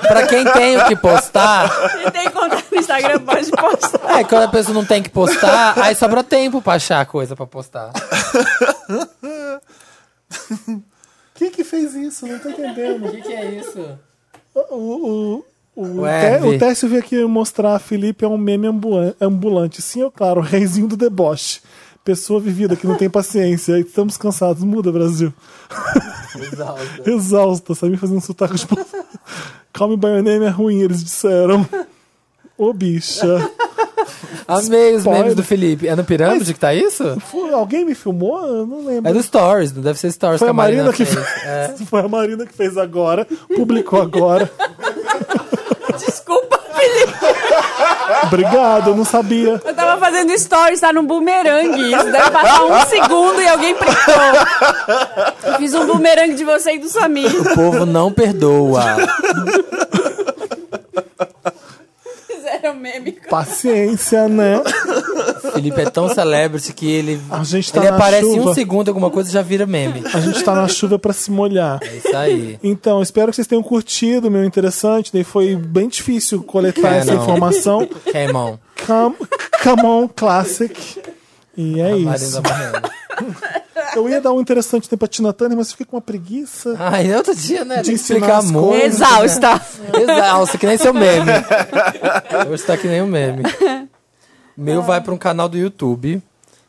pra quem tem o que postar...
Quem tem conta no Instagram, pode postar.
É, quando a pessoa não tem que postar, aí sobra tempo pra achar coisa pra postar.
Quem que fez isso? Não tô entendendo.
O que, que é isso?
O, o, o,
O
Té-
Herve.
o Técio veio aqui mostrar a Felipe é um meme ambulan- ambulante. Sim, eu claro, reizinho do deboche. Pessoa vivida que não tem paciência. Estamos cansados. Muda, Brasil.
Exausta.
Exausta, sabe? Fazendo sotaque de povo. Calm by your name é ruim, eles disseram. Ô, bicha.
Amei os memes
Spoiler.
do Felipe. É no Pirâmide que tá isso?
Pô, alguém me filmou? Eu não lembro.
É do Stories, não deve ser Stories
Foi
que
a Marina que
fez.
fez.
É.
Foi a Marina que fez agora. Publicou agora.
Desculpa, Felipe.
Obrigado, eu não sabia.
Eu tava fazendo stories, tá num bumerangue. Isso deve passar um segundo e alguém printou. Eu fiz um bumerangue de você e do Samir.
O povo não perdoa.
Fizeram um meme.
Paciência, né?
Felipe é tão celebrity que ele,
A gente tá
ele
na
aparece em um
chuva.
segundo alguma coisa e já vira meme.
A gente tá na chuva pra se molhar.
É isso aí.
Então, espero que vocês tenham curtido, meu interessante. Daí foi bem difícil coletar
É,
essa
não.
informação.
Queimão.
Come, come on, classic. E é
Marina tá
isso.
morrendo.
Eu ia dar um interessante tempo pra Tina Turner, mas eu fiquei com uma preguiça.
Ai, outro dia, né?
De
Tem que
ensinar
explicar
as
muito.
coisas.
Exausta.
né?
Exausto, que nem seu meme. Hoje tá que nem um meme. Meu vai pra um canal do YouTube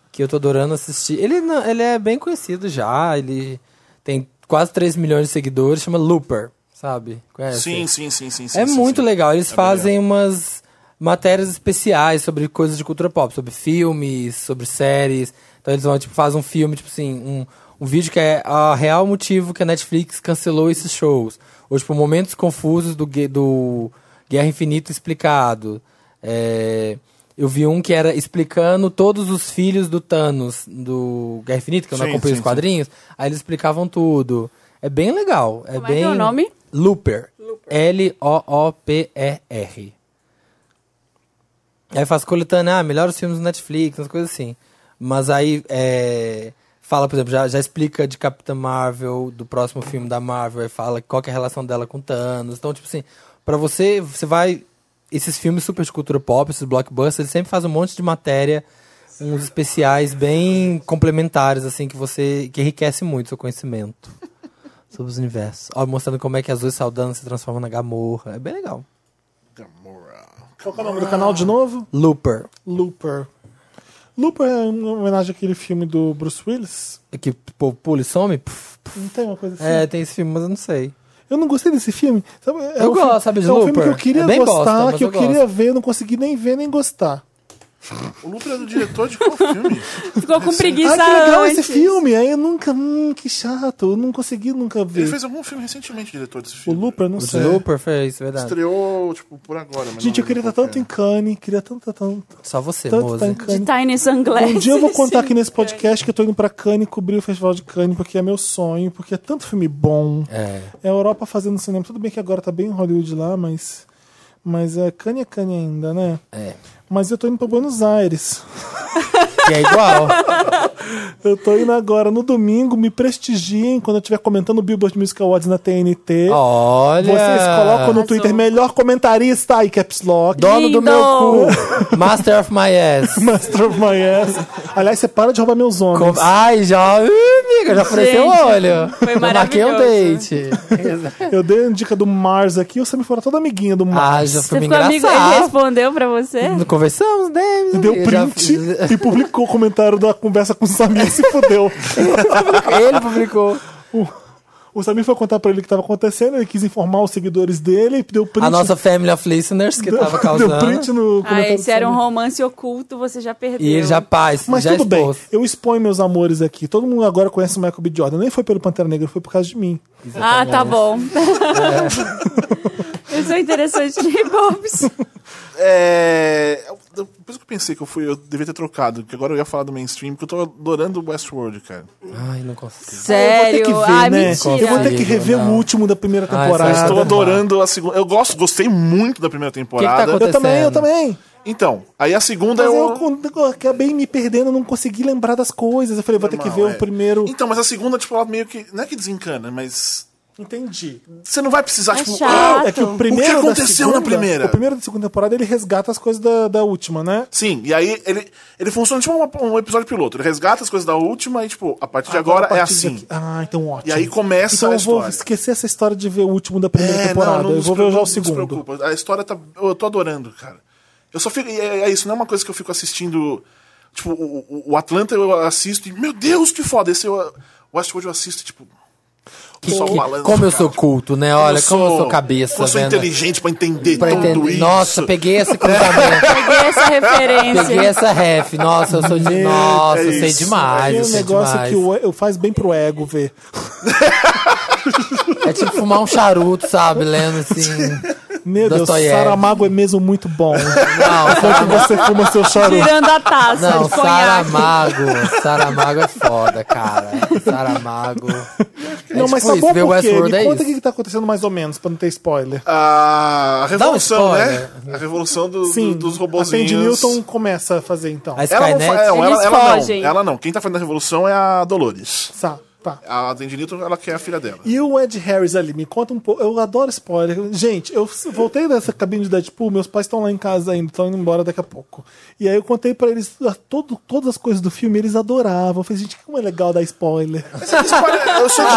que eu tô adorando assistir. Ele, não- ele é bem conhecido já, ele tem quase 3 milhões de seguidores, chama Looper, sabe?
É,
Conhece?
Sim, sim, sim, sim. sim,
É
sim,
muito
sim.
legal. Eles
É
fazem umas matérias especiais sobre coisas de cultura pop, sobre filmes, sobre séries. Então eles vão, tipo, fazem um filme, tipo assim, um, um vídeo que é o real motivo que a Netflix cancelou esses shows. Ou, tipo, momentos confusos do, gue- do Guerra Infinita explicado. É, Eu vi um que era explicando todos os filhos do Thanos do Guerra Infinita, que eu não
Sim,
acompanho os
sim, sim.
quadrinhos. Aí eles explicavam tudo. É bem legal. É
Como é que
bem...
é o nome?
Looper. L-O-O-P-E-R. Aí faz coletânea, ah, melhores filmes do Netflix, umas coisas assim. Mas aí é, fala, por exemplo, já, já explica de Capitã Marvel, do próximo filme da Marvel, aí fala qual que é a relação dela com Thanos. Então, tipo assim, pra você, você vai. Esses filmes super de cultura pop, esses blockbusters, eles sempre fazem um monte de matéria, uns especiais bem complementares, assim, que você. que enriquece muito o seu conhecimento sobre os universos. Ó, mostrando como é que a Zoe Saldana se transforma na Gamorra. É bem legal.
Qual que é o nome do canal de novo?
Looper,
Looper. Looper é uma homenagem àquele filme do Bruce Willis.
É que pô, pula e some. Puf, puf.
Não tem uma coisa assim?
É, tem esse filme, mas eu não sei.
Eu não gostei desse filme. Sabe, é
Eu
um
gosto,
filme-
sabe,
É um filme que
Looper?
eu queria
É bem bosta,
gostar,
mas
que eu,
eu
queria ver, não consegui nem ver nem gostar.
O Looper é do diretor de qual filme?
Ficou com preguiça
Ai, Ah, que legal
antes.
esse filme! Aí eu nunca. Hum, que chato. Eu não consegui nunca ver.
Ele fez algum filme recentemente, diretor desse
O
filme.
Looper, não
O
sei.
de Looper foi É isso, verdade.
Estreou, tipo, por agora. Mas
Gente,
não
eu queria estar
lembro qual
tanto
que
em
é.
Cannes, queria tanto, tanto,
Só você,
tanto estar
moza.
em
De
Cannes.
Tiny Sunglasses.
Um dia eu vou contar aqui nesse podcast que eu tô indo pra Cannes cobrir o Festival de Cannes, porque é meu sonho, porque é tanto filme bom.
É.
É a Europa fazendo cinema. Tudo bem que agora tá bem em Hollywood lá, mas. Mas é Cannes é Cannes ainda, né?
É.
Mas eu tô indo pra Buenos Aires.
Que é igual.
Eu tô indo agora no domingo, me prestigiem quando eu estiver comentando o Billboard Music Awards na TNT.
Olha.
Vocês colocam no Twitter melhor comentarista e caps lock.
Dono do meu
Lindo.
cu. Master of my ass.
Master of my ass. Aliás, você para de roubar meus
Com-
homens.
Ai, já. Ih, Amiga, já apareceu o
Gente,
olho.
foi
Já marquei um
maravilhoso.
date.
Eu dei a dica do Mars aqui, você me fora toda amiguinha do Mars.
Ah, já foi
Você
me
ficou amigo, ele
engraçado.
respondeu pra você?
Conversamos, né? amiga?
Deu
Eu já-
print e publicou o comentário da conversa com o Samir e se fudeu.
Ele publicou.
O Samir foi contar pra ele o que tava acontecendo, ele quis informar os seguidores dele, deu print.
A nossa family of listeners que
deu,
tava
Deu print
causando.
no
Ah,
comentário.
esse
do
era um
Samir.
romance oculto, você já perdeu.
E ele já paz,
Mas
já
tudo
expôs.
bem, eu exponho meus amores aqui. Todo mundo agora conhece o Michael B. Jordan. Nem foi pelo Pantera Negra, foi por causa de mim.
Ah, tá bom. eu sou interessante de Bobs.
É. eu- Depois que eu pensei que eu fui, eu devia ter trocado, que agora eu ia falar do mainstream, porque eu tô adorando o Westworld, cara.
Ai, não consigo.
Sério?
eu vou ter que ver,
Ai,
né?
mentira.
Eu vou ter que
Comigo,
rever
não.
o último da primeira
Ah,
temporada.
essa
Estou
Nada.
adorando a segunda. Eu gosto, gostei muito da primeira temporada.
acontecendo?
eu também, eu
acontecendo.
também.
Então, aí a segunda
tá Mas
é
eu,
o.
con- eu acabei me perdendo, não consegui lembrar das coisas. Eu falei, vou ter que ver
é.
o primeiro.
Então, mas a segunda, tipo, ela meio que. Não é que desencana, mas.
Entendi.
Você não vai precisar, tipo.
chato.
"Ah,
É que o primeiro.
O que
da
aconteceu na
segunda-
primeira?
O primeiro da segunda temporada ele resgata as coisas da, da última, né?
Sim, e aí ele, ele funciona tipo uma- um episódio piloto. Ele resgata as coisas da última e, tipo, a partir de agora,
a
é
partir
assim.
daqui- Ah, então ótimo.
E aí começa
então
a
eu vou
história.
esquecer essa história de ver o último da primeira
É,
temporada. eu
nos
vou ver
pre-
já o
se
segundo.
preocupa. A história tá. Eu tô adorando, cara. Eu só fico. e É, é isso, não é uma coisa que eu fico assistindo. Tipo, o, o- o Atlanta eu assisto e. Meu Deus, que foda! Esse eu. O Westworld eu assisto e, tipo.
Que-
só
que-
balança,
como eu
cara. Tipo,
sou culto, né? Olha, como eu sou
como
cabeça,
eu sou
vendo?
inteligente pra entender
Pra
tudo
entender.
isso. É
Nossa, peguei esse cruzamento.
Peguei essa
peguei
referência.
essa ref. Nossa, eu sou de. Nossa, eu sei
isso.
Aí
demais.
é
eu
um
sei
negócio
demais.
que o e- eu faz bem pro ego ver.
É tipo fumar um charuto, sabe? Lendo assim.
Meu Deus,
Dostoiévski.
Saramago é mesmo muito bom.
Não,
Quando você fuma seu charuto.
Tirando a taça
Não,
de conhaque.
Saramago. Saramago é foda, cara. Saramago. É
Não, mas
tipo
tá
isso,
bom
ver
por quê?
Westworld
Me
é
conta o
isso.
que que tá acontecendo mais ou menos, pra não ter spoiler.
A revolução, né?
spoiler.
A revolução do,
Sim,
do- dos
a Sandy
robozinhos.
Newton começa a fazer então.
A
Ela não,
Skynet.
fa- é, não,
Eles
ela, ela não,
fogem.
ela não. Quem tá fazendo a revolução é a Dolores.
Sa- tá.
A Sandy Newton, ela quer a filha dela.
E o Ed Harris ali, me conta um pouco. Eu adoro spoiler. Gente, eu s- voltei dessa cabine de Deadpool, meus pais estão lá em casa ainda, estão indo embora daqui a pouco. E aí eu contei pra eles a- todo, todas as coisas do filme, eles adoravam. Eu falei, gente, como é legal dar spoiler.
Eu sei que já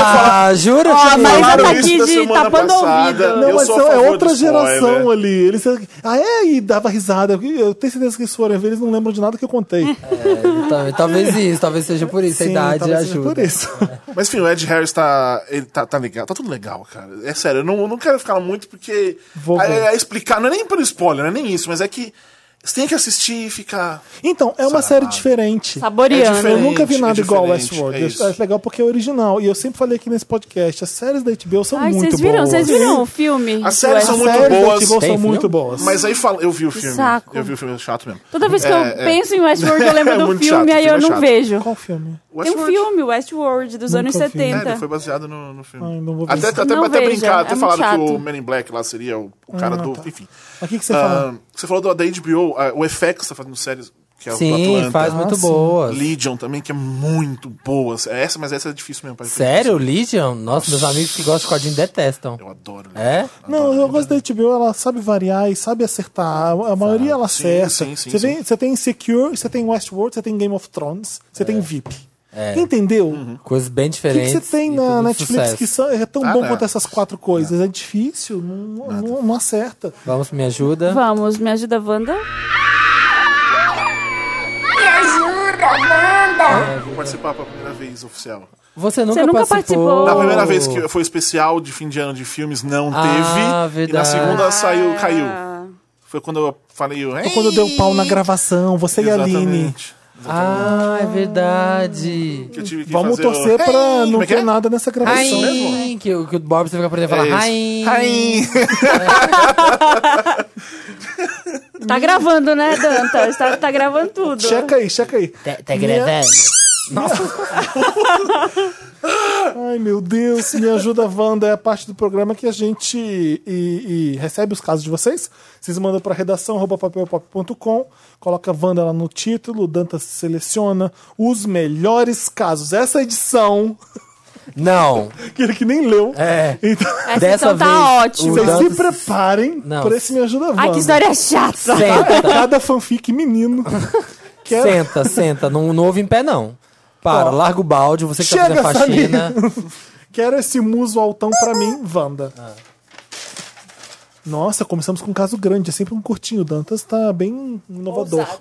falaram
Ah, jura
Ó,
que
mas
não?
ela tá
isso
aqui
da
de
semana
tapando o
passada.
ouvido.
Não,
Eu
mas
sou a
são- é
favor do
outra
spoiler.
geração ali. Eles, ah, é? E dava risada. Eu tenho certeza que eles forem ver, eles não lembram de nada que eu contei.
Tal- Tá, Talvez isso, talvez seja por isso. a idade
talvez seja
ajuda. É.
Por isso.
Mas enfim, o Ed Harris tá, ele tá, tá legal, tá tudo legal, cara. É sério, eu não, eu não quero ficar muito porque.
Vou
é-
ver.
é explicar, não é nem pelo spoiler, não é nem isso, mas é que você tem que assistir e ficar.
Então, é uma série diferente.
É
Saboreando.
diferente.
Eu nunca vi nada
é
igual a
diferente,
Westworld.
é
É,
isso.
legal porque é original. E eu sempre falei aqui nesse podcast, as séries da HBO
é
são
Ai,
muito boas.
vocês viram? Vocês viram o filme?
As séries são
As
muito
séries
boas.
da HBO
Tem
são
filme?
muito boas.
Mas aí fala, eu vi o filme.
saco.
Eu vi o filme, é chato mesmo.
Toda vez que eu
É, é.
penso em Westworld, eu lembro
É
do
muito
filme,
chato,
aí
o filme
eu
é
não
chato.
vejo.
Qual filme?
Tem um
Westworld.
filme, Westworld, dos
Nunca
anos
vi.
É,
70.
ele é foi baseado no, no filme.
Ai, não vou ver
até
isso.
até,
Não
até
veja,
brincar, até
é muito
falaram que o
chato.
Men in Black lá seria o, o cara do. Enfim.
O que, que tá. você
Ah,
falou?
você falou do- da HBO, ah, o FX tá fazendo séries que é o do
Sim,
Atlanta.
faz muito
sim.
boa.
Legion também, que é muito boa. Essa, mas essa é difícil mesmo. pra gente.
Sério, Legion? Nossa, meus amigos que gostam de codinho detestam.
Eu adoro. Legion.
É?
Não, eu gosto da HBO, ela sabe variar e sabe acertar. A maioria ela
Sim,
acerta.
sim, sim,
você,
sim.
Vem, você tem Secure, você tem Westworld, você tem Game of Thrones, você
É.
tem VIP. Entendeu?
Uhum.
Coisas bem
O que, que
diferentes.
você tem
e
na
É. tudo
Netflix
sucesso.
que são- é tão
Ah,
bom
não.
quanto essas quatro coisas? É difícil, não, não, não acerta.
Vamos, me ajuda.
Vamos, me ajuda, Wanda.
Me ajuda, Wanda!
Vou participar pela primeira vez oficial.
Você nunca,
Você nunca participou.
Na
Oh.
primeira vez que foi especial de fim de ano de filmes, não
Ah,
teve. E na
verdade.
segunda saiu, caiu.
Ah,
Foi quando eu falei. Ei!
Foi quando deu pau na gravação, você e a Aline.
Exatamente.
Ah, é verdade.
Que eu tive que
Vamos
fazer o-
torcer pra
Como
não
é que
ter
é?
nada nessa gravação.
Rain, que, o- que o Bob você fica aprendendo a
É
falar
isso.
Rain.
Rain.
Tá gravando, né, Dantas? Tá, tá gravando tudo.
Checa aí, checa aí.
Tá, tá gravando?
Ai, meu Deus, me ajuda, Wanda. É a parte do programa que a gente e- e recebe os casos de vocês. Vocês mandam para redação arroba papelpop.com, coloca Wanda lá no título, o Dantas seleciona os melhores casos. Essa edição,
Não.
que ele que nem leu.
É.
Então,
Essa
Dessa
edição tá
vez,
ótima.
o
vocês se
Dantas-
preparem
Não.
por esse Me Ajuda, Wanda. É,
Ai, que história chata.
Senta,
Cada fanfic menino. Que é-
senta, senta. Não, não ouve em pé, não. Para, larga o balde, você que tá
Chega,
fazendo faxina.
Quero esse muso altão pra mim, Wanda. Nossa, começamos com um caso grande, é sempre um curtinho. O Dantas tá bem inovador.
Ousado.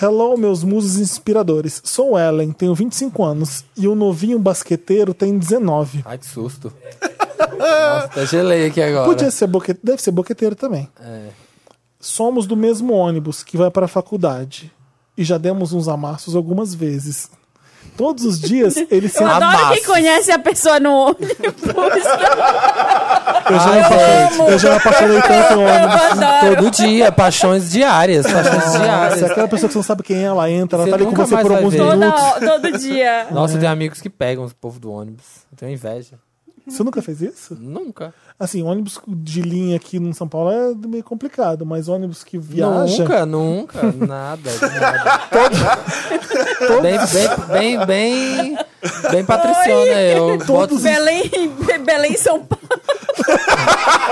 Hello, meus musos inspiradores. Sou Ellen, tenho 25 anos e o novinho basqueteiro tem 19.
Ai, que susto. Nossa, até gelei aqui agora.
Podia ser boqueteiro, deve ser boqueteiro também. Somos do mesmo ônibus que vai para a faculdade e já demos uns amassos algumas vezes. Todos os dias ele se
Eu adoro quem
Amassos.
conhece a pessoa no ônibus.
Eu já, me apaixonei, eu já me apaixonei tanto em ônibus.
Todo dia, paixões diárias, paixões
Nossa,
diárias.
aquela pessoa que você não sabe quem é, ela entra, ela
Você
tá ali com
nunca
você
mais
por
vai
alguns
ver.
minutos.
Toda, hora- todo dia.
Nossa, eu tenho amigos que pegam os povos do ônibus. Eu tenho inveja.
Você nunca fez isso?
Nunca.
Assim, ônibus de linha aqui no São Paulo é meio complicado, mas ônibus que viaja.
Nunca, nunca. Nada. nada. Bem, bem, bem, bem, bem patriciana eu. Boto...
Belém, Belém, São Paulo.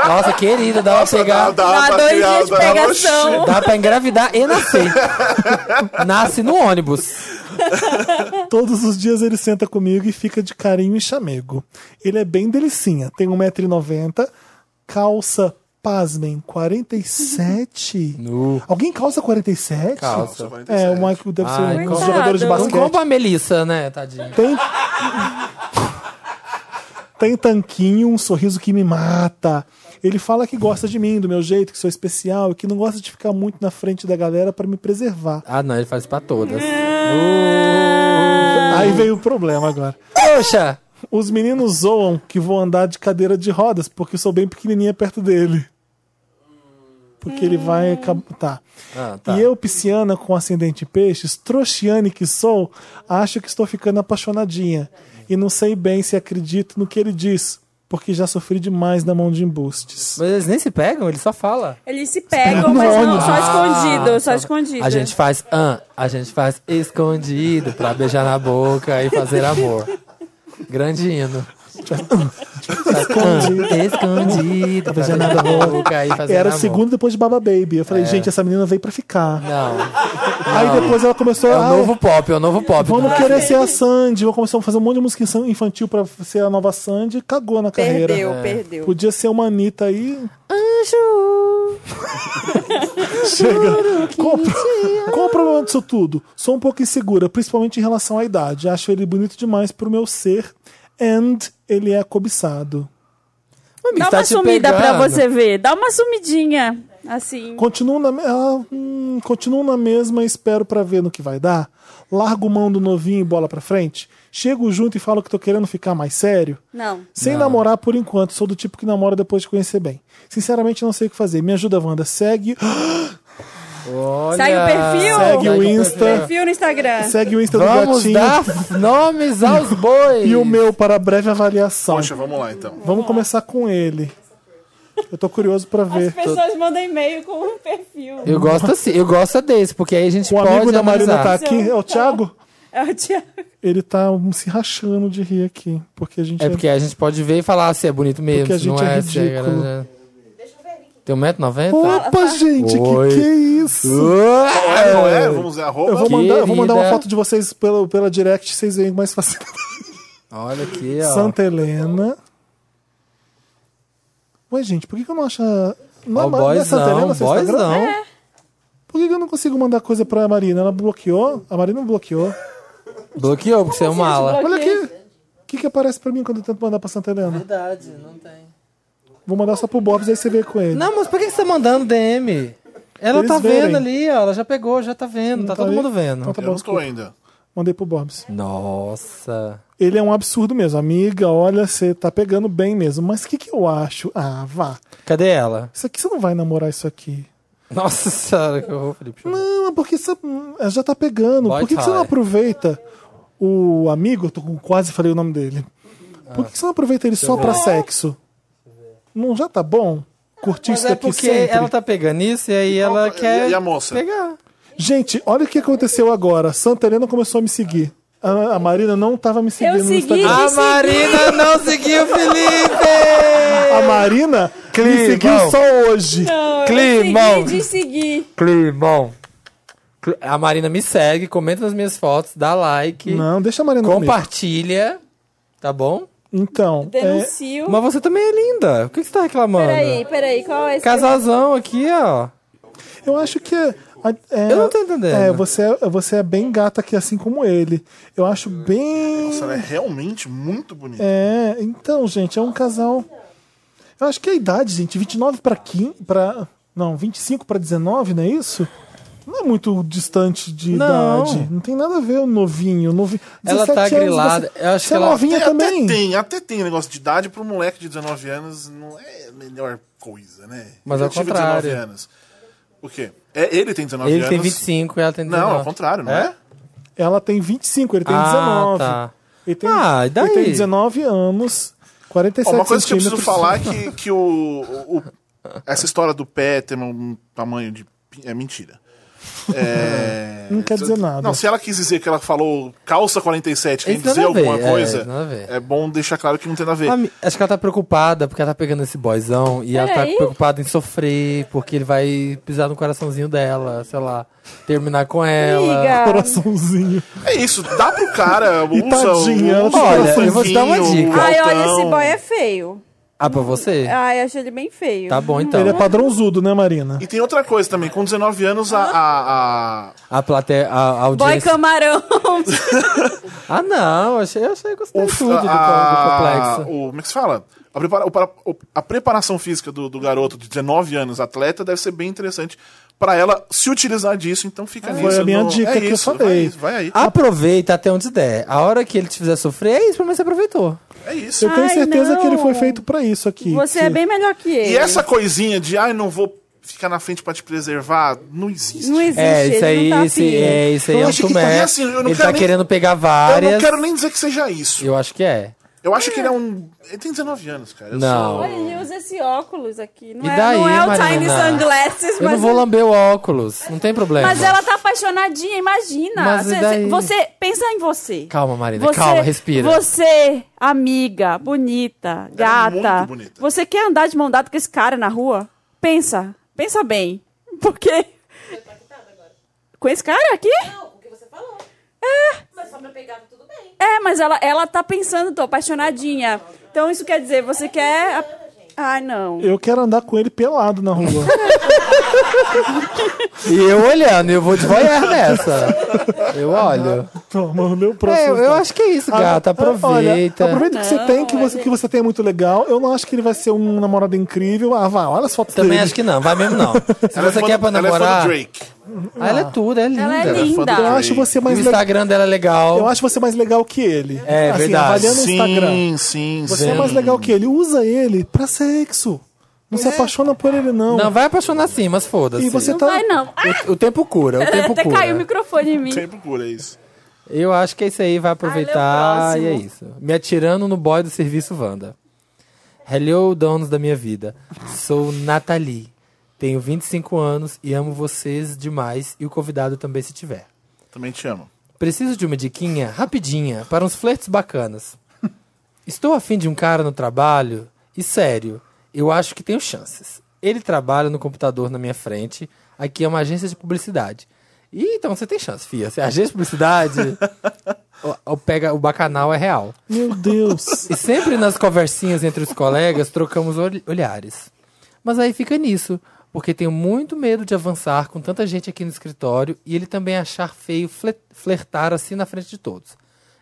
Nossa, querida, dá pra pegar. Dá,
Dá dois dias de pegação.
pra engravidar e nascer. Nasce no ônibus.
Todos os dias ele senta comigo e fica de carinho e chamego. Ele é bem delicinha, tem 1,90m, calça, pasmem, 47?
Uhum. Nu.
Alguém calça 47?
Calça.
É, o Michael deve ser
Ai,
um dos
coitado.
jogadores de
Não
Não
basquete.
compra a Melissa, né, tadinha?
Tem... Tem tanquinho, um sorriso que me mata. Ele fala que gosta de mim, do meu jeito, que sou especial e que não gosta de ficar muito na frente da galera pra me preservar.
Ah, não, ele faz pra todas.
Aí veio o problema agora.
Poxa!
Os meninos zoam que vou andar de cadeira de rodas porque eu sou bem pequenininha perto dele. Porque ele vai. acab- Tá.
Ah, tá.
E eu, pisciana com ascendente em peixes, trouxiane que sou, acho que estou ficando apaixonadinha. E não sei bem se acredito no que ele diz, porque já sofri demais na mão de embustes.
Mas eles nem se pegam, eles só falam.
Eles se pegam, mas não, só escondido, só escondido.
A gente faz ah, a gente faz escondido pra beijar na boca e fazer amor. Grande hino. Escondido, escondido, pra beijar na boca e fazer
Era o
amor.
segundo depois de Baba Baby. Eu falei, gente, essa menina veio pra ficar.
Não,
Aí depois ela começou
é o
a.
novo pop, é o novo pop.
Vamos querer ser a Sandy. Vamos começar a fazer um monte de música infantil pra ser a nova Sandy. Cagou na carreira.
Perdeu, perdeu.
Podia ser uma Anitta aí.
Anjo.
Chega. Qual, o pro- qual o problema disso tudo? Sou um pouco insegura, principalmente em relação à idade. Acho ele bonito demais pro meu ser. And ele é cobiçado.
Dá uma sumida pra você ver. Dá uma sumidinha. Assim.
Continuo na, me- ah, hum, continuo na mesma e espero pra ver no que vai dar. Largo mão do novinho e bola pra frente. Chego junto e falo que tô querendo ficar mais sério.
Não.
Sem namorar por enquanto, sou do tipo que namora depois de conhecer bem. Sinceramente, não sei o que fazer. Me ajuda, Wanda. Segue,
Olha,
Segue o
segue
perfil.
o
perfil.
Insta,
Perfil no Instagram.
segue o Insta do
Vamos
gatinho
dar nomes aos bois.
e o meu para breve avaliação.
Poxa, vamos lá então.
Vamos começar com ele. Eu tô curioso pra
As
ver.
pessoas mandam e-mail com o perfil.
Eu gosto assim, eu gosto desse, porque aí a gente
O
pode
Um amigo da Marina
analisar.
tá aqui, é o Thiago.
É o Thiago.
Ele tá hum, se rachando de rir aqui, porque a gente
É porque a gente pode ver e falar se é bonito mesmo,
Porque a
se não
gente é
é, se é
ridículo.
grande. Tem 1,90m?
Opa, gente,
tá- Oi.
que que é isso?
Qual é, não é? Vamos ver, arroba.
Eu vou, mandar, eu vou mandar uma
Querida.
foto de vocês pelo, pela direct, vocês veem mais fácil.
Olha aqui, ó.
Santa Helena. Ué, gente, por que, que eu não acho. a- Não,
Ó,
é
o
Ma- não é
boys
Santa Helena,
não,
seu
boys
Instagram?
não.
Por que, que eu não consigo mandar coisa pra Marina? Ela bloqueou? A Marina bloqueou.
Bloqueou, porque você é uma ala.
Olha aqui. O que, que aparece pra mim quando eu tento mandar pra Santa Helena?
Verdade, não tem.
Vou mandar só pro Bobs, aí você vê com ele.
Não, mas por que que você tá mandando DM? Ela
Eles
tá
verem.
vendo ali, ó. Ela já pegou, já tá vendo. Tá
tá
todo
aí?
mundo vendo.
Então tá
Eu
bom,
não estou ainda.
mandei pro Bobs.
Nossa.
Ele é um absurdo mesmo. Amiga, olha, você tá pegando bem mesmo. Mas o que, que eu acho? Ah, vá.
Cadê ela?
Isso aqui você não vai namorar isso aqui.
Nossa senhora, que horror, Felipe.
Não, mas porque você hum, já tá pegando.
Boy
Por que, que você não
tie.
aproveita? o amigo, eu tô com- quase falei o nome dele. Por que você não aproveita ele só pra sexo? Não já tá bom? Curtir
Mas
isso
é
daqui
porque
sempre.
ela tá pegando isso e aí ela
e-
quer
e a moça?
pegar.
Gente, olha o que aconteceu agora. Santa Helena começou a me seguir. A, a Marina não tava me seguindo
Eu
no
segui,
Instagram.
A Marina não seguiu o Felipe!
A Marina me
Climão.
seguiu só hoje.
Não, eu
Climão.
segui de seguir.
Climão. Cl- A Marina me segue, comenta nas minhas fotos, dá like,
Não, deixa a Marina comigo.
compartilha, tá bom?
Então, é,
Denuncio.
Mas você também é linda. O que que você tá reclamando?
Peraí, peraí, qual é esse?
Casalzão aqui, ó.
eu acho que... é- é-
Eu não tô entendendo.
É, você, é- você é bem gata aqui, assim como ele. Eu acho bem...
Nossa, ela é realmente muito bonita.
É, então, gente, é um casal. Eu acho que a idade, gente, 29 pra 15, para não, 25 pra 19, não é isso? Não é muito distante de
Não.
idade. Não tem nada a ver o novinho, o novinho.
Ela tá
17 anos,
grilada.
Você,
Eu acho
você
que
é
ela-
novinha
Até-
também.
Até tem, até tem negócio de idade para um moleque de 19 anos não é a melhor coisa, né?
Mas
eu
ao
tive
contrário.
19 anos. O quê? É, ele tem 19
Ele
anos.
tem 25 e ela tem 19.
Não, ao contrário, não é?
Ela tem 25, ele tem
Ah,
19.
tá.
Ele tem,
Ah, e daí?
ele tem 19 anos,
Ó,
47
uma coisa que eu preciso
né?
centímetros.
falar é que, que o, o- essa história do pé ter um tamanho de. pin- É mentira. É,
Não quer dizer nada.
Não, se ela quis dizer que ela falou calça 47, quer
Isso nada
dizer
a ver,
alguma
é,
coisa,
nada a ver.
é bom deixar claro que não tem nada a ver.
A mi- Acho que ela tá preocupada porque ela tá pegando esse boyzão e ela tá
Peraí.
preocupada em sofrer porque ele vai pisar no coraçãozinho dela, sei lá, terminar com ela.
Amiga.
Coraçãozinho.
É isso, dá pro cara. usa
tadinha, ela tem
usa um
Olha, eu
vou te dar uma
coraçãozinho,
dica.
um
Ai, olha, esse
altão.
boy é feio.
Ah, pra você?
Ai, acho ele bem feio.
Tá bom então.
Ele é padrãozudo, né, Marina?
E tem outra coisa também, com 19 anos a. a- a-
A plateia, a, a
Boy
audiência.
camarão.
Ah, não, eu achei, eu achei gostei
o,
um de tudo do,
a-
do complexo.
o- como é que se fala? A, prepara- o para- o- a preparação física do, do garoto de 19 anos, atleta, deve ser bem interessante pra ela se utilizar disso, então fica nisso.
foi a minha
no-
dica
é
que eu
isso,
falei. Ah,
Vai, aí, vai aí.
Aproveita até onde der. A hora que ele te fizer sofrer, é isso, pelo menos você aproveitou.
É isso.
Eu tenho
Ai,
certeza
não.
que ele foi feito pra isso aqui.
Você
que-
é bem melhor que ele.
E essa coisinha de, ai, não vou ficar na frente pra te preservar, não existe.
Não existe,
é, isso
ele
aí,
não tá
esse,
afim.
é, isso aí
Eu
é um
acho que
tumé.
também, assim, eu não
ele
quero
tá
nem-
querendo pegar
Eu
várias.
não quero nem dizer que seja isso.
Eu acho que é.
Eu acho que ele é um. Ele tem 19 anos, cara. Eu
Não.
sou-
Olha, ele usa esse óculos aqui. Não,
então. E
é,
daí,
não é o
Marina?
Tiny Sunglasses,
Eu
mas.
não vou lamber o óculos, não tem problema.
Mas ela tá apaixonadinha, imagina.
Mas e
Cê- cê-
daí?
Você, pensa em você.
Calma, Marina,
Você-
calma, respira.
Você, amiga, bonita, gata.
muito bonita.
Você quer andar de mão dada com esse cara na rua? Pensa, pensa bem. Porque. Com esse cara aqui?
Não, o que você falou. É. Mas só pra pegar tudo bem.
É, mas ela, ela tá pensando, tô apaixonadinha. Então isso quer dizer, você
é
quer. a- Ai, não.
Eu quero andar com ele pelado na rua.
E eu olhando, eu vou de voyeur nessa. Eu olho.
Toma, o meu
É,
próximo.
eu, eu acho que é isso,
Ah,
gata.
ah,
Aproveita.
olha, aproveita o que você
Não,
tem, que você, que você tem é muito legal. Eu não acho que ele vai ser um namorado incrível. Ah, vai, olha as fotos
Também
dele.
acho que não, vai mesmo não. Se
Ela é
você
fã
quer
do-
pra
Ela é fã
namorar.
do Drake.
Ah, ela é tudo, é linda.
Ela é
Ela é fã
Eu
do
linda.
acho você
E O
mais legal.
Instagram dela é legal.
Eu acho você mais legal que ele. Assim,
É, verdade.
Avaliando o Instagram.
Sim, sim,
Você
sim.
é mais legal que ele. Usa ele pra sexo. Não se apaixona por ele, não.
É. Não, vai apaixonar sim, mas foda-se.
E você tá.
Ai, não. Ah,
O, o tempo cura, o tempo
até
cura.
caiu o microfone em mim.
Sempre cura isso.
Eu acho que é isso aí, vai aproveitar
Ai,
e
lê o
é
próximo.
isso. Me atirando no boy do serviço Wanda. Hello, donos da minha vida. Sou Nathalie. Tenho 25 anos e amo vocês demais e o convidado também se tiver.
Também te amo.
Preciso de uma diquinha rapidinha para uns flertes bacanas. Estou afim de um cara no trabalho e sério, eu acho que tenho chances. Ele trabalha no computador na minha frente, aqui é uma agência de publicidade. E então você tem chance, fia. Se é agência de publicidade, o, o pega, o bacanal é real.
Meu Deus.
E sempre nas conversinhas entre os colegas trocamos ol- olhares. Mas aí fica nisso, porque tenho muito medo de avançar com tanta gente aqui no escritório e ele também achar feio fle- flertar assim na frente de todos.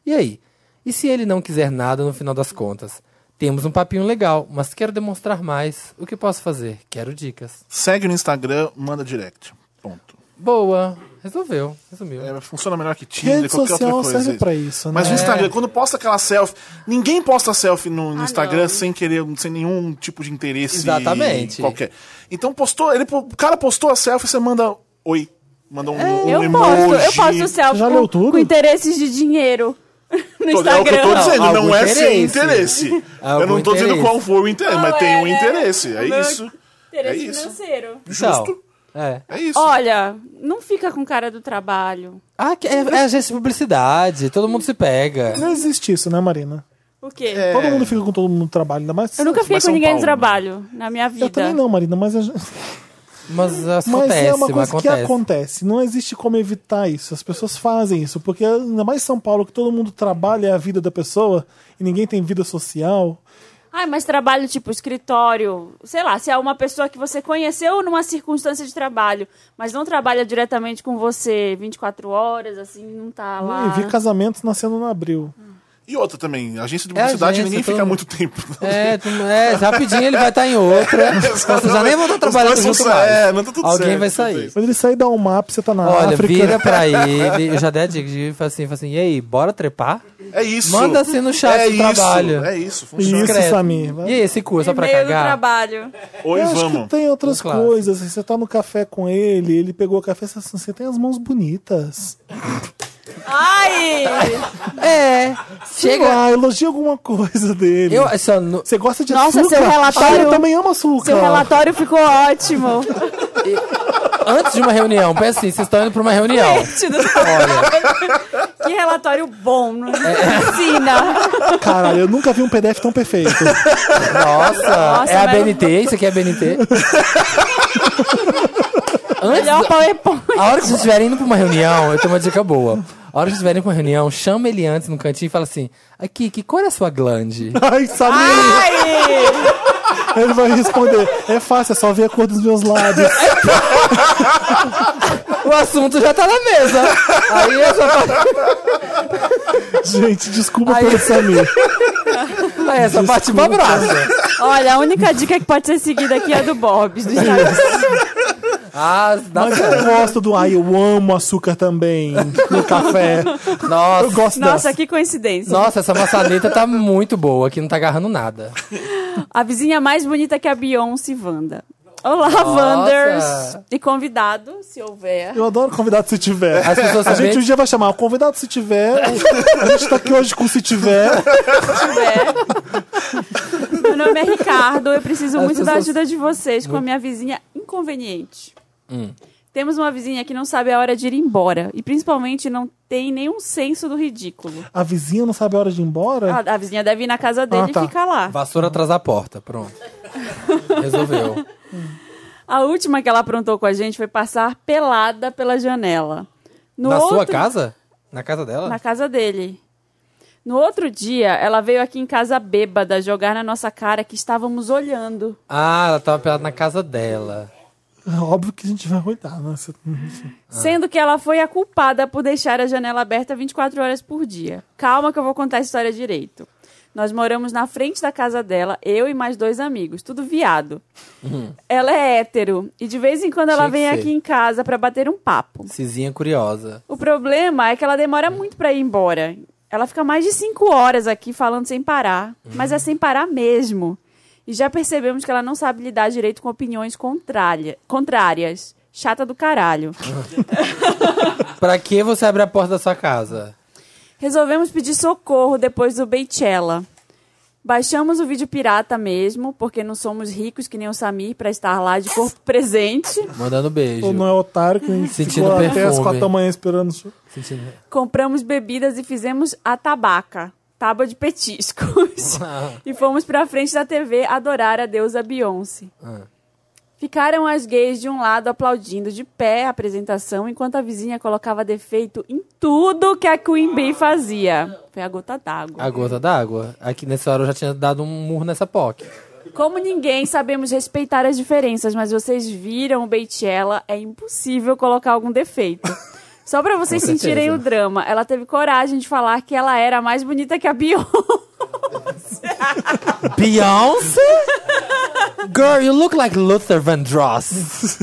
E aí? E se ele não quiser nada no final das contas? Temos um papinho legal, mas quero demonstrar mais. O que posso fazer? Quero dicas.
Segue no Instagram, manda direct. Ponto.
Boa. Resolveu. Resumiu.
É, funciona melhor que Tinder,
Rede
qualquer
social
outra coisa.
serve pra isso, né?
Mas no
É.
Instagram, quando posta aquela selfie, ninguém posta selfie no,
Ah,
no Instagram sem querer, sem nenhum tipo de interesse
Exatamente.
qualquer. Então postou, ele, po- o cara postou a selfie, você manda oi, manda um, um
É, Eu
emoji.
posto, eu posto selfie
Já
com,
leu tudo?
com interesses de dinheiro. no
Tô- É o que eu
Instagram.
tô dizendo,
Não,
não,
algum
é sem
interesse.
interesse.
Algum
eu não tô dizendo
interesse.
qual foi o interesse, mas
Qual
tem um
é, né?
interesse. É
Meu
isso.
Interesse
É isso.
financeiro.
Justo.
É.
É isso.
Olha, não fica com cara do trabalho.
Ah, que- é, é agência de publicidade, todo mundo se pega.
Não existe isso, né, Marina?
O quê?
É.
Todo mundo fica com todo mundo no trabalho, ainda mais.
Eu nunca fiquei
Mas
com
São
ninguém no
Paulo, né?
trabalho na minha vida.
Eu também não, Marina, mas, a gente-
Mas acontece,
mas é uma coisa
acontece.
que acontece. Não existe como evitar isso. As pessoas fazem isso, porque ainda mais São Paulo, que todo mundo trabalha é a vida da pessoa e ninguém tem vida social.
Ai, mas trabalho tipo escritório, sei lá, se é uma pessoa que você conheceu numa circunstância de trabalho, mas não trabalha diretamente com você 24 horas, assim, não tá lá.
E vi casamentos nascendo no abril.
E outra também, agência de
É
publicidade
agência,
ninguém
todo
fica
mundo.
muito tempo.
É, tu- é, rapidinho ele vai estar em outra. Você já nem vão estar
Os
trabalhando
dois vão
junto
sa-
mais.
é, não tá tudo
Alguém
certo,
vai
tudo
sair.
bem.
Quando ele sair da UMAP, você tá na
Olha,
África.
vira pra ele. Eu já dei a dica de fala assim, fala assim, e aí, bora trepar?
É isso.
Manda assim no chat
é
do
isso,
trabalho.
É isso, funciona.
Isso,
Discreto.
Samir. vai.
E aí, esse cu é só pra
E-mail do
cagar?
trabalho.
Oi,
Eu acho
vamos.
que tem outras
Claro.
coisas. assim, Você tá no café com ele, ele pegou o café e você, assim, você tem as mãos bonitas.
Ai!
É. Chega.
Ah, elogia alguma coisa dele.
Eu, só, no-
Você gosta de
Nossa,
açúcar?
seu relatório-
Ah, eu também amo açúcar.
Seu relatório ficou ótimo.
antes de uma reunião, pensa assim, vocês estão indo pra uma reunião.
Gente do céu. que relatório bom, não é? ensina.
Caralho, eu nunca vi um PDF tão perfeito.
Nossa,
Nossa,
é a
mas-
BNT, isso aqui é a BNT. Antes,
Melhor PowerPoint.
a hora que vocês estiverem indo pra uma reunião, eu tenho uma dica boa. A hora que vocês estiverem indo pra uma reunião, chama ele antes no cantinho e fala assim: Aqui, que cor é a sua glande?
Ai,
Ah!
Samir,
Ai!
ele vai responder. É fácil, é só ver a cor dos meus lábios.
O assunto já tá na mesa. Aí eu só falo.
Gente, desculpa
Aí-
pelo Samir.
Aí essa parte é pra brasa.
Olha, a única dica que pode ser seguida aqui é a do Bob's, do Instagram.
Ah, dá
Mas eu gosto do. Ai, eu amo açúcar também no café. Eu
Nossa.
gosto
Nossa,
dessa.
que coincidência.
Nossa, essa maçaneta tá muito boa, aqui não tá agarrando nada.
A vizinha mais bonita que a Beyoncé, Wanda. Olá, Wanders. E convidado, se houver.
Eu adoro convidado se tiver.
As pessoas
A gente
sabem-
um dia vai chamar o convidado se tiver. A gente tá aqui hoje com se tiver.
É. Meu nome é Ricardo, eu preciso
As
muito da
pessoas-
ajuda de vocês com a minha vizinha inconveniente. Temos uma vizinha que não sabe a hora de ir embora e principalmente não tem nenhum senso do ridículo.
A vizinha não sabe a hora de ir embora?
É.
A, a vizinha deve ir na casa dele
Ah, tá.
e ficar lá.
Vassoura atrás da porta, pronto. Resolveu.
A última que ela aprontou com a gente foi passar pelada pela janela. No
Na sua
outro-
casa? Na casa dela?
Na casa dele. No outro dia, ela veio aqui em casa bêbada jogar na nossa cara que estávamos olhando.
Ah, ela tava pelada na casa dela.
É Óbvio que a gente vai cuidar, né? Você-
Ah.
Sendo que ela foi a culpada por deixar a janela aberta 24 horas por dia. Calma que eu vou contar a história direito. Nós moramos na frente da casa dela, eu e mais dois amigos, tudo viado. Ela é hétero e de vez em quando
Tinha
ela
que
vem
Uhum. ser.
aqui em casa pra bater um papo.
Cizinha curiosa.
O problema é que ela demora muito pra ir embora. Ela fica mais de cinco horas aqui falando sem parar, mas é sem parar mesmo. E já percebemos que ela não sabe lidar direito com opiniões contrária- contrárias. Chata do caralho.
Pra que você abre a porta da sua casa?
Resolvemos pedir socorro depois do Beichella. Baixamos o vídeo pirata mesmo, porque não somos ricos que nem o Samir pra estar lá de corpo presente.
Mandando beijo.
Ou não é otário que nem
Sentindo
ficou até
perfume.
as quatro da manhã esperando.
Sentindo-
Compramos bebidas e fizemos a tabaca, tábua de petiscos. e fomos pra frente da TV adorar a deusa Beyoncé. Ficaram as gays de um lado aplaudindo de pé a apresentação, enquanto a vizinha colocava defeito em tudo que a Queen Bee fazia. Foi a gota d'água.
A gota d'água. Aqui nessa hora eu já tinha dado um murro nessa POC.
Como ninguém, sabemos respeitar as diferenças, mas vocês viram o Beichella, é impossível colocar algum defeito. Só pra vocês
Com certeza.
sentirem o drama, ela teve coragem de falar que ela era mais bonita que a Beyoncé.
Beyoncé? Girl, you look like Luther Vandross.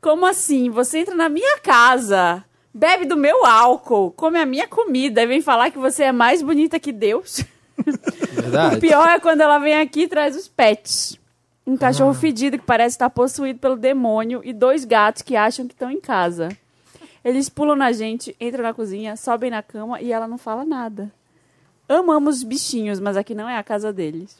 Como assim? Você entra na minha casa, bebe do meu álcool, come a minha comida e vem falar que você é mais bonita que Deus? O
Verdade?
pior é quando ela vem aqui e traz os pets. Um
Ah.
cachorro fedido que parece estar possuído pelo demônio e dois gatos que acham que estão em casa. Eles pulam na gente, entram na cozinha, sobem na cama e ela não fala nada. Amamos bichinhos, mas aqui não é a casa deles.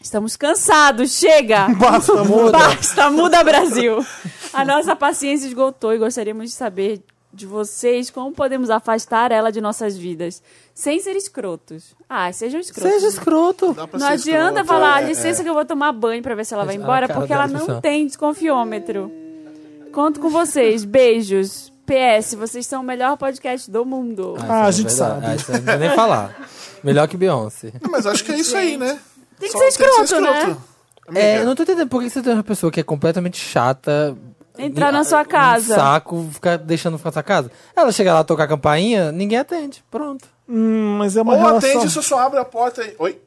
Estamos cansados, chega!
Basta, muda.
Basta, muda Brasil! A nossa paciência esgotou e gostaríamos de saber de vocês como podemos afastar ela de nossas vidas, sem ser escrotos. Ah, sejam escrotos.
Seja é escroto.
Dá pra
Não
ser
adianta
escroto,
falar,
é,
licença que eu vou tomar banho pra ver se ela vai
Ah,
embora,
cara
porque ela
dela,
não
pessoal.
tem desconfiômetro. Conto com vocês. Beijos. PS, vocês são o melhor podcast do mundo.
Ah, a gente sabe.
Ah, isso aí não precisa nem falar. Melhor que Beyoncé.
Mas acho que é isso aí, né?
Tem que
Só
ser escroto, né?
Amiga,
É, eu não tô entendendo por que você tem uma pessoa que é completamente chata.
Entrar na
um
sua casa.
saco, ficar deixando ficar na sua casa. Ela chega lá tocar a campainha, ninguém atende. Pronto.
Hum, mas é uma
Ou
relação...
atende, você só abre a porta e. Oi?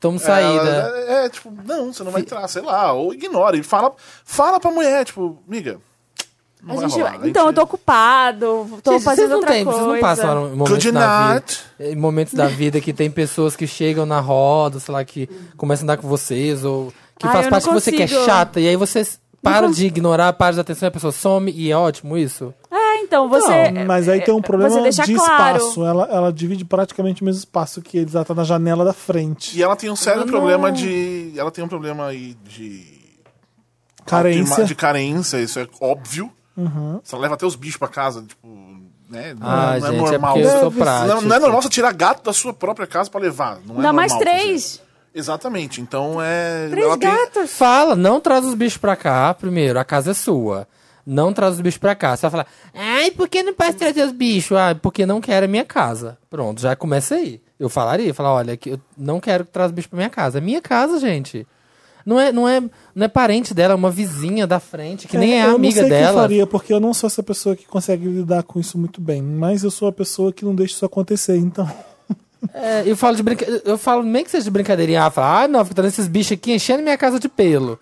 Toma saída.
É, é, é, tipo, não, você não vai entrar, sei lá. Ou ignora. E fala, fala pra mulher, tipo, amiga.
A
Não vai
gente-
rolar, a
então, eu
gente-
tô ocupado, tô
Gente, vocês
fazendo
não
outra
têm,
coisa.
vocês não passam em momentos
Good
da vida,
night.
em momentos da vida que tem pessoas que chegam na roda, sei lá, que começam a andar com vocês, ou que
Ah,
faz
eu
parte
não
que você que é
consigo.
chata, e aí você para de ignorar, para de atenção, e a pessoa some, e é ótimo isso.
É, então, você.
Mas aí tem
é,
um
você
problema
deixa
de
claro.
espaço. Ela, ela divide praticamente o mesmo espaço que eles. Ela tá na janela da frente.
E ela tem um sério problema de. Ela tem um problema aí de.
Carência.
De, de carência, isso é óbvio. Você leva até os bichos pra casa, tipo. Né? Não,
Ah,
não
gente,
é
é
normal.
porque eu sou
Não, não,
prático.
é normal você tirar gato da sua própria casa pra levar. Não é
Dá mais
normal fazer
três.
isso. Exatamente. Então é.
Três
ela tem-
gatos.
Fala, não traz os bichos pra cá, primeiro, a casa é sua. Não traz os bichos pra cá. Você vai falar, ai, por que não pode trazer os bichos? Ah, porque não quero a minha casa. Pronto, já começa aí. Eu falaria, falar, olha, que eu não quero que traz os bichos pra minha casa. É minha casa, gente. Não é, não é, não é parente dela, é uma vizinha da frente, que nem é
eu não
amiga
sei o que eu
dela.
faria, porque eu não sou essa pessoa que consegue lidar com isso muito bem. Mas eu sou a pessoa que não deixa isso acontecer. Então,
É, eu falo de brincadeira. Eu falo nem que seja de brincadeirinha. Ah, fala, ah, não, fica trazendo esses bichos aqui enchendo minha casa de pelo.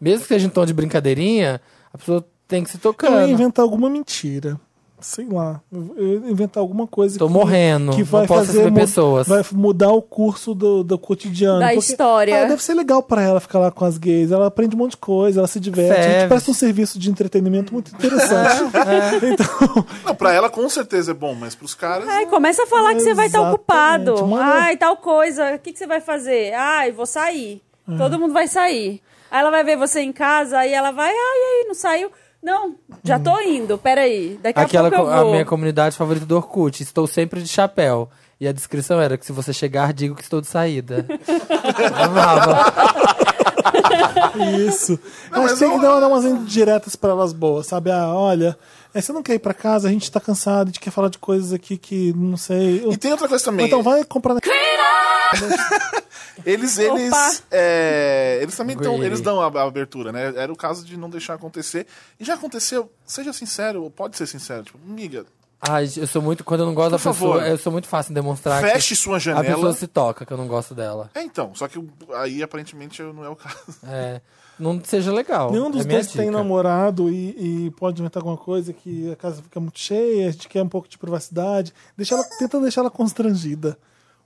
Mesmo que seja em tom de brincadeirinha, a pessoa tem que se
eu ia
tocando.
inventar alguma mentira. Sei lá. Eu ia inventar alguma coisa
Tô
que,
morrendo,
que
não
vai
posso
fazer
receber
mu-
pessoas.
Vai mudar o curso do, do cotidiano.
Da história.
Ah, deve ser legal pra ela ficar lá com as gays. Ela aprende um monte de coisa, ela se diverte.
Serve. É,
Parece um serviço de entretenimento muito interessante. Então,
Não, pra ela com certeza é bom, mas pros caras.
Ai, começa a falar que você vai estar
Exatamente.
ocupado.
Manda-
Ai, tal coisa. O que, que você vai fazer? Ai, vou sair. Todo mundo vai sair. Aí ela vai ver você em casa, aí ela vai, ai, aí, não saiu. Não, já tô indo, peraí. Daqui
Aquela
a pouco
co-
eu
a
vou.
minha comunidade favorita do Orkut. Estou sempre de chapéu. E a descrição era que se você chegar, digo que estou de saída. Amava.
Isso. Mas tem que dar dar umas indiretas pra elas boas, sabe? Ah, olha, é, você não quer ir pra casa, a gente tá cansado, a gente quer falar de coisas aqui que não sei.
E tem outra coisa também.
Então vai comprar na.
Eles, eles,
Opa!
é, eles também tão,
Greedy.
eles dão a, a abertura, né? Era o caso de não deixar acontecer. E já aconteceu, seja sincero, pode ser sincero. Tipo, amiga,
Ai, eu sou muito. Quando eu não gosto da
Por
pessoa,
favor.
eu sou muito fácil em demonstrar. Tá, que
feche sua
A pessoa
janela.
se toca, que eu não gosto dela.
É, então, só que aí aparentemente não é o caso.
É, não seja legal.
Nenhum dos
é minha
dois tem
dica.
namorado e, e pode inventar alguma coisa que a casa fica muito cheia, a gente quer um pouco de privacidade. Deixa ela, tenta deixar ela constrangida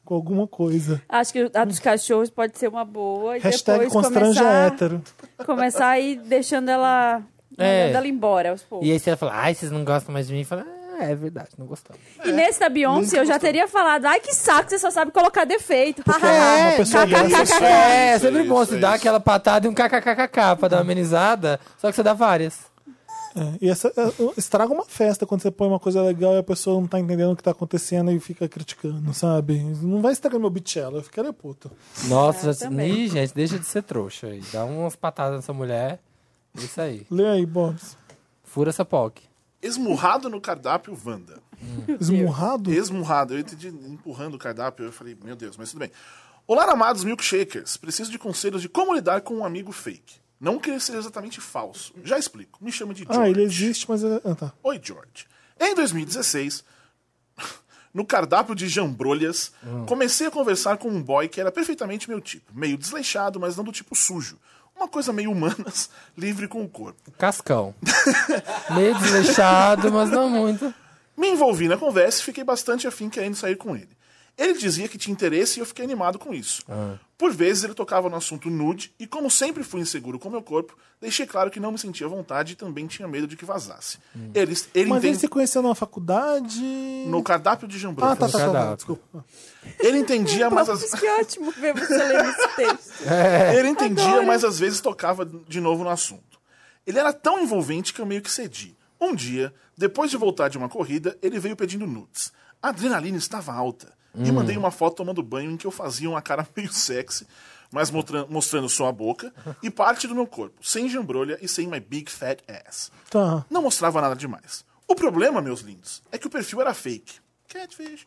com alguma coisa.
Acho que a dos cachorros pode ser uma boa. E
Hashtag
depois
constrange
começar,
hétero.
começar a ir deixando ela.
É.
Mandando ela embora aos poucos.
E aí você vai falar, ai, vocês não gostam mais de mim? Fala, ah, é verdade, não gostamos.
E nesse da Beyoncé, eu já teria falado, ai, que saco, você só sabe colocar defeito.
uma pessoa dessa-
É,
isso,
é sempre bom
isso,
se
é
dar
isso.
aquela patada e um kkkk pra dar uma amenizada, só que você dá várias.
É, E essa, é, estraga uma festa quando você põe uma coisa legal e a pessoa não tá entendendo o que tá acontecendo e fica criticando, sabe? Não vai estragar meu bitchelo, eu ficaria puto.
Nossa, já...
também.
Ih, gente, deixa de ser trouxa aí. Dá umas patadas nessa mulher. É Isso aí.
Lê aí, Bobs.
Fura essa POC.
Esmurrado no cardápio, Wanda.
Esmurrado?
Esmurrado. Eu entendi empurrando o cardápio, eu falei, meu Deus, mas tudo bem. Olá, amados milkshakers. Preciso de conselhos de como lidar com um amigo fake. Não que ele seja exatamente falso. Já explico. Me chama de George.
Ah, ele existe, mas. é- Ah, tá.
Oi, George. Em 2016, no cardápio de jambrolhas,
Hum.
comecei a conversar com um boy que era perfeitamente meu tipo. Meio desleixado, mas não do tipo sujo. Uma coisa meio humanas, livre com o corpo.
Cascão. Meio desleixado, mas não muito.
Me envolvi na conversa e fiquei bastante afim querendo sair com ele. Ele dizia que tinha interesse e eu fiquei animado com isso.
Ah.
Por vezes ele tocava no assunto nude e, como sempre fui inseguro com meu corpo, deixei claro que não me sentia à vontade e também tinha medo de que vazasse. Ele,
Hum.
ele
Mas
entende
eles se conheceu numa faculdade.
no cardápio de jambrô.
Ah, tá, tá, tá, tá.
cardápio.
Desculpa.
Ele entendia, mas as...
Que ótimo ver você lendo esse texto.
Ele entendia, mas às vezes tocava de novo no assunto. Ele era tão envolvente que eu meio que cedi. Um dia, depois de voltar de uma corrida, ele veio pedindo nudes. A adrenalina estava alta. E mandei uma foto tomando banho em que eu fazia uma cara meio sexy, mas mostrando, mostrando só a boca e parte do meu corpo, sem jambrolha e sem my big fat ass.
Tá.
Não mostrava nada demais. O problema, meus lindos, é que o perfil era fake. Catfish.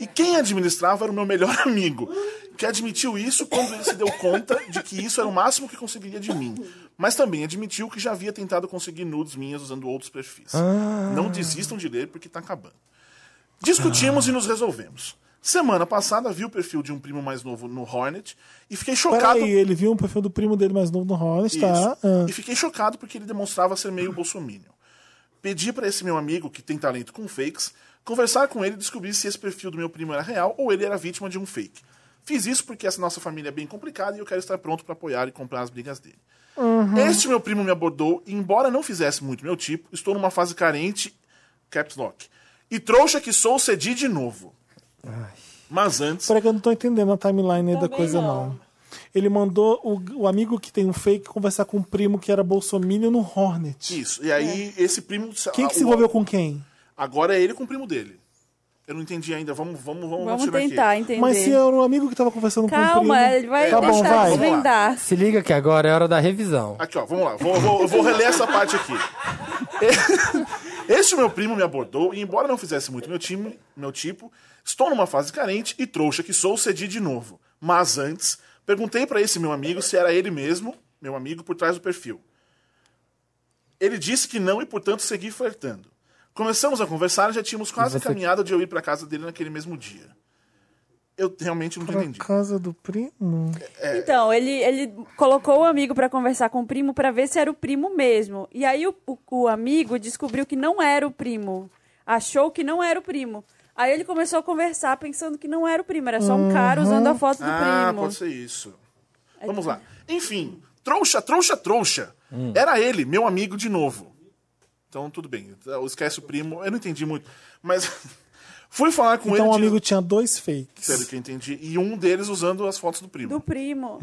E quem administrava era o meu melhor amigo, que admitiu isso quando ele se deu conta de que isso era o máximo que conseguiria de mim. Mas também admitiu que já havia tentado conseguir nudes minhas usando outros perfis. Não desistam de ler porque tá acabando. Discutimos e nos resolvemos. Semana passada vi o perfil de um primo mais novo no Hornet e fiquei chocado.
Peraí, ele viu um perfil do primo dele mais novo no Hollis, tá?
Isso.
Ah.
E fiquei chocado porque ele demonstrava ser meio bolsominion. Pedi pra esse meu amigo, que tem talento com fakes, conversar com ele e descobrir se esse perfil do meu primo era real ou ele era vítima de um fake. Fiz isso porque essa nossa família é bem complicada e eu quero estar pronto pra apoiar e comprar as brigas dele.
Uhum.
Este meu primo me abordou e, embora não fizesse muito meu tipo, estou numa fase carente, caps lock. E trouxa que sou, cedi de novo. Mas antes,
Peraí que eu não tô entendendo a timeline aí da
Também
coisa, não.
não.
Ele mandou o, o amigo que tem um fake conversar com um primo que era bolsominion no Hornet.
isso. E aí, esse primo.
É. Quem que se
Ah, o-
envolveu com quem?
Agora é ele com o primo dele. Eu não entendi ainda. Vamos, vamos, vamos,
Vamos
tirar
tentar
aqui.
entender.
Mas se era o amigo que tava conversando com o primo...
Calma, ele vai
Tá bom,
deixar
vai.
desvendar.
Se liga que agora é hora da revisão.
Aqui, ó, vamos lá. Vou, vou, eu vou reler essa parte aqui. Este meu primo me abordou e, embora não fizesse muito meu, time, meu tipo, estou numa fase carente e trouxa que sou, cedi de novo. Mas antes, perguntei pra esse meu amigo se era ele mesmo, meu amigo, por trás do perfil. Ele disse que não e, portanto, segui flertando. Começamos a conversar e já tínhamos quase
Você-
caminhado de eu ir pra casa dele naquele mesmo dia. Eu realmente não entendi.
Pra casa do primo?
É.
Então, ele, ele colocou o amigo pra conversar com o primo pra ver se era o primo mesmo. E aí o, o- o amigo descobriu que não era o primo. Achou que não era o primo. Aí ele começou a conversar pensando que não era o primo, era só um cara usando
Uhum.
a foto do
Ah,
primo. É
pode ser isso. Vamos lá. Enfim, trouxa, trouxa, trouxa.
Hum.
Era ele, meu amigo de novo. Então, tudo bem. Eu Esquece o primo. Eu não entendi muito. Mas fui falar com
Então o
ele. de-
amigo tinha dois fakes.
Sério que eu entendi. E um deles usando as fotos do primo.
Do primo.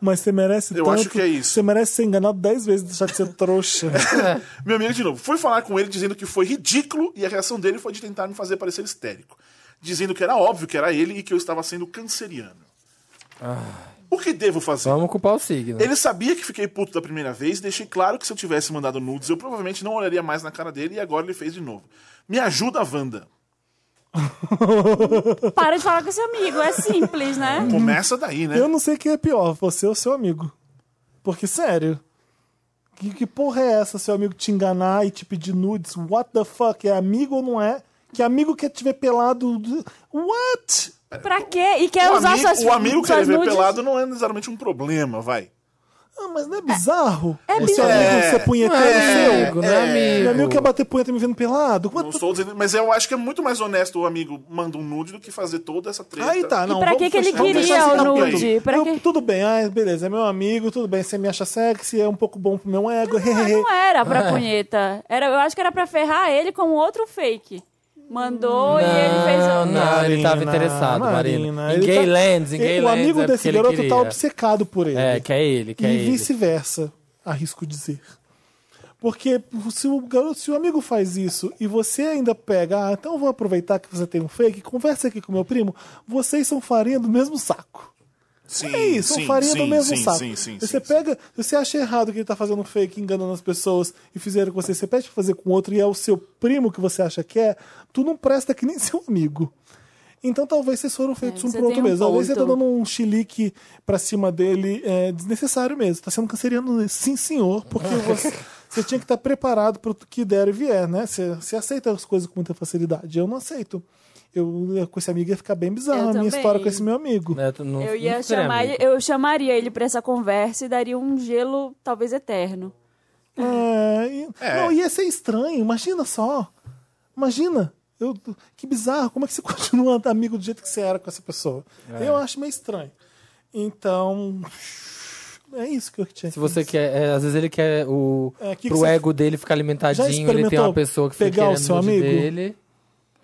Mas você merece
Eu
tanto...
acho que é isso.
Você merece ser enganado dez vezes e deixar de ser trouxa.
Meu amigo de novo. Fui falar com ele dizendo que foi ridículo e a reação dele foi de tentar me fazer parecer histérico. Dizendo que era óbvio que era ele e que eu estava sendo canceriano.
Ah.
O que devo fazer?
Vamos culpar o signo.
É.
Ele sabia que fiquei puto da primeira vez, deixei claro que se eu tivesse mandado nudes, eu provavelmente não olharia mais na cara dele e agora ele fez de novo. Me ajuda, Wanda.
Para de falar com esse amigo, é simples, né?
Começa daí, né?
Eu não sei quem é pior, você ou seu amigo. Porque, sério. Que, que porra é essa, seu amigo te enganar e te pedir nudes? What the fuck? É amigo ou não é? Que amigo quer te ver pelado? What?
Pra quê? E quer
o,
usar
amigo,
suas
o amigo que ele
suas
vê
nudes?
pelado não é necessariamente um problema, vai.
Ah, mas não é bizarro? É, o seu
bizarro.
amigo ser punheteiro
É,
seu?
Amigo, né, amigo?
Meu amigo quer bater punheta me vendo pelado? What
Não
the-
estou dizendo, mas eu acho que é muito mais honesto o amigo manda um nude do que fazer toda essa treta.
Aí tá, não.
E pra que
vamos
que ele
fechar- vamos
queria
fechar esse
o
capítulo.
nude? Pra
Eu-
quê?
Tudo bem, ah, beleza, é meu amigo, tudo bem, você me acha sexy, é um pouco bom pro meu ego.
Mas não é era
É.
pra punheta. Era, eu acho que era pra ferrar ele com outro fake. Mandou e ele fez.
Não,
o-
não, ele tava interessado, Marina. Em
ele
gay
tá-
lands, em gay
O
lands
amigo
é porque
desse
ele
garoto tá
queria.
obcecado por ele.
É, que é ele, que é
e
ele.
vice-versa, arrisco dizer. Porque se o garoto, se o amigo faz isso e você ainda pega, ah, então eu vou aproveitar que você tem um fake, conversa aqui com meu primo, vocês são farinha do mesmo saco.
Sim,
É isso,
sim,
são farinha
sim,
do mesmo
sim,
saco.
Sim, sim,
você
sim,
pega, você acha errado que ele tá fazendo fake, enganando as pessoas e fizeram com você, você pede pra fazer com outro e é o seu primo que você acha que é, tu não presta que nem seu amigo. Então talvez vocês foram feitos
É,
um
você
pro outro
tem um
mesmo. Talvez você tá
ponto.
dando um chilique pra cima dele é, desnecessário mesmo. Tá sendo canceriano, né? sim senhor, porque você, você tinha que estar preparado pro que der e vier, né? Você, você aceita as coisas com muita facilidade. Eu não aceito. Eu, com esse amigo ia ficar bem bizarro a
Eu
minha
também.
história com esse meu amigo.
Né, tu não-
Eu
não
ia
seria
chamar
amigo.
ele- eu chamaria ele pra essa conversa e daria um gelo talvez eterno.
É, e,
É.
Não, ia ser estranho, imagina só. Imagina. Eu, que bizarro, como é que você continua amigo do jeito que você era com essa pessoa?
É.
Eu acho meio estranho. Então. É isso que eu tinha
Se você quer. é, às vezes ele quer o.
É, que que
pro
você-
ego dele ficar
Já
alimentadinho, ele tem
experimentou
uma pessoa que fica
pegar o
querendo
seu
nude
amigo?
dele.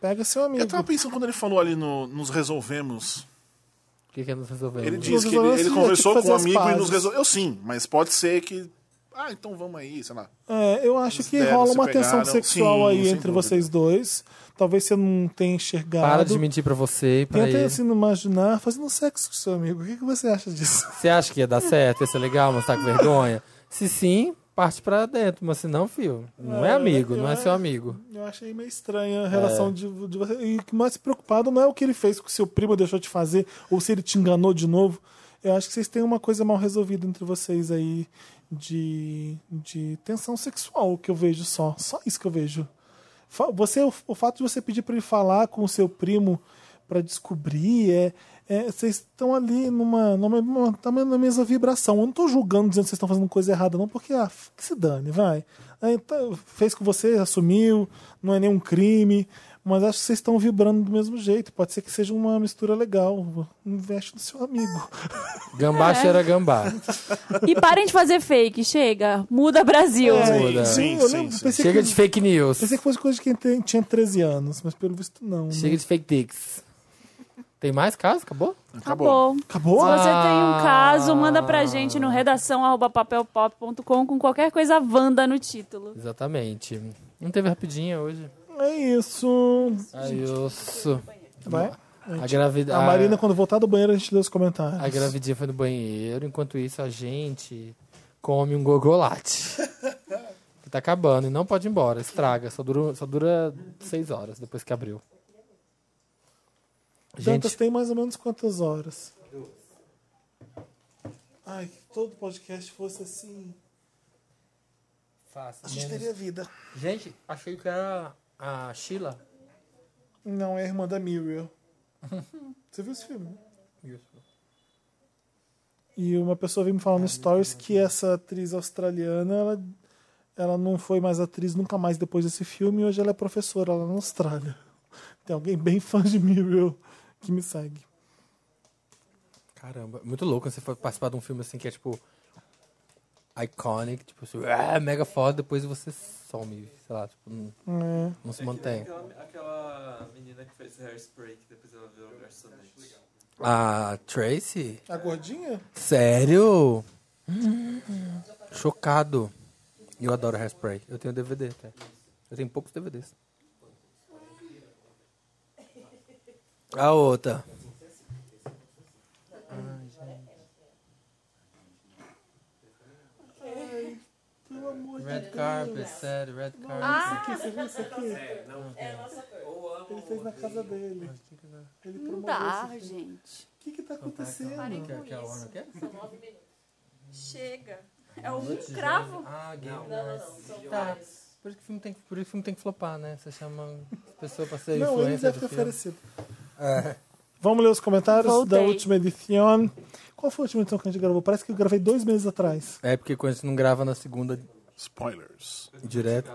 Pega seu amigo.
Eu tava pensando quando ele falou ali no, nos resolvemos.
O que, que nos resolveu?
Ele disse que ele,
resolvemos,
ele
sim,
conversou
tem que
com
fazer
um
as
amigo e
pazes.
nos resolveu. Eu sim, mas pode ser que. Ah, então vamos aí, sei lá.
É, eu acho que
deram,
rola
se
uma tensão
pegaram.
sexual
Sim,
aí
sem
entre
dúvida.
vocês dois. Talvez você não tenha enxergado.
Para de mentir pra você e pra
Tenta
ele.
assim não imaginar fazendo sexo com seu amigo. O que, que você acha disso?
Você acha que ia dar certo? Ia ser legal, mas tá com vergonha? Se sim, parte pra dentro. Mas se não, fio, não é amigo, não é seu amigo.
Eu achei meio estranha a relação de, de você. E o que mais preocupado não é o que ele fez, o que seu primo deixou de fazer, ou se ele te enganou de novo. Eu acho que vocês têm uma coisa mal resolvida entre vocês aí de, de tensão sexual, que eu vejo só. Só isso que eu vejo. Fa- Você, o, o fato de você pedir pra ele falar com o seu primo pra descobrir é. é, vocês estão ali numa, numa, numa, tá na mesma vibração. Eu não tô julgando dizendo que vocês estão fazendo coisa errada, não, porque ah, f- que se dane, vai. Ah, então, fez com você, assumiu, não é nenhum crime, mas acho que vocês estão vibrando do mesmo jeito. Pode ser que seja uma mistura legal. Investe no seu amigo.
Gambá
É.
cheira gambá.
E parem de fazer fake, chega. Muda Brasil.
É.
Sim, sim,
eu
sim,
lembro-
sim.
Pensei,
Chega
que,
de fake news.
pensei que fosse coisa de quem tem- tinha 13 anos, mas pelo visto não. né?
Chega de fake dicks. Tem mais casos? Acabou?
Acabou.
Acabou.
Acabou?
Se você
Ah.
tem um caso, manda pra gente no redação arroba papelpop.com com qualquer coisa Wanda no título.
Exatamente. Não teve rapidinha hoje.
É isso.
Ai, osso.
Vai.
A, gravida...
A Marina, quando voltar do banheiro, a gente lê os comentários.
Ah. a gravidinha foi no banheiro. Enquanto isso, a gente come um gogolate. que tá acabando e não pode ir embora. Estraga. Só dura, só dura seis horas depois que abriu.
Dantas
Gente,
tem mais ou menos quantas horas? Ai, que todo podcast fosse assim.
faça
A gente
menos-
teria vida.
gente, achei que era a Sheila.
Não, é a irmã da Muriel. Você viu esse filme? né? E uma pessoa veio me falar no
Tá,
Stories que essa atriz australiana, ela, ela não foi mais atriz nunca mais depois desse filme e hoje ela é professora lá na Austrália. Tem alguém bem fã de Muriel que me segue.
Caramba, muito louco quando você for participar de um filme assim que é tipo. Iconic, tipo, assim, ah, mega foda, depois você some, sei lá, tipo, não,
É.
não se mantém.
Aquela, aquela menina que fez hairspray, que depois ela virou garçonete.
A Tracy?
A gordinha?
Sério? Uhum. Chocado. Eu adoro hairspray. Eu tenho DVD até. Eu tenho poucos DVDs. A outra.
Pelo amor de
Red carpet, sério, red carpet.
Aqui, você viu isso aqui? Ele fez na casa dele. Ele
Não
promoveu
dá,
esse filme.
gente.
O que que tá acontecendo?
Quer- quer a Warner, quer?
Chega. É um cravo.
Ah, gay. Não, não, Tá. Por isso que o filme tem que, por isso que o filme tem que flopar, né? Você chama as pessoas pra ser
Não, é ele
influencer
deve ter
do filme. É.
oferecido. Vamos ler os comentários
Voltei.
da última edição. Qual foi a última edição que a gente gravou? Parece que eu gravei dois meses atrás.
É porque quando a gente não grava na segunda
Spoilers.
direto.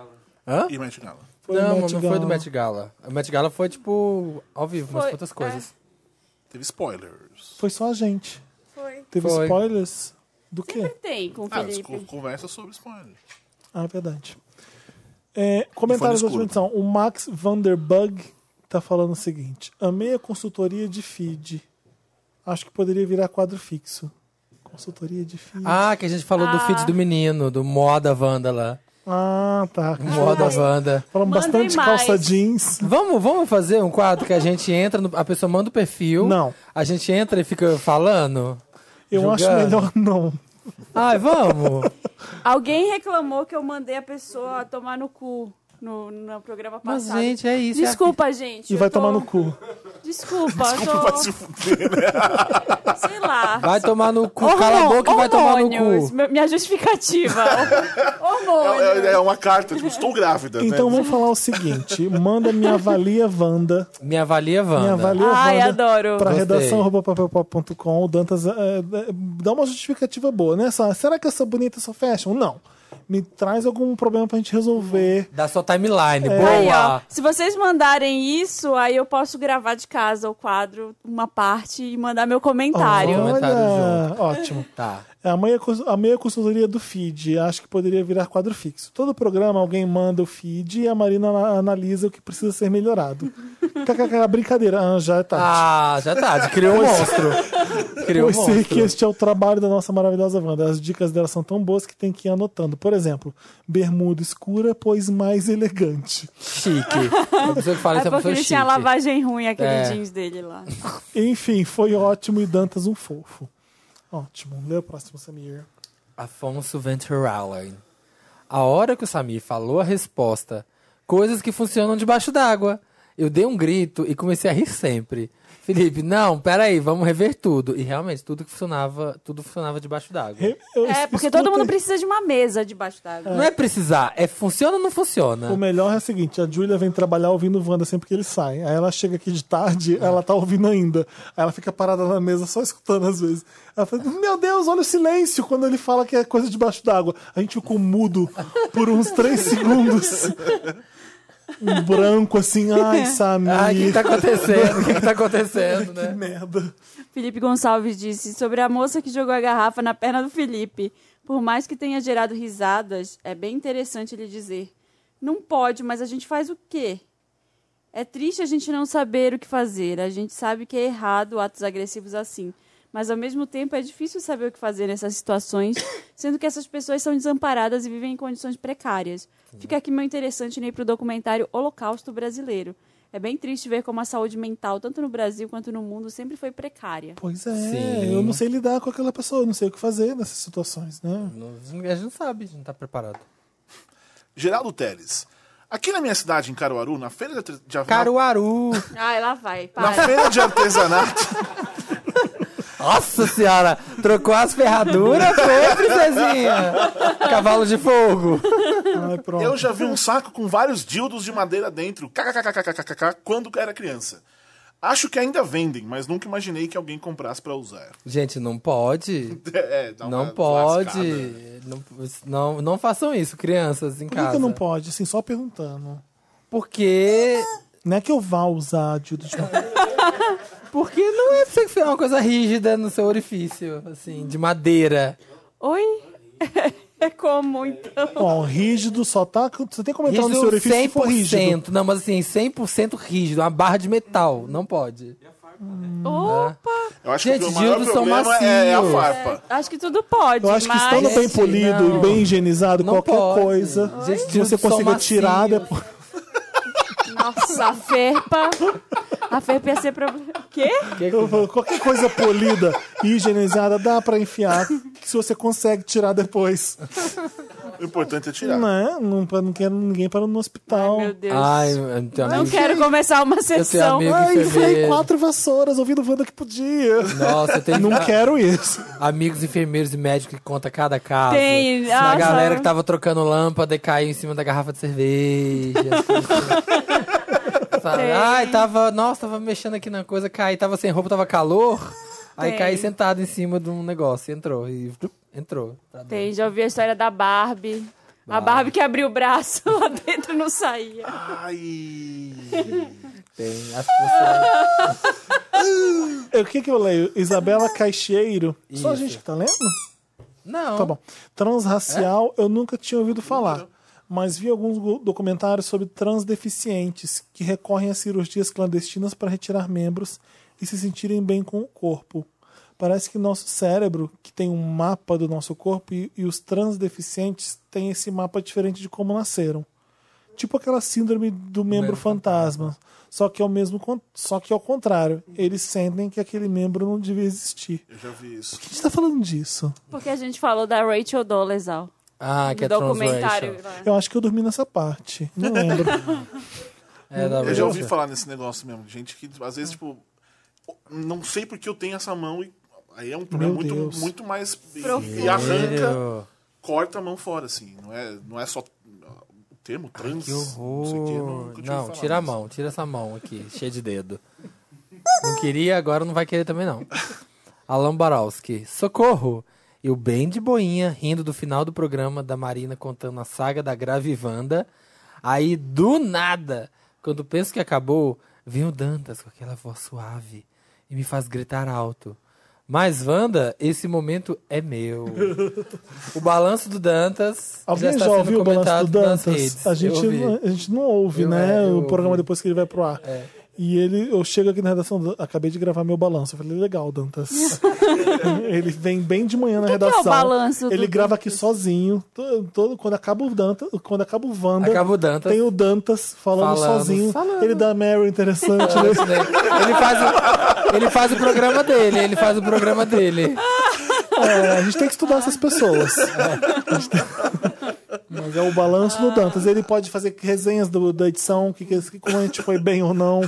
Hã?
E Met Gala.
Foi
não,
o Met
mas não foi do
Gala.
Met Gala. O Met Gala foi tipo ao vivo, mas
Foi, é.
foi outras coisas.
Teve spoilers.
Foi só a gente.
Foi.
Teve
Foi.
spoilers do
Sempre
quê?
tem com o
Ah, eles
Felipe.
co- conversa sobre spoilers.
Ah, é verdade. É, comentários da
E foi no
última edição. O Max Vanderbug tá falando o seguinte: Amei a consultoria de feed. Acho que poderia virar quadro fixo. Consultoria de feed.
Ah, que a gente falou do feed do menino, do Moda Wanda lá.
Ah, tá.
Moda Wanda.
Falamos
Mandem
bastante
mais.
calça jeans.
Vamos, vamos fazer um quadro que a gente entra, no- a pessoa manda o perfil.
Não.
A gente entra e fica falando.
Eu acho
Julgando.
melhor não.
Ai, vamos.
Alguém reclamou que eu mandei a pessoa tomar no cu no, no programa
Mas,
passado.
gente, é isso. é a
Desculpa, gente.
E
eu
vai
tô-
tomar no cu.
Desculpa,
Vai
eu
se fuder, né?
tô... sei lá.
Vai tomar no cu, cala a boca e vai tomar no
Hormônios,
cu.
meu- é Minha justificativa. Hormônios.
É, é uma carta, tipo, estou grávida,
Então
né?
vamos falar o seguinte: manda me avalia Wanda.
Me avalia, é
Me
Wanda.
avalia
Ai,
Wanda
adoro.
Pra
Gostei.
redação arroba papelpop.com. O Dantas é, é, dá uma justificativa boa, né? Só, será que eu sou bonita e sou fashion? Não. me traz algum problema pra gente resolver.
Dá sua timeline,
É. Aí, ó,
boa.
se vocês mandarem isso, aí eu posso gravar de casa o quadro, uma parte, e mandar meu Um comentário.
Olha. Comentário
Olha, ótimo.
Tá.
É a meia, cons- a meia consultoria do feed. Acho que poderia virar quadro fixo. Todo programa alguém manda o feed e a Marina ana- analisa o que precisa ser melhorado. KKK, brincadeira. Ah, já é tarde.
Ah, já tá. Criou um monstro. Criou um
pois sei que
monstro.
este é o trabalho da nossa maravilhosa Wanda. As dicas dela são tão boas que tem que ir anotando. Por exemplo, bermuda escura, pois mais elegante.
Chique. Uma pessoa que fala isso
É
é uma
porque
pessoa
ele
chique.
tinha lavagem ruim aquele
É.
jeans dele lá.
Enfim, foi ótimo e Dantas um fofo. Ótimo. Lê o próximo, Samir.
Afonso Venturalen. A hora que o Samir falou a resposta, coisas que funcionam debaixo d'água. Eu dei um grito e comecei a rir sempre. Felipe, não, peraí, vamos rever tudo. E realmente, tudo que funcionava, tudo funcionava debaixo d'água.
Re- eu-
É, porque
escuta-
todo mundo precisa de uma mesa debaixo d'água.
Não é precisar, é funciona ou não
O
funciona?
melhor é o seguinte, a Julia vem trabalhar ouvindo o Wanda sempre que ele sai. Aí ela chega aqui de tarde,
É.
ela tá ouvindo ainda. Aí ela fica parada na mesa só escutando às vezes. Ela fala, meu Deus, olha o silêncio quando ele fala que é coisa debaixo d'água. A gente ficou mudo por uns três segundos. Um branco assim, ai, Samir.
Ai, o que que tá acontecendo? O que, que tá acontecendo,
Que
né?
merda.
Felipe Gonçalves disse sobre a moça que jogou a garrafa na perna do Felipe. Por mais que tenha gerado risadas, é bem interessante ele dizer: Não pode, mas a gente faz o quê? É triste a gente não saber o que fazer. A gente sabe que é errado atos agressivos assim. Mas ao mesmo tempo é difícil saber o que fazer nessas situações, sendo que essas pessoas são desamparadas e vivem em condições precárias. Fica aqui meu interessante nem para o documentário Holocausto Brasileiro. É bem triste ver como a saúde mental, tanto no Brasil quanto no mundo, sempre foi precária.
Pois é,
Sim.
eu não sei lidar com aquela pessoa, eu não sei o que fazer nessas situações, né?
Não- A gente não sabe, a gente não tá preparado.
Geraldo Teles. Aqui na minha cidade, em Caruaru, na feira de, arte- de- na-
Caruaru!
Ai, Ah, lá vai.
na
Para.
feira de artesanato.
Nossa senhora! Trocou as ferraduras, foi, princesinha! Cavalo de fogo!
Ai, pronto.
Eu já vi um saco com vários dildos de madeira dentro, kkkkkkk, quando era criança. Acho que ainda vendem, mas nunca imaginei que alguém comprasse pra usar.
Gente, não pode.
É, dá uma
Não pode.
lascada.
Não, não, não façam isso, crianças em
Por que,
casa.
que não pode? Assim, só perguntando.
Porque.
Não é que eu vá usar dildo de papel.
Porque não é pra você enfiar uma coisa rígida no seu orifício, assim, de madeira.
Oi? É como, então?
Bom, um rígido só tá. Você tem que comentar no seu
Rígido
orifício se for rígido.
100%. Não, mas assim, 100% rígido, uma barra de metal. Não pode.
Hum, né?
Opa!
Eu acho
Gente,
que o maior
dildos são
problema é, é a
macios.
farpa.
Acho que tudo pode,
Eu acho que
mas...
estando bem
Gente,
polido
não.
e bem higienizado,
Não
qualquer
pode. Ah,
coisa,
Gente,
se você
dildos são
consiga tirar
macios.
depois.
Nossa, a ferpa. A ferpa ia ser problema. Quê?
Qualquer coisa polida e higienizada dá pra enfiar se você consegue tirar depois.
O importante é tirar.
Né? Não, pra- não quero ninguém para no hospital.
Meu Deus.
Ai, eu tenho
não
amigo-
quero começar uma
Eu tenho
sessão.
amigo
Ai, enfiei
enfermeiro.
quatro vassouras ouvindo Wanda que podia.
Nossa, eu tenho
Não quero isso.
amigos enfermeiros e médicos que conta cada caso.
Tem,
A
nossa.
galera que tava trocando lâmpada e caiu em cima da garrafa de cerveja. assim. Sabe?
Tem.
Ai, tava. Nossa, tava mexendo aqui na coisa, caí, tava sem roupa, tava calor. Aí
Tem.
caí sentado em cima de um negócio, e entrou. E tup, entrou. Tá doido.
Tem, já ouvi a história da Barbie. A Barbie que abriu o braço lá dentro e não saía.
Ai.
Tem. As pessoas-
O que, que eu leio? Isabela Caixeiro. Só a
Isso.
gente que tá lendo?
Não.
Tá bom. Transracial eu nunca tinha ouvido falar, mas vi alguns go- documentários sobre transdeficientes que recorrem a cirurgias clandestinas para retirar membros e se sentirem bem com o corpo. Parece que nosso cérebro, que tem um mapa do nosso corpo, e, e os transdeficientes têm esse mapa diferente de como nasceram. Tipo aquela síndrome do membro
Membro
fantasma. Só que, ao mesmo, con- só que ao contrário, eles sentem que aquele membro não devia existir.
Eu já vi isso.
A gente tá falando disso.
Porque a gente falou da Rachel Dolezal.
Ah, que
Do
é
documentário.
transracial.
Eu acho que eu dormi nessa parte. Não lembro.
É, da
Eu já ouvi falar nesse negócio mesmo. Gente que, às vezes, tipo, não sei porque eu tenho essa mão e. Aí é um problema
Meu
muito,
Deus.
muito mais. e-
Profundo.
E arranca,
Sério?
corta a mão fora, assim. Não é, não é só. O termo trans.
Que
Não, sei o quê, eu nunca
horror.
tinha
Não,
ouvido falar,
tira a
mas-
mão, tira essa mão aqui, cheia de dedo. Não queria, agora não vai querer também, não. Alan Barowski, socorro! Eu bem de boinha, rindo do final do programa da Marina contando a saga da Gravivanda. Aí, do nada, quando penso que acabou, vem o Dantas com aquela voz suave e me faz gritar alto. Mas, Wanda, esse momento é meu. o balanço do Dantas já
Alguém
está
já
sendo
ouviu o balanço
comentado
do
nas
Dantas?
redes.
A
Eu
gente,
ouvi.
não, a gente não ouve,
Eu-
né?
é, eu
o programa
ouvi. É.
depois que ele vai pro ar. E ele, eu chego aqui na redação, do- acabei de gravar meu balanço. Eu falei, legal, Dantas. ele vem bem de manhã na
que é o
redação.
balanço do
ele grava
Dantas?
aqui sozinho. Todo, todo- quando acaba o Dantas, quando acaba o Wanda,
Acaba o Dantas.
tem um- o Dantas falando,
Falando,
sozinho.
falando.
Ele dá Mary interessante, né?
Isso, né? Ele faz, o, ele faz o programa dele, ele faz o programa dele.
É, a gente tem que estudar essas pessoas. A gente tem- Mas é o balanço
Ah.
do Dantas. Ele pode fazer resenhas do- da edição, que, que, como a gente foi bem ou não.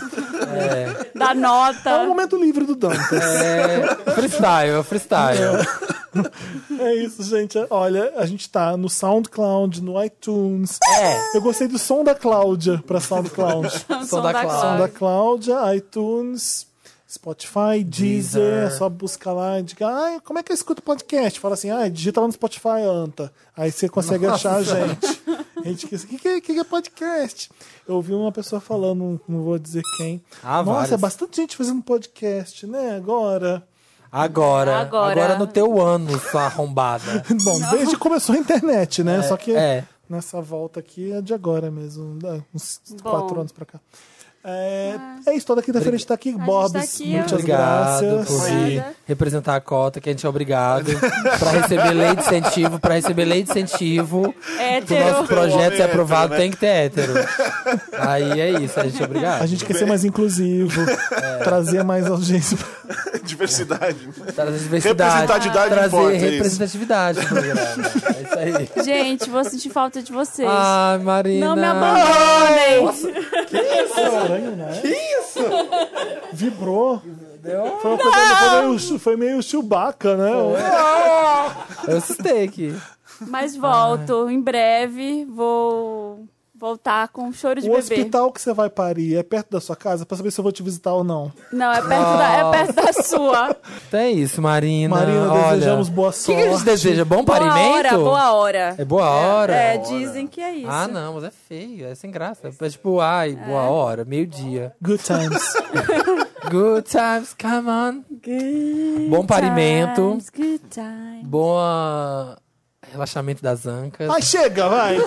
Da nota.
É o momento livre do Dantas.
É freestyle, é freestyle.
É isso, gente. Olha, a gente tá no SoundCloud, no iTunes.
É.
Eu gostei do som da Cláudia pra SoundCloud. som
Som da Cláudia.
da Cláudia, iTunes, Spotify, Deezer.
Deezer.
É só buscar lá e diga, ai, como é que eu escuto podcast? Fala assim, ah, digita lá no Spotify, Anta. Aí você consegue achar a gente. A gente quis, o que, que, é- que que é podcast? Eu ouvi uma pessoa falando, não vou dizer quem.
Ah,
Nossa,
várias.
é bastante gente fazendo podcast, né? Agora.
Agora, agora,
Agora.
no teu ano, sua arrombada.
Bom, desde que começou a internet, né? Só que
é.
nessa volta aqui é de agora mesmo, dá uns
Bom.
quatro anos pra cá. É, é isso, toda quinta-feira a gente tá aqui, Bobs.
tá aqui,
muitas
Obrigado por
graças.
vir
Obrigada.
representar a cota, que a gente é obrigado. Pra receber lei de incentivo, pra receber lei de incentivo. Se o
Hétero.
nosso projeto
Homem
ser aprovado,
hétero, né?
tem que ter hétero. Aí é isso, a gente é obrigado.
A gente quer ser mais inclusivo, trazer mais audiência. pra-
Diversidade. né?
Trazer diversidade.
Representatividade
trazer
importa, é isso.
representatividade pro programa. É isso aí.
Gente, vou sentir falta de vocês.
Ai, Marina.
Não me abandonem.
Estranho, né? Que isso? Vibrou. Foi, uma coisa, foi, meio, foi meio Chewbacca, né?
Eu assustei aqui.
Mas volto. Em breve vou voltar com choro de
O
bebê.
hospital que você vai parir é perto da sua casa pra saber se eu vou te visitar ou não.
Não, é perto, da, é perto da
Ah.
sua.
Então é isso, Marina.
Marina,
Olha,
desejamos boa
O que, que a gente
sorte.
deseja? Bom
Boa
parimento?
hora, boa hora.
É boa hora?
É, dizem que é isso.
Ah, não, mas é feio, é sem graça. É tipo, ai, boa hora, meio-dia.
Good times.
Good times, come on. Bom parimento.
Times, good times.
Boa relaxamento das ancas.
Ai, chega, vai!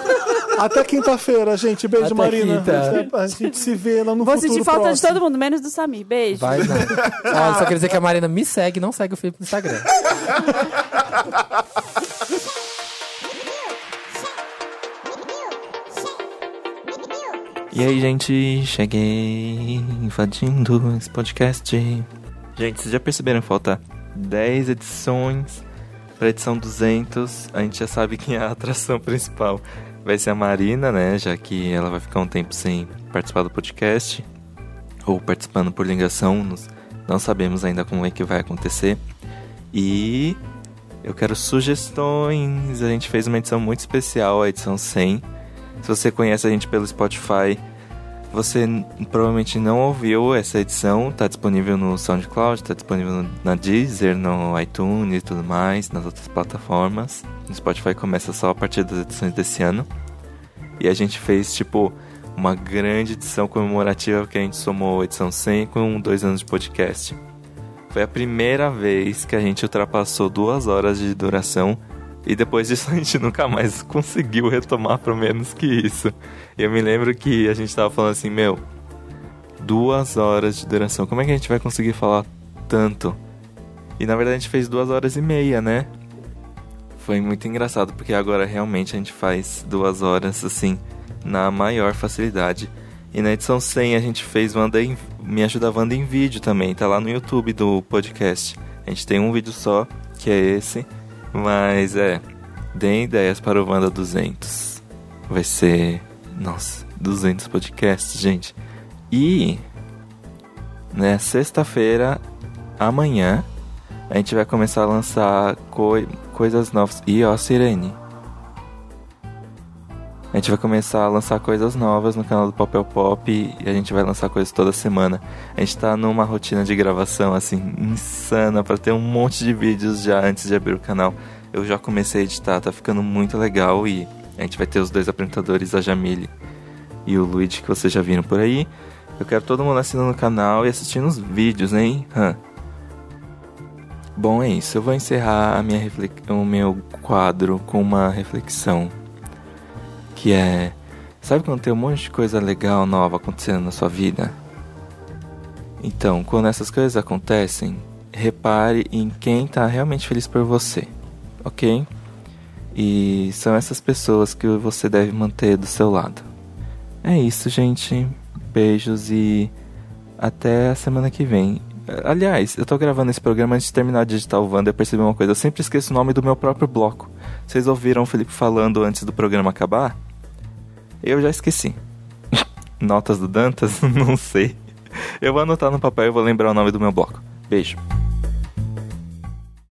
Até quinta-feira, gente. Beijo,
Até
Marina.
quinta.
A gente se vê lá no
Vou
futuro
sentir falta de
próximo.
todo mundo, menos do Samir. Beijo.
Vai não. Ah, só quer dizer que a Marina me segue, não segue o Felipe no Instagram.
E aí, gente, cheguei invadindo esse podcast. Gente, vocês já perceberam que falta 10 edições pra edição 200. A gente já sabe quem é a atração principal. Vai ser a Marina, né? Já que ela vai ficar um tempo sem participar do podcast. Ou participando por ligação. nos- Não sabemos ainda como é que vai acontecer. E eu quero sugestões. A gente fez uma edição muito especial, a edição 100. Se você conhece a gente pelo Spotify, você n- provavelmente não ouviu essa edição. Tá disponível no SoundCloud, tá disponível no- na Deezer, no iTunes e tudo mais, nas outras plataformas. O Spotify começa só a partir das edições desse ano. E a gente fez, tipo, uma grande edição comemorativa que a gente somou a edição 100 com dois anos de podcast. Foi a primeira vez que a gente ultrapassou duas horas de duração e depois disso a gente nunca mais conseguiu retomar pelo menos que isso. E eu me lembro que a gente tava falando assim, meu, duas horas de duração, como é que a gente vai conseguir falar tanto? E na verdade a gente fez duas horas e meia, né? Foi muito engraçado, porque agora realmente a gente faz duas horas assim, na maior facilidade. E na edição 100 a gente fez Wanda em... Me Ajuda Wanda em vídeo também, tá lá no YouTube do podcast. A gente tem um vídeo só, que é esse. Mas é, deem ideias para o Wanda 200. Vai ser, nossa, 200 podcasts, gente. E, né, sexta-feira, amanhã, a gente vai começar a lançar coi- coisas novas. E ó, Sirene. A gente vai começar a lançar coisas novas no canal do Papel Pop e a gente vai lançar coisas toda semana. A gente tá numa rotina de gravação assim insana pra ter um monte de vídeos já antes de abrir o canal. Eu já comecei a editar, tá ficando muito legal e a gente vai ter os dois apresentadores, a Jamile e o Luigi, que vocês já viram por aí. Eu quero todo mundo assinando o canal e assistindo os vídeos, hein? Hã. Bom, é isso. Eu vou encerrar a minha reflex... o meu quadro com uma reflexão. Que é. Sabe quando tem um monte de coisa legal nova acontecendo na sua vida? Então, quando essas coisas acontecem, repare em quem tá realmente feliz por você, ok? E são essas pessoas que você deve manter do seu lado. É isso, gente. Beijos e até a semana que vem. Aliás, eu tô gravando esse programa antes de terminar de digitar o Wanda. Eu percebi uma coisa: eu sempre esqueço o nome do meu próprio bloco. Vocês ouviram o Felipe falando antes do programa acabar? Eu já esqueci. Notas do Dantas? Não sei. Eu vou anotar no papel e vou lembrar o nome do meu bloco. Beijo.